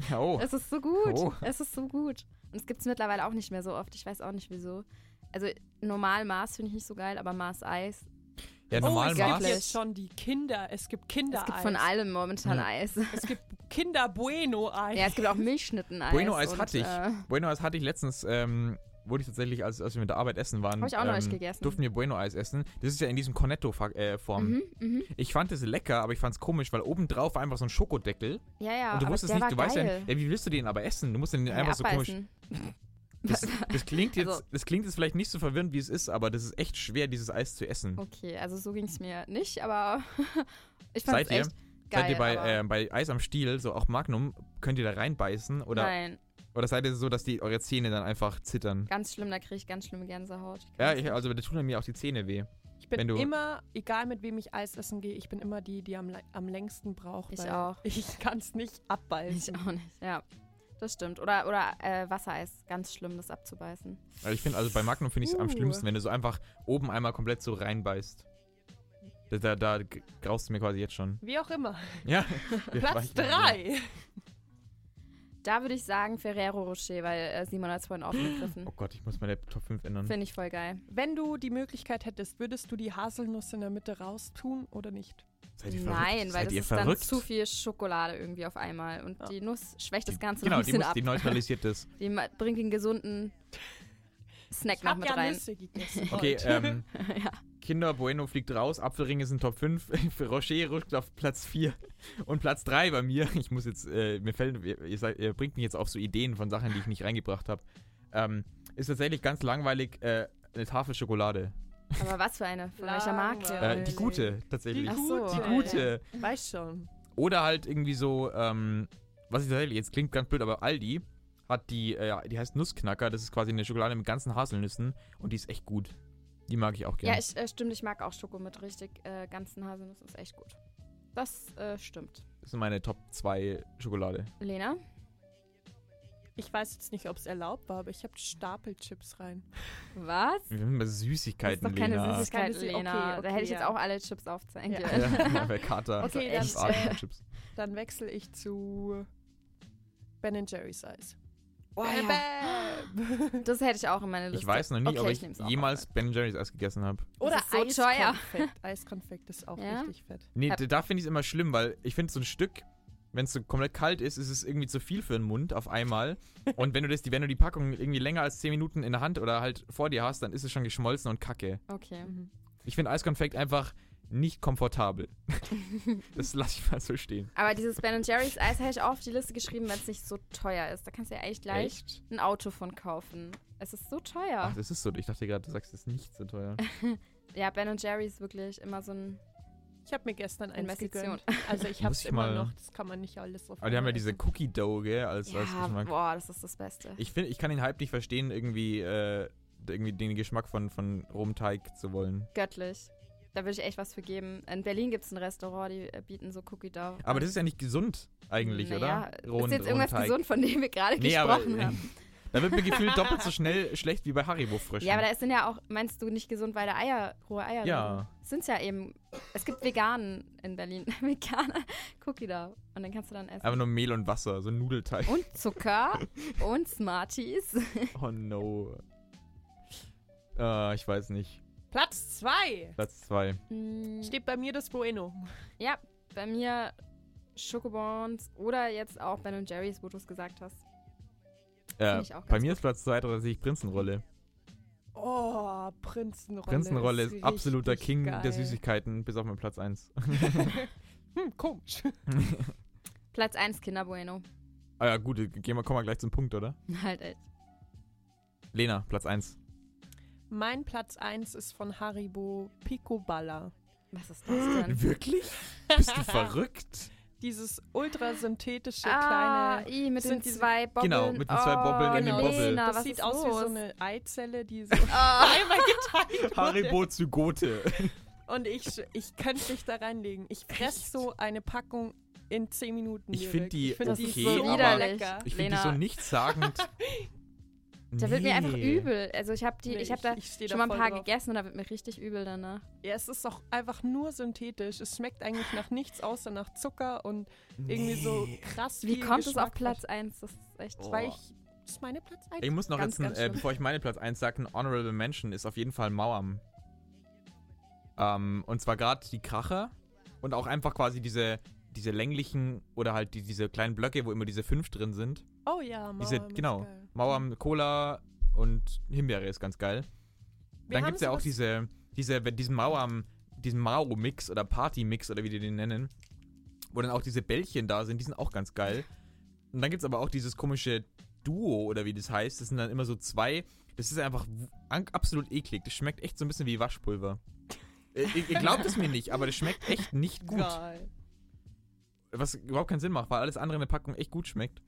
Speaker 2: Ja, oh.
Speaker 3: Es ist so gut.
Speaker 2: Oh.
Speaker 3: Es ist so gut. Und es gibt es mittlerweile auch nicht mehr so oft. Ich weiß auch nicht wieso. Also normal Mars finde ich nicht so geil, aber Mars-Eis.
Speaker 2: ja normal
Speaker 1: oh, es
Speaker 2: Maß.
Speaker 1: gibt jetzt schon die Kinder, es gibt Kinder
Speaker 3: Es gibt von allem momentan
Speaker 2: Ja.
Speaker 3: Eis.
Speaker 1: Es gibt Kinder Bueno Eis.
Speaker 3: Ja, es gibt auch Milchschnitten-Eis.
Speaker 2: Bueno-Eis
Speaker 3: und,
Speaker 2: hatte ich.
Speaker 3: Äh,
Speaker 2: Bueno Eis hatte ich letztens, ähm, wurde ich tatsächlich, als, als wir mit der Arbeit essen waren,
Speaker 3: Hab ich auch noch
Speaker 2: ähm,
Speaker 3: nicht gegessen.
Speaker 2: durften wir Bueno Eis essen. Das ist ja in diesem Cornetto-Form.
Speaker 3: mhm, mhm.
Speaker 2: Ich fand es lecker, aber ich fand es komisch, weil obendrauf war einfach so ein Schokodeckel.
Speaker 3: Ja, ja.
Speaker 2: und du
Speaker 3: aber
Speaker 2: wusstest
Speaker 3: der
Speaker 2: nicht,
Speaker 3: war
Speaker 2: du
Speaker 3: geil.
Speaker 2: weißt ja, nicht- ja, wie willst du den aber essen? Du musst den
Speaker 3: Ja,
Speaker 2: einfach so komisch.
Speaker 3: abbeißen.
Speaker 2: Das, das, klingt jetzt,
Speaker 3: Also-
Speaker 2: das klingt jetzt vielleicht nicht so verwirrend, wie es ist, aber das ist echt schwer, dieses Eis zu essen.
Speaker 3: Okay, also so ging es mir nicht, aber ich fand
Speaker 2: Seid
Speaker 3: es
Speaker 2: ihr,
Speaker 3: echt geil.
Speaker 2: seid ihr bei,
Speaker 3: aber
Speaker 2: äh, bei Eis am Stiel, so auch Magnum, könnt ihr da reinbeißen? Oder,
Speaker 3: nein,
Speaker 2: oder seid ihr so, dass die eure Zähne dann einfach zittern?
Speaker 3: ganz schlimm, da kriege ich ganz schlimme Gänsehaut. Ich
Speaker 2: Ja,
Speaker 3: kann's
Speaker 2: ich,
Speaker 3: nicht.
Speaker 2: also da tun mir auch die Zähne weh.
Speaker 1: Ich bin
Speaker 2: Wenn du-
Speaker 1: immer, egal mit wem ich Eis essen gehe, ich bin immer die, die am, le- am längsten braucht.
Speaker 3: Ich
Speaker 1: weil
Speaker 3: auch.
Speaker 1: Ich kann es nicht
Speaker 3: Ich
Speaker 1: abbeißen.
Speaker 3: auch nicht, ja. Das stimmt. Oder, oder äh, Wassereis, ganz schlimm, das abzubeißen.
Speaker 2: Also ich finde, also bei Magnum finde ich es am
Speaker 1: Uh.
Speaker 2: schlimmsten, wenn du so einfach oben einmal komplett so reinbeißt. Da, da, da g- graust du mir quasi jetzt schon.
Speaker 1: Wie auch immer.
Speaker 2: Ja.
Speaker 1: Platz 3.
Speaker 3: Da würde ich sagen Ferrero Rocher, weil äh, Simon hat es vorhin aufgegriffen.
Speaker 2: Oh Gott, ich muss meine Top 5 ändern.
Speaker 3: Finde ich voll geil.
Speaker 1: Wenn du die Möglichkeit hättest, würdest du die Haselnuss in der Mitte raustun oder nicht?
Speaker 2: Seid ihr verrückt?
Speaker 3: Nein, weil
Speaker 2: Seid
Speaker 3: das
Speaker 2: ihr
Speaker 3: ist
Speaker 2: verrückt?
Speaker 3: dann zu viel Schokolade irgendwie auf einmal. Und
Speaker 1: Ja.
Speaker 3: die Nuss schwächt das Ganze
Speaker 2: genau,
Speaker 3: noch ein
Speaker 2: die,
Speaker 3: bisschen
Speaker 2: muss,
Speaker 3: ab.
Speaker 2: die neutralisiert das.
Speaker 3: Die ma- bringt den gesunden Snack
Speaker 1: Ich
Speaker 3: noch
Speaker 1: habe
Speaker 3: mit
Speaker 1: ja
Speaker 3: rein.
Speaker 1: Nüsse gegessen.
Speaker 2: Okay,
Speaker 1: heute.
Speaker 2: ähm,
Speaker 3: Ja.
Speaker 2: Kinder Bueno fliegt raus, Apfelringe sind Top 5, für Rocher rutscht auf Platz 4 und Platz 3 bei mir. Ich muss jetzt, äh, mir fällt, ihr, ihr seid- ihr bringt mich jetzt auf so Ideen von Sachen, die ich nicht reingebracht habe. Ähm, ist tatsächlich ganz langweilig äh, eine Tafel Schokolade.
Speaker 3: Aber was für eine? Von welcher Marke?
Speaker 2: Äh, die
Speaker 1: Ehrlich?
Speaker 2: gute, tatsächlich.
Speaker 3: Ach
Speaker 1: Die
Speaker 3: so.
Speaker 1: gute.
Speaker 2: Die gute.
Speaker 1: Weiß schon.
Speaker 2: Oder halt irgendwie so, ähm, was ich tatsächlich, jetzt klingt ganz blöd, aber Aldi hat die, äh, die heißt Nussknacker, das ist quasi eine Schokolade mit ganzen Haselnüssen und die ist echt gut. Die mag ich auch gerne.
Speaker 3: Ja, ich, äh, stimmt, ich mag auch Schoko mit richtig äh, ganzen Haselnuss, ist echt gut. Das äh, stimmt.
Speaker 2: Das ist meine Top 2 Schokolade.
Speaker 3: Lena?
Speaker 1: Ich weiß jetzt nicht, ob es erlaubt war, aber ich habe Stapelchips rein.
Speaker 3: Was?
Speaker 2: Wir haben immer
Speaker 3: Das ist
Speaker 2: Süßigkeiten,
Speaker 3: doch keine
Speaker 2: Halt Lena.
Speaker 3: Süßigkeit,
Speaker 1: Keine Sü-
Speaker 3: Lena.
Speaker 1: okay,
Speaker 3: da
Speaker 1: okay,
Speaker 3: hätte ich jetzt
Speaker 1: ja.
Speaker 3: auch alle Chips aufzeigen
Speaker 1: Ja.
Speaker 3: können.
Speaker 2: Ja, wer Kater.
Speaker 1: Okay,
Speaker 2: Also
Speaker 1: dann-
Speaker 2: echt Arten von Chips.
Speaker 1: Dann wechsle ich zu Ben Jerry's Eis.
Speaker 3: Oh, ja.
Speaker 1: Bam.
Speaker 3: Das hätte ich auch in meine Liste.
Speaker 2: Ich weiß noch nie,
Speaker 3: okay,
Speaker 2: ob
Speaker 3: ich
Speaker 2: ich,
Speaker 3: nehm's auch
Speaker 2: jemals
Speaker 3: auf.
Speaker 2: Ben Jerry's Eis gegessen habe.
Speaker 1: Oder
Speaker 3: ist so teuer.
Speaker 1: Eiskonfekt. Eiskonfekt ist auch
Speaker 3: Ja?
Speaker 1: richtig fett.
Speaker 2: Nee,
Speaker 3: Hab-
Speaker 2: d- da finde ich es immer schlimm, weil ich finde so ein Stück, wenn es so komplett kalt ist, ist es irgendwie zu viel für den Mund auf einmal. Und wenn du, das, die- wenn du die Packung irgendwie länger als 10 Minuten in der Hand oder halt vor dir hast, dann ist es schon geschmolzen und kacke.
Speaker 3: Okay.
Speaker 1: Mhm.
Speaker 2: Ich finde Eiskonfekt einfach nicht komfortabel. das lasse ich mal so stehen.
Speaker 3: Aber dieses Ben Jerry's Eis hätte ich auch auf die Liste geschrieben, wenn es nicht so teuer ist. Da kannst du ja eigentlich gleich
Speaker 2: Echt?
Speaker 3: ein Auto von kaufen. Es ist so teuer.
Speaker 2: Ach, das ist so. Ich dachte gerade, du sagst, das ist nicht so teuer.
Speaker 3: Ja, Ben Jerry's wirklich immer so ein
Speaker 1: Ich habe mir gestern eins
Speaker 3: Investition.
Speaker 1: gegönnt. Also ich
Speaker 2: Muss
Speaker 1: habe es
Speaker 2: ich
Speaker 1: immer
Speaker 2: mal-
Speaker 1: noch. Das kann man nicht alles auf
Speaker 2: Aber die haben ja
Speaker 1: einmal
Speaker 2: diese
Speaker 1: essen.
Speaker 2: Cookie Dough, gell, Also, als, als
Speaker 3: Ja,
Speaker 2: Geschmack.
Speaker 3: boah, das ist das Beste.
Speaker 2: Ich finde, ich kann den Hype nicht verstehen, irgendwie, äh, irgendwie den Geschmack von, von Rumteig zu wollen.
Speaker 3: Göttlich. Da würde ich echt was für geben. In Berlin gibt es ein Restaurant, die äh, bieten so Cookie Dough.
Speaker 2: Aber das ist ja nicht gesund eigentlich,
Speaker 3: Naja,
Speaker 2: oder? Rohen-
Speaker 3: Ist jetzt irgendwas
Speaker 2: Rumteig.
Speaker 3: gesund, von dem wir gerade
Speaker 2: Nee, aber äh,
Speaker 3: gesprochen haben?
Speaker 2: da Dann wird mir gefühlt doppelt so schnell schlecht wie bei Haribo frisch.
Speaker 3: Ja, aber da sind ja auch, meinst du, nicht gesund, weil da Eier, rohe Eier
Speaker 2: Ja.
Speaker 3: drin sind. Sind's ja eben. Es gibt Veganen in Berlin. Veganer Cookie da. Und dann kannst du dann essen.
Speaker 2: Einfach nur Mehl und Wasser, so ein Nudelteig.
Speaker 3: Und Zucker und Smarties.
Speaker 2: Oh no. Äh, ich weiß nicht.
Speaker 1: Platz 2
Speaker 2: Platz 2.
Speaker 3: Mm,
Speaker 1: steht bei mir das Bueno.
Speaker 3: Ja, bei mir Schokobons oder jetzt auch Ben Jerry's, wo du es gesagt hast.
Speaker 2: Äh,
Speaker 3: ich auch ganz
Speaker 2: bei mir ist Platz 2 tatsächlich Prinzenrolle.
Speaker 1: Oh, Prinzenrolle.
Speaker 2: Prinzenrolle ist, absoluter
Speaker 1: richtig
Speaker 2: King
Speaker 1: geil.
Speaker 2: der Süßigkeiten, bis auf meinen Platz 1.
Speaker 1: Hm, komisch.
Speaker 3: Platz 1 Kinder Bueno.
Speaker 2: ah ja, gut, gehen wir, kommen wir gleich zum Punkt, oder?
Speaker 3: Halt echt.
Speaker 2: Lena, Platz 1.
Speaker 1: Mein Platz 1 ist von Haribo Picoballa.
Speaker 3: Was ist das denn?
Speaker 2: Wirklich? Bist du verrückt?
Speaker 1: Dieses ultrasynthetische
Speaker 3: ah,
Speaker 1: kleine.
Speaker 3: i, mit
Speaker 1: sind
Speaker 3: den
Speaker 1: diese-
Speaker 3: zwei Bobbeln.
Speaker 2: Genau, mit den zwei
Speaker 3: oh,
Speaker 2: Bobbeln in
Speaker 1: den
Speaker 2: Bobbel.
Speaker 3: Lena,
Speaker 1: das
Speaker 3: was
Speaker 1: sieht
Speaker 3: ist
Speaker 1: aus wie
Speaker 3: los? Ah.
Speaker 1: so eine Eizelle, die so einmal geteilt wurde.
Speaker 2: Haribo Zygote.
Speaker 1: Und ich, ich könnte mich da reinlegen. Ich fress
Speaker 2: Echt?
Speaker 1: so eine Packung in 10 Minuten.
Speaker 2: Ich
Speaker 1: Erik.
Speaker 2: find die
Speaker 1: find
Speaker 2: okay,
Speaker 1: so
Speaker 2: aber-
Speaker 1: widerlich.
Speaker 2: Ich finde die
Speaker 3: Lena.
Speaker 2: so nichtssagend.
Speaker 3: Da wird mir einfach
Speaker 2: Nee.
Speaker 3: übel. Also ich habe die,
Speaker 1: Nee,
Speaker 3: ich habe da
Speaker 1: ich steh
Speaker 3: schon mal ein
Speaker 1: voll
Speaker 3: paar
Speaker 1: drauf.
Speaker 3: gegessen und da wird mir richtig übel danach.
Speaker 1: Ja, es ist auch einfach nur synthetisch. Es schmeckt eigentlich nach nichts außer nach Zucker und irgendwie so krass.
Speaker 3: Wie
Speaker 1: viel
Speaker 3: kommt es auf
Speaker 1: Geschmack
Speaker 3: Platz 1? Das ist echt.
Speaker 2: Oh.
Speaker 1: Weil ich. Das ist meine Platz 1.
Speaker 2: Ich muss noch
Speaker 3: Ganz,
Speaker 2: jetzt, ein,
Speaker 3: ganz
Speaker 2: äh,
Speaker 3: schlimm.
Speaker 2: bevor ich meinen Platz 1 sage, ein Honorable Mention ist auf jeden Fall Mauern. Ähm, und zwar gerade die Kracher und auch einfach quasi diese, diese länglichen oder halt die, diese kleinen Blöcke, wo immer diese fünf drin sind.
Speaker 1: Oh ja, Mauer.
Speaker 2: Diese-
Speaker 1: immer ist
Speaker 2: genau.
Speaker 1: geil.
Speaker 2: Mauern, Cola und Himbeere ist ganz geil.
Speaker 1: Wir
Speaker 2: Dann
Speaker 1: haben
Speaker 2: gibt es ja auch
Speaker 1: sowas-
Speaker 2: diese, diese, diesen Mauern, diesen Mao-Mix oder Party-Mix oder wie die den nennen, wo dann auch diese Bällchen da sind, die sind auch ganz geil. Und dann gibt es aber auch dieses komische Duo oder wie das heißt, das sind dann immer so zwei, das ist einfach w- an- absolut eklig, das schmeckt echt so ein bisschen wie Waschpulver. Äh, Ihr ihr glaubt es mir nicht, aber das schmeckt echt nicht gut.
Speaker 1: Geil.
Speaker 2: Was überhaupt keinen Sinn macht, weil alles andere in der Packung echt gut schmeckt.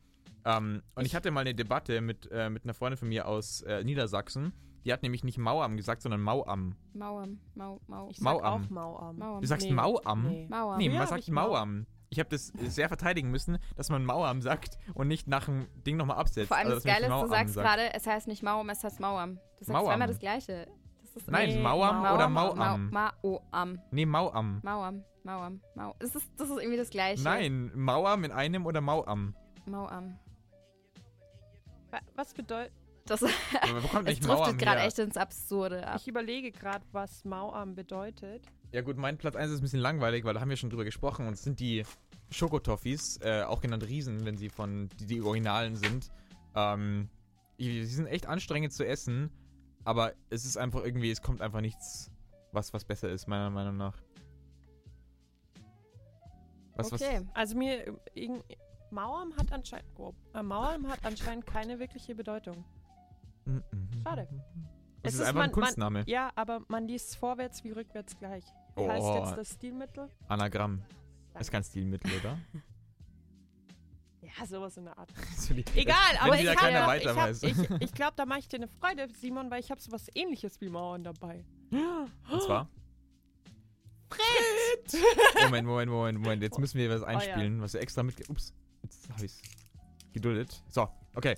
Speaker 2: Ähm, und ich hatte mal eine Debatte mit, äh, mit einer Freundin von mir aus äh, Niedersachsen. Die hat nämlich nicht Mauam gesagt, sondern Mauam.
Speaker 3: Mauer, Mau, Mau,
Speaker 1: Ich sag
Speaker 2: Mauam.
Speaker 1: auch Mauam.
Speaker 3: Mauer.
Speaker 2: Du sagst
Speaker 1: Nee,
Speaker 2: Mauam?
Speaker 1: Nee.
Speaker 3: Mauer.
Speaker 2: Nee,
Speaker 1: Ja,
Speaker 2: man
Speaker 1: hab
Speaker 2: sagt
Speaker 1: ich Mau-
Speaker 2: Mauam. Ich habe das sehr verteidigen müssen, dass man Mauam sagt und nicht nach dem Ding nochmal absetzt.
Speaker 3: Vor allem
Speaker 2: Also,
Speaker 3: das
Speaker 2: dass man
Speaker 3: Geile ist, du
Speaker 2: Mauam
Speaker 3: sagst
Speaker 2: sagt.
Speaker 3: gerade, es heißt nicht Mauam, es heißt Mauam. Du sagst
Speaker 2: Mauam.
Speaker 3: zweimal das Gleiche. Das ist
Speaker 2: Nein,
Speaker 1: Nee,
Speaker 2: Mauam
Speaker 1: Mauam.
Speaker 2: oder
Speaker 1: Mau-
Speaker 2: Mauam.
Speaker 3: Mauam.
Speaker 2: nee, Mauam.
Speaker 3: Mauam. Mauam. Mauam. Das ist, das ist irgendwie das Gleiche.
Speaker 2: Nein, Mauam in einem oder Mauam.
Speaker 3: Mauam.
Speaker 1: Wa- Was bedeutet.
Speaker 3: Das
Speaker 2: Aber Wo kommt
Speaker 3: es
Speaker 2: nicht
Speaker 3: driftet
Speaker 2: Mauam
Speaker 3: gerade
Speaker 2: her?
Speaker 3: echt ins Absurde ab.
Speaker 1: Ich überlege gerade, was Mauam bedeutet.
Speaker 2: Ja gut, mein Platz 1 ist ein bisschen langweilig, weil da haben wir schon drüber gesprochen und es sind die Schokotoffis, äh, auch genannt Riesen, wenn sie von die, die Originalen sind. Ähm, die, die sind echt anstrengend zu essen, aber es ist einfach irgendwie, es kommt einfach nichts, was was besser ist meiner Meinung nach. Was
Speaker 3: okay.
Speaker 1: Also mir. äh, irgend- Mauam hat anscheinend. Oh, äh, Mauam hat anscheinend keine wirkliche Bedeutung.
Speaker 2: was? Mm, mm.
Speaker 1: Schade. Es
Speaker 2: Es, ist,
Speaker 1: ist
Speaker 2: einfach
Speaker 1: man-
Speaker 2: ein Kunstname.
Speaker 1: Ja, aber man liest vorwärts wie rückwärts gleich. Wie
Speaker 2: Oh.
Speaker 1: heißt jetzt das Stilmittel?
Speaker 2: Anagramm. Ist kein Stilmittel, oder?
Speaker 1: Ja, sowas in der Art.
Speaker 2: Wenn
Speaker 1: Egal, aber ich
Speaker 2: wieder
Speaker 1: hab-
Speaker 2: keiner
Speaker 1: ich
Speaker 2: weiter
Speaker 1: hab-
Speaker 2: weiß.
Speaker 1: Ich, ich glaube, da mache ich dir eine Freude, Simon, weil ich habe sowas ähnliches wie Mauern dabei.
Speaker 2: Und zwar?
Speaker 1: Fritz!
Speaker 2: Moment, Moment, Moment, Moment. Jetzt müssen wir was einspielen, was wir extra mitge... Ups, jetzt hab ich's geduldet. So, okay.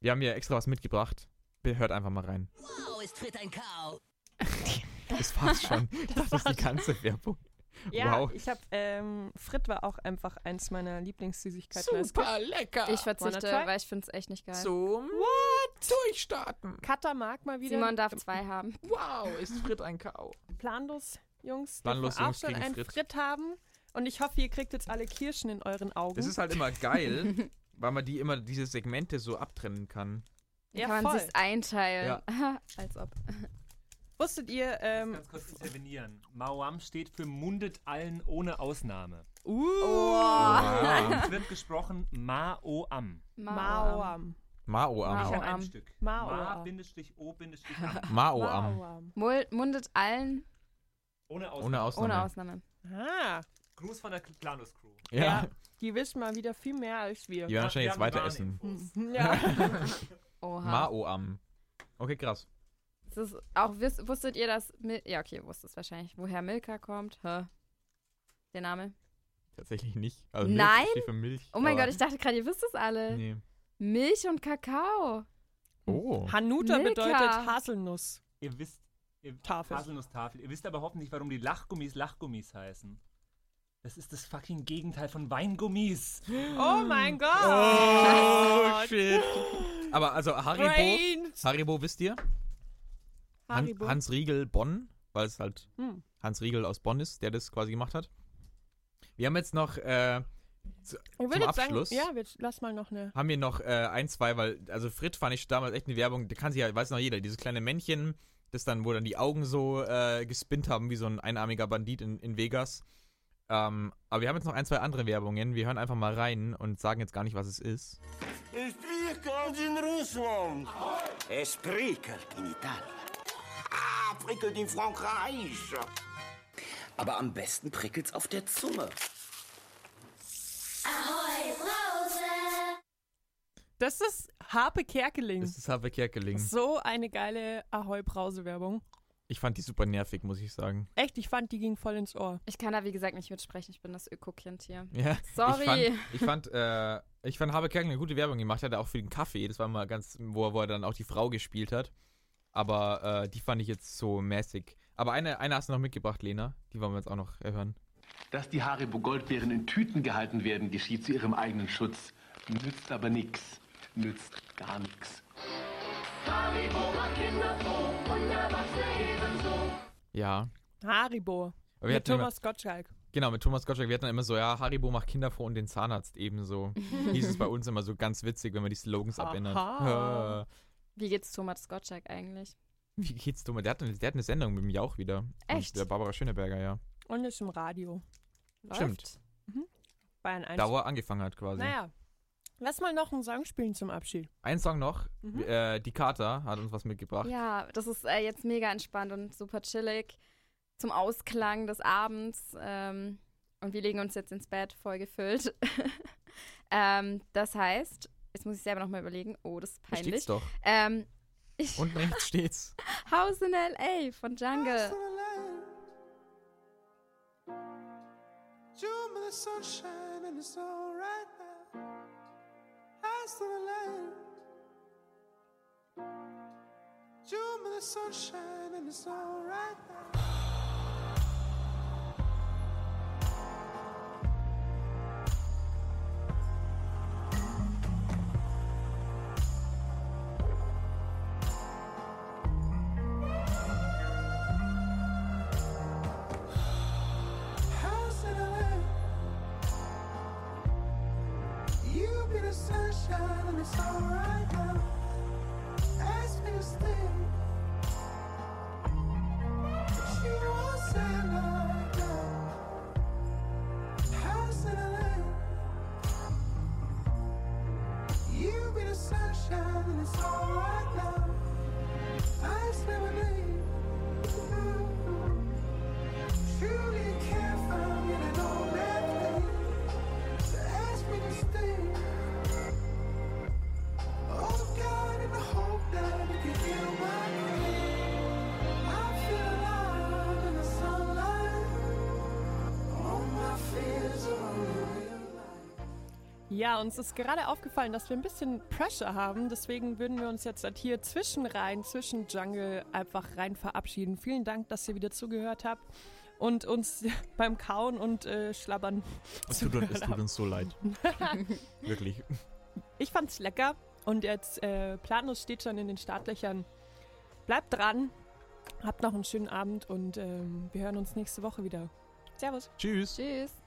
Speaker 2: Wir haben hier extra was mitgebracht. Be- Hört einfach mal rein.
Speaker 4: Wow, Oh, es tritt ein Kau.
Speaker 2: Das war's schon. das ist die ganze Werbung.
Speaker 1: Ja,
Speaker 2: Wow.
Speaker 1: ich habe, ähm, Frit war auch einfach eins meiner Lieblingssüßigkeiten. Also als Kind.
Speaker 2: lecker.
Speaker 3: Ich
Speaker 1: Wanna
Speaker 3: verzichte,
Speaker 1: try?
Speaker 3: weil ich finde es echt nicht geil.
Speaker 2: Zum What? Durchstarten.
Speaker 1: Cutter mag mal wieder.
Speaker 3: Simon darf zwei haben.
Speaker 2: Wow, ist Frit ein Kau.
Speaker 1: Planlos, Jungs.
Speaker 2: Planlos,
Speaker 1: dürfen
Speaker 2: Jungs,
Speaker 1: auch schon
Speaker 2: gegen
Speaker 1: einen
Speaker 2: Frit.
Speaker 1: Frit. haben. Und ich hoffe, ihr kriegt jetzt alle Kirschen in euren Augen.
Speaker 2: Das ist halt immer geil, weil man die immer diese Segmente so abtrennen kann.
Speaker 1: Ja,
Speaker 3: Ja, kann man
Speaker 1: voll.
Speaker 3: sich einteilen. Als ob.
Speaker 1: Wusstet ihr, ähm,
Speaker 5: Ganz kurz intervenieren. Mauam steht für mundet allen ohne Ausnahme.
Speaker 1: uh,
Speaker 2: Ah.
Speaker 5: Es wird gesprochen Maoam.
Speaker 1: Mauam.
Speaker 2: Maoam.
Speaker 5: Ich
Speaker 3: Mauam.
Speaker 5: habe ein Stück.
Speaker 1: Maoam.
Speaker 5: Ma-O-am.
Speaker 2: Maoam.
Speaker 3: Mul mundet allen
Speaker 5: Ohne Ausnahme.
Speaker 2: Ohne Ausnahme.
Speaker 3: ohne Ausnahme.
Speaker 1: Ah,
Speaker 5: Gruß von der Planus Crew.
Speaker 1: ja.
Speaker 2: Ja.
Speaker 1: Die wissen mal wieder viel mehr als wir.
Speaker 2: Die werden
Speaker 5: Wir
Speaker 2: wahrscheinlich jetzt
Speaker 5: haben
Speaker 2: weiter
Speaker 5: Warnung.
Speaker 2: essen.
Speaker 1: Ja.
Speaker 3: Oha.
Speaker 2: Maoam. Okay, krass.
Speaker 3: Es ist auch, wiss, wusstet ihr, dass. Mil ja, okay, ihr wusst es wahrscheinlich. Woher Milka kommt? Hä? Der Name?
Speaker 2: Tatsächlich nicht. Also Milch
Speaker 3: Nein?
Speaker 2: steht Für Milch,
Speaker 3: Oh mein
Speaker 2: aber-
Speaker 3: Gott, ich dachte gerade, ihr wisst es alle.
Speaker 2: Nee.
Speaker 3: Milch und Kakao.
Speaker 2: Oh.
Speaker 1: Hanuta
Speaker 3: Milka.
Speaker 1: bedeutet Haselnuss.
Speaker 5: Ihr wisst. Ihr,
Speaker 1: Tafel.
Speaker 5: Haselnusstafel. Ihr wisst aber hoffentlich, warum die Lachgummis Lachgummis heißen. Das ist das fucking Gegenteil von Weingummis.
Speaker 1: Oh mein Gott!
Speaker 2: Oh, shit. Aber also Haribo,
Speaker 1: Brains.
Speaker 2: Haribo wisst ihr? Han,
Speaker 1: Haribo.
Speaker 2: Hans Riegel Bonn, weil es halt
Speaker 1: Hm.
Speaker 2: Hans Riegel aus Bonn ist, der das quasi gemacht hat. Wir haben jetzt noch, äh,
Speaker 1: Ich
Speaker 2: Zum
Speaker 1: würde jetzt
Speaker 2: Abschluss.
Speaker 1: sagen, ja, wir, lass mal noch eine.
Speaker 2: haben wir noch äh, ein, zwei, weil, also Frit fand ich damals echt eine Werbung, da kann sich ja, weiß noch jeder, dieses kleine Männchen, das dann, wo dann die Augen so äh, gespinnt haben, wie so ein einarmiger Bandit in, in Vegas. Ähm, aber wir haben jetzt noch ein, zwei andere Werbungen. Wir hören einfach mal rein und sagen jetzt gar nicht, was es ist.
Speaker 6: Es prickelt in Russland. Es prickelt in Italien. Ah, prickelt in Frankreich.
Speaker 7: Aber am besten prickelt's auf der Zunge.
Speaker 1: Das ist Harpe Kerkeling.
Speaker 2: Es ist Harpe Kerkeling.
Speaker 1: so eine geile Ahoi-Brause-Werbung.
Speaker 2: Ich fand die super nervig, muss ich sagen.
Speaker 1: Echt, ich fand, die ging voll ins Ohr.
Speaker 3: Ich kann da, wie gesagt, nicht mitsprechen. Ich bin das Öko-Kind hier.
Speaker 2: Ja,
Speaker 3: Sorry.
Speaker 2: Ich fand, ich fand, äh, ich fand Habe Kerkeling eine gute Werbung gemacht, hat er auch für den Kaffee. Das war mal ganz, wo er, wo er dann auch die Frau gespielt hat. Aber äh, die fand ich jetzt so mäßig. Aber eine, eine hast du noch mitgebracht, Lena. Die wollen wir jetzt auch noch hören.
Speaker 8: Dass die Haribo Goldbeeren in Tüten gehalten werden, geschieht zu ihrem eigenen Schutz. Nützt aber nix. Nützt gar nix.
Speaker 2: Ja.
Speaker 1: Haribo.
Speaker 2: Aber wir
Speaker 1: mit
Speaker 2: hatten immer,
Speaker 1: Thomas Gottschalk.
Speaker 2: genau, mit Thomas Gottschalk, wir hatten immer so, ja, Haribo macht Kinder froh und den Zahnarzt ebenso. Hieß es bei uns immer so ganz witzig, wenn man die Slogans
Speaker 1: Aha.
Speaker 2: abändert. Äh,
Speaker 3: Wie geht's Thomas Gottschalk eigentlich?
Speaker 2: Wie geht's dumm? Der hat, eine- der hat eine Sendung mit dem Jauch wieder.
Speaker 3: Echt?
Speaker 2: Und der Barbara Schöneberger, ja.
Speaker 1: Und ist im Radio.
Speaker 3: Läuft?
Speaker 2: Stimmt.
Speaker 1: Bayern 1.
Speaker 2: Da, wo er angefangen hat quasi.
Speaker 1: Naja. Lass mal noch einen Song spielen zum Abschied.
Speaker 2: Ein Song noch.
Speaker 1: Mhm.
Speaker 2: Äh, die Kater hat uns was mitgebracht.
Speaker 3: Ja, das ist äh, jetzt mega entspannt und super chillig zum Ausklang des Abends. Ähm, und wir legen uns jetzt ins Bett, voll gefüllt. ähm, das heißt, jetzt muss ich selber nochmal überlegen. Oh, das ist
Speaker 2: Hier
Speaker 3: peinlich.
Speaker 2: steht's doch.
Speaker 3: Ähm, ich,
Speaker 2: Unten rechts steht's.
Speaker 3: House in L.A. von Jungle.
Speaker 1: Ja, uns ist gerade aufgefallen, dass wir ein bisschen Pressure haben. Deswegen würden wir uns jetzt halt hier zwischen rein, zwischen Jungle einfach rein verabschieden. Vielen Dank, dass ihr wieder zugehört habt und uns beim Kauen und äh, Schlabbern
Speaker 2: Es tut, uns- es
Speaker 1: zugehört
Speaker 2: tut
Speaker 1: habt.
Speaker 2: uns so leid. Wirklich.
Speaker 1: Ich fand's lecker und jetzt äh, Planus steht schon in den Startlöchern. Bleibt dran, habt noch einen schönen Abend und ähm, wir hören uns nächste Woche wieder. Servus.
Speaker 2: Tschüss.
Speaker 3: Tschüss.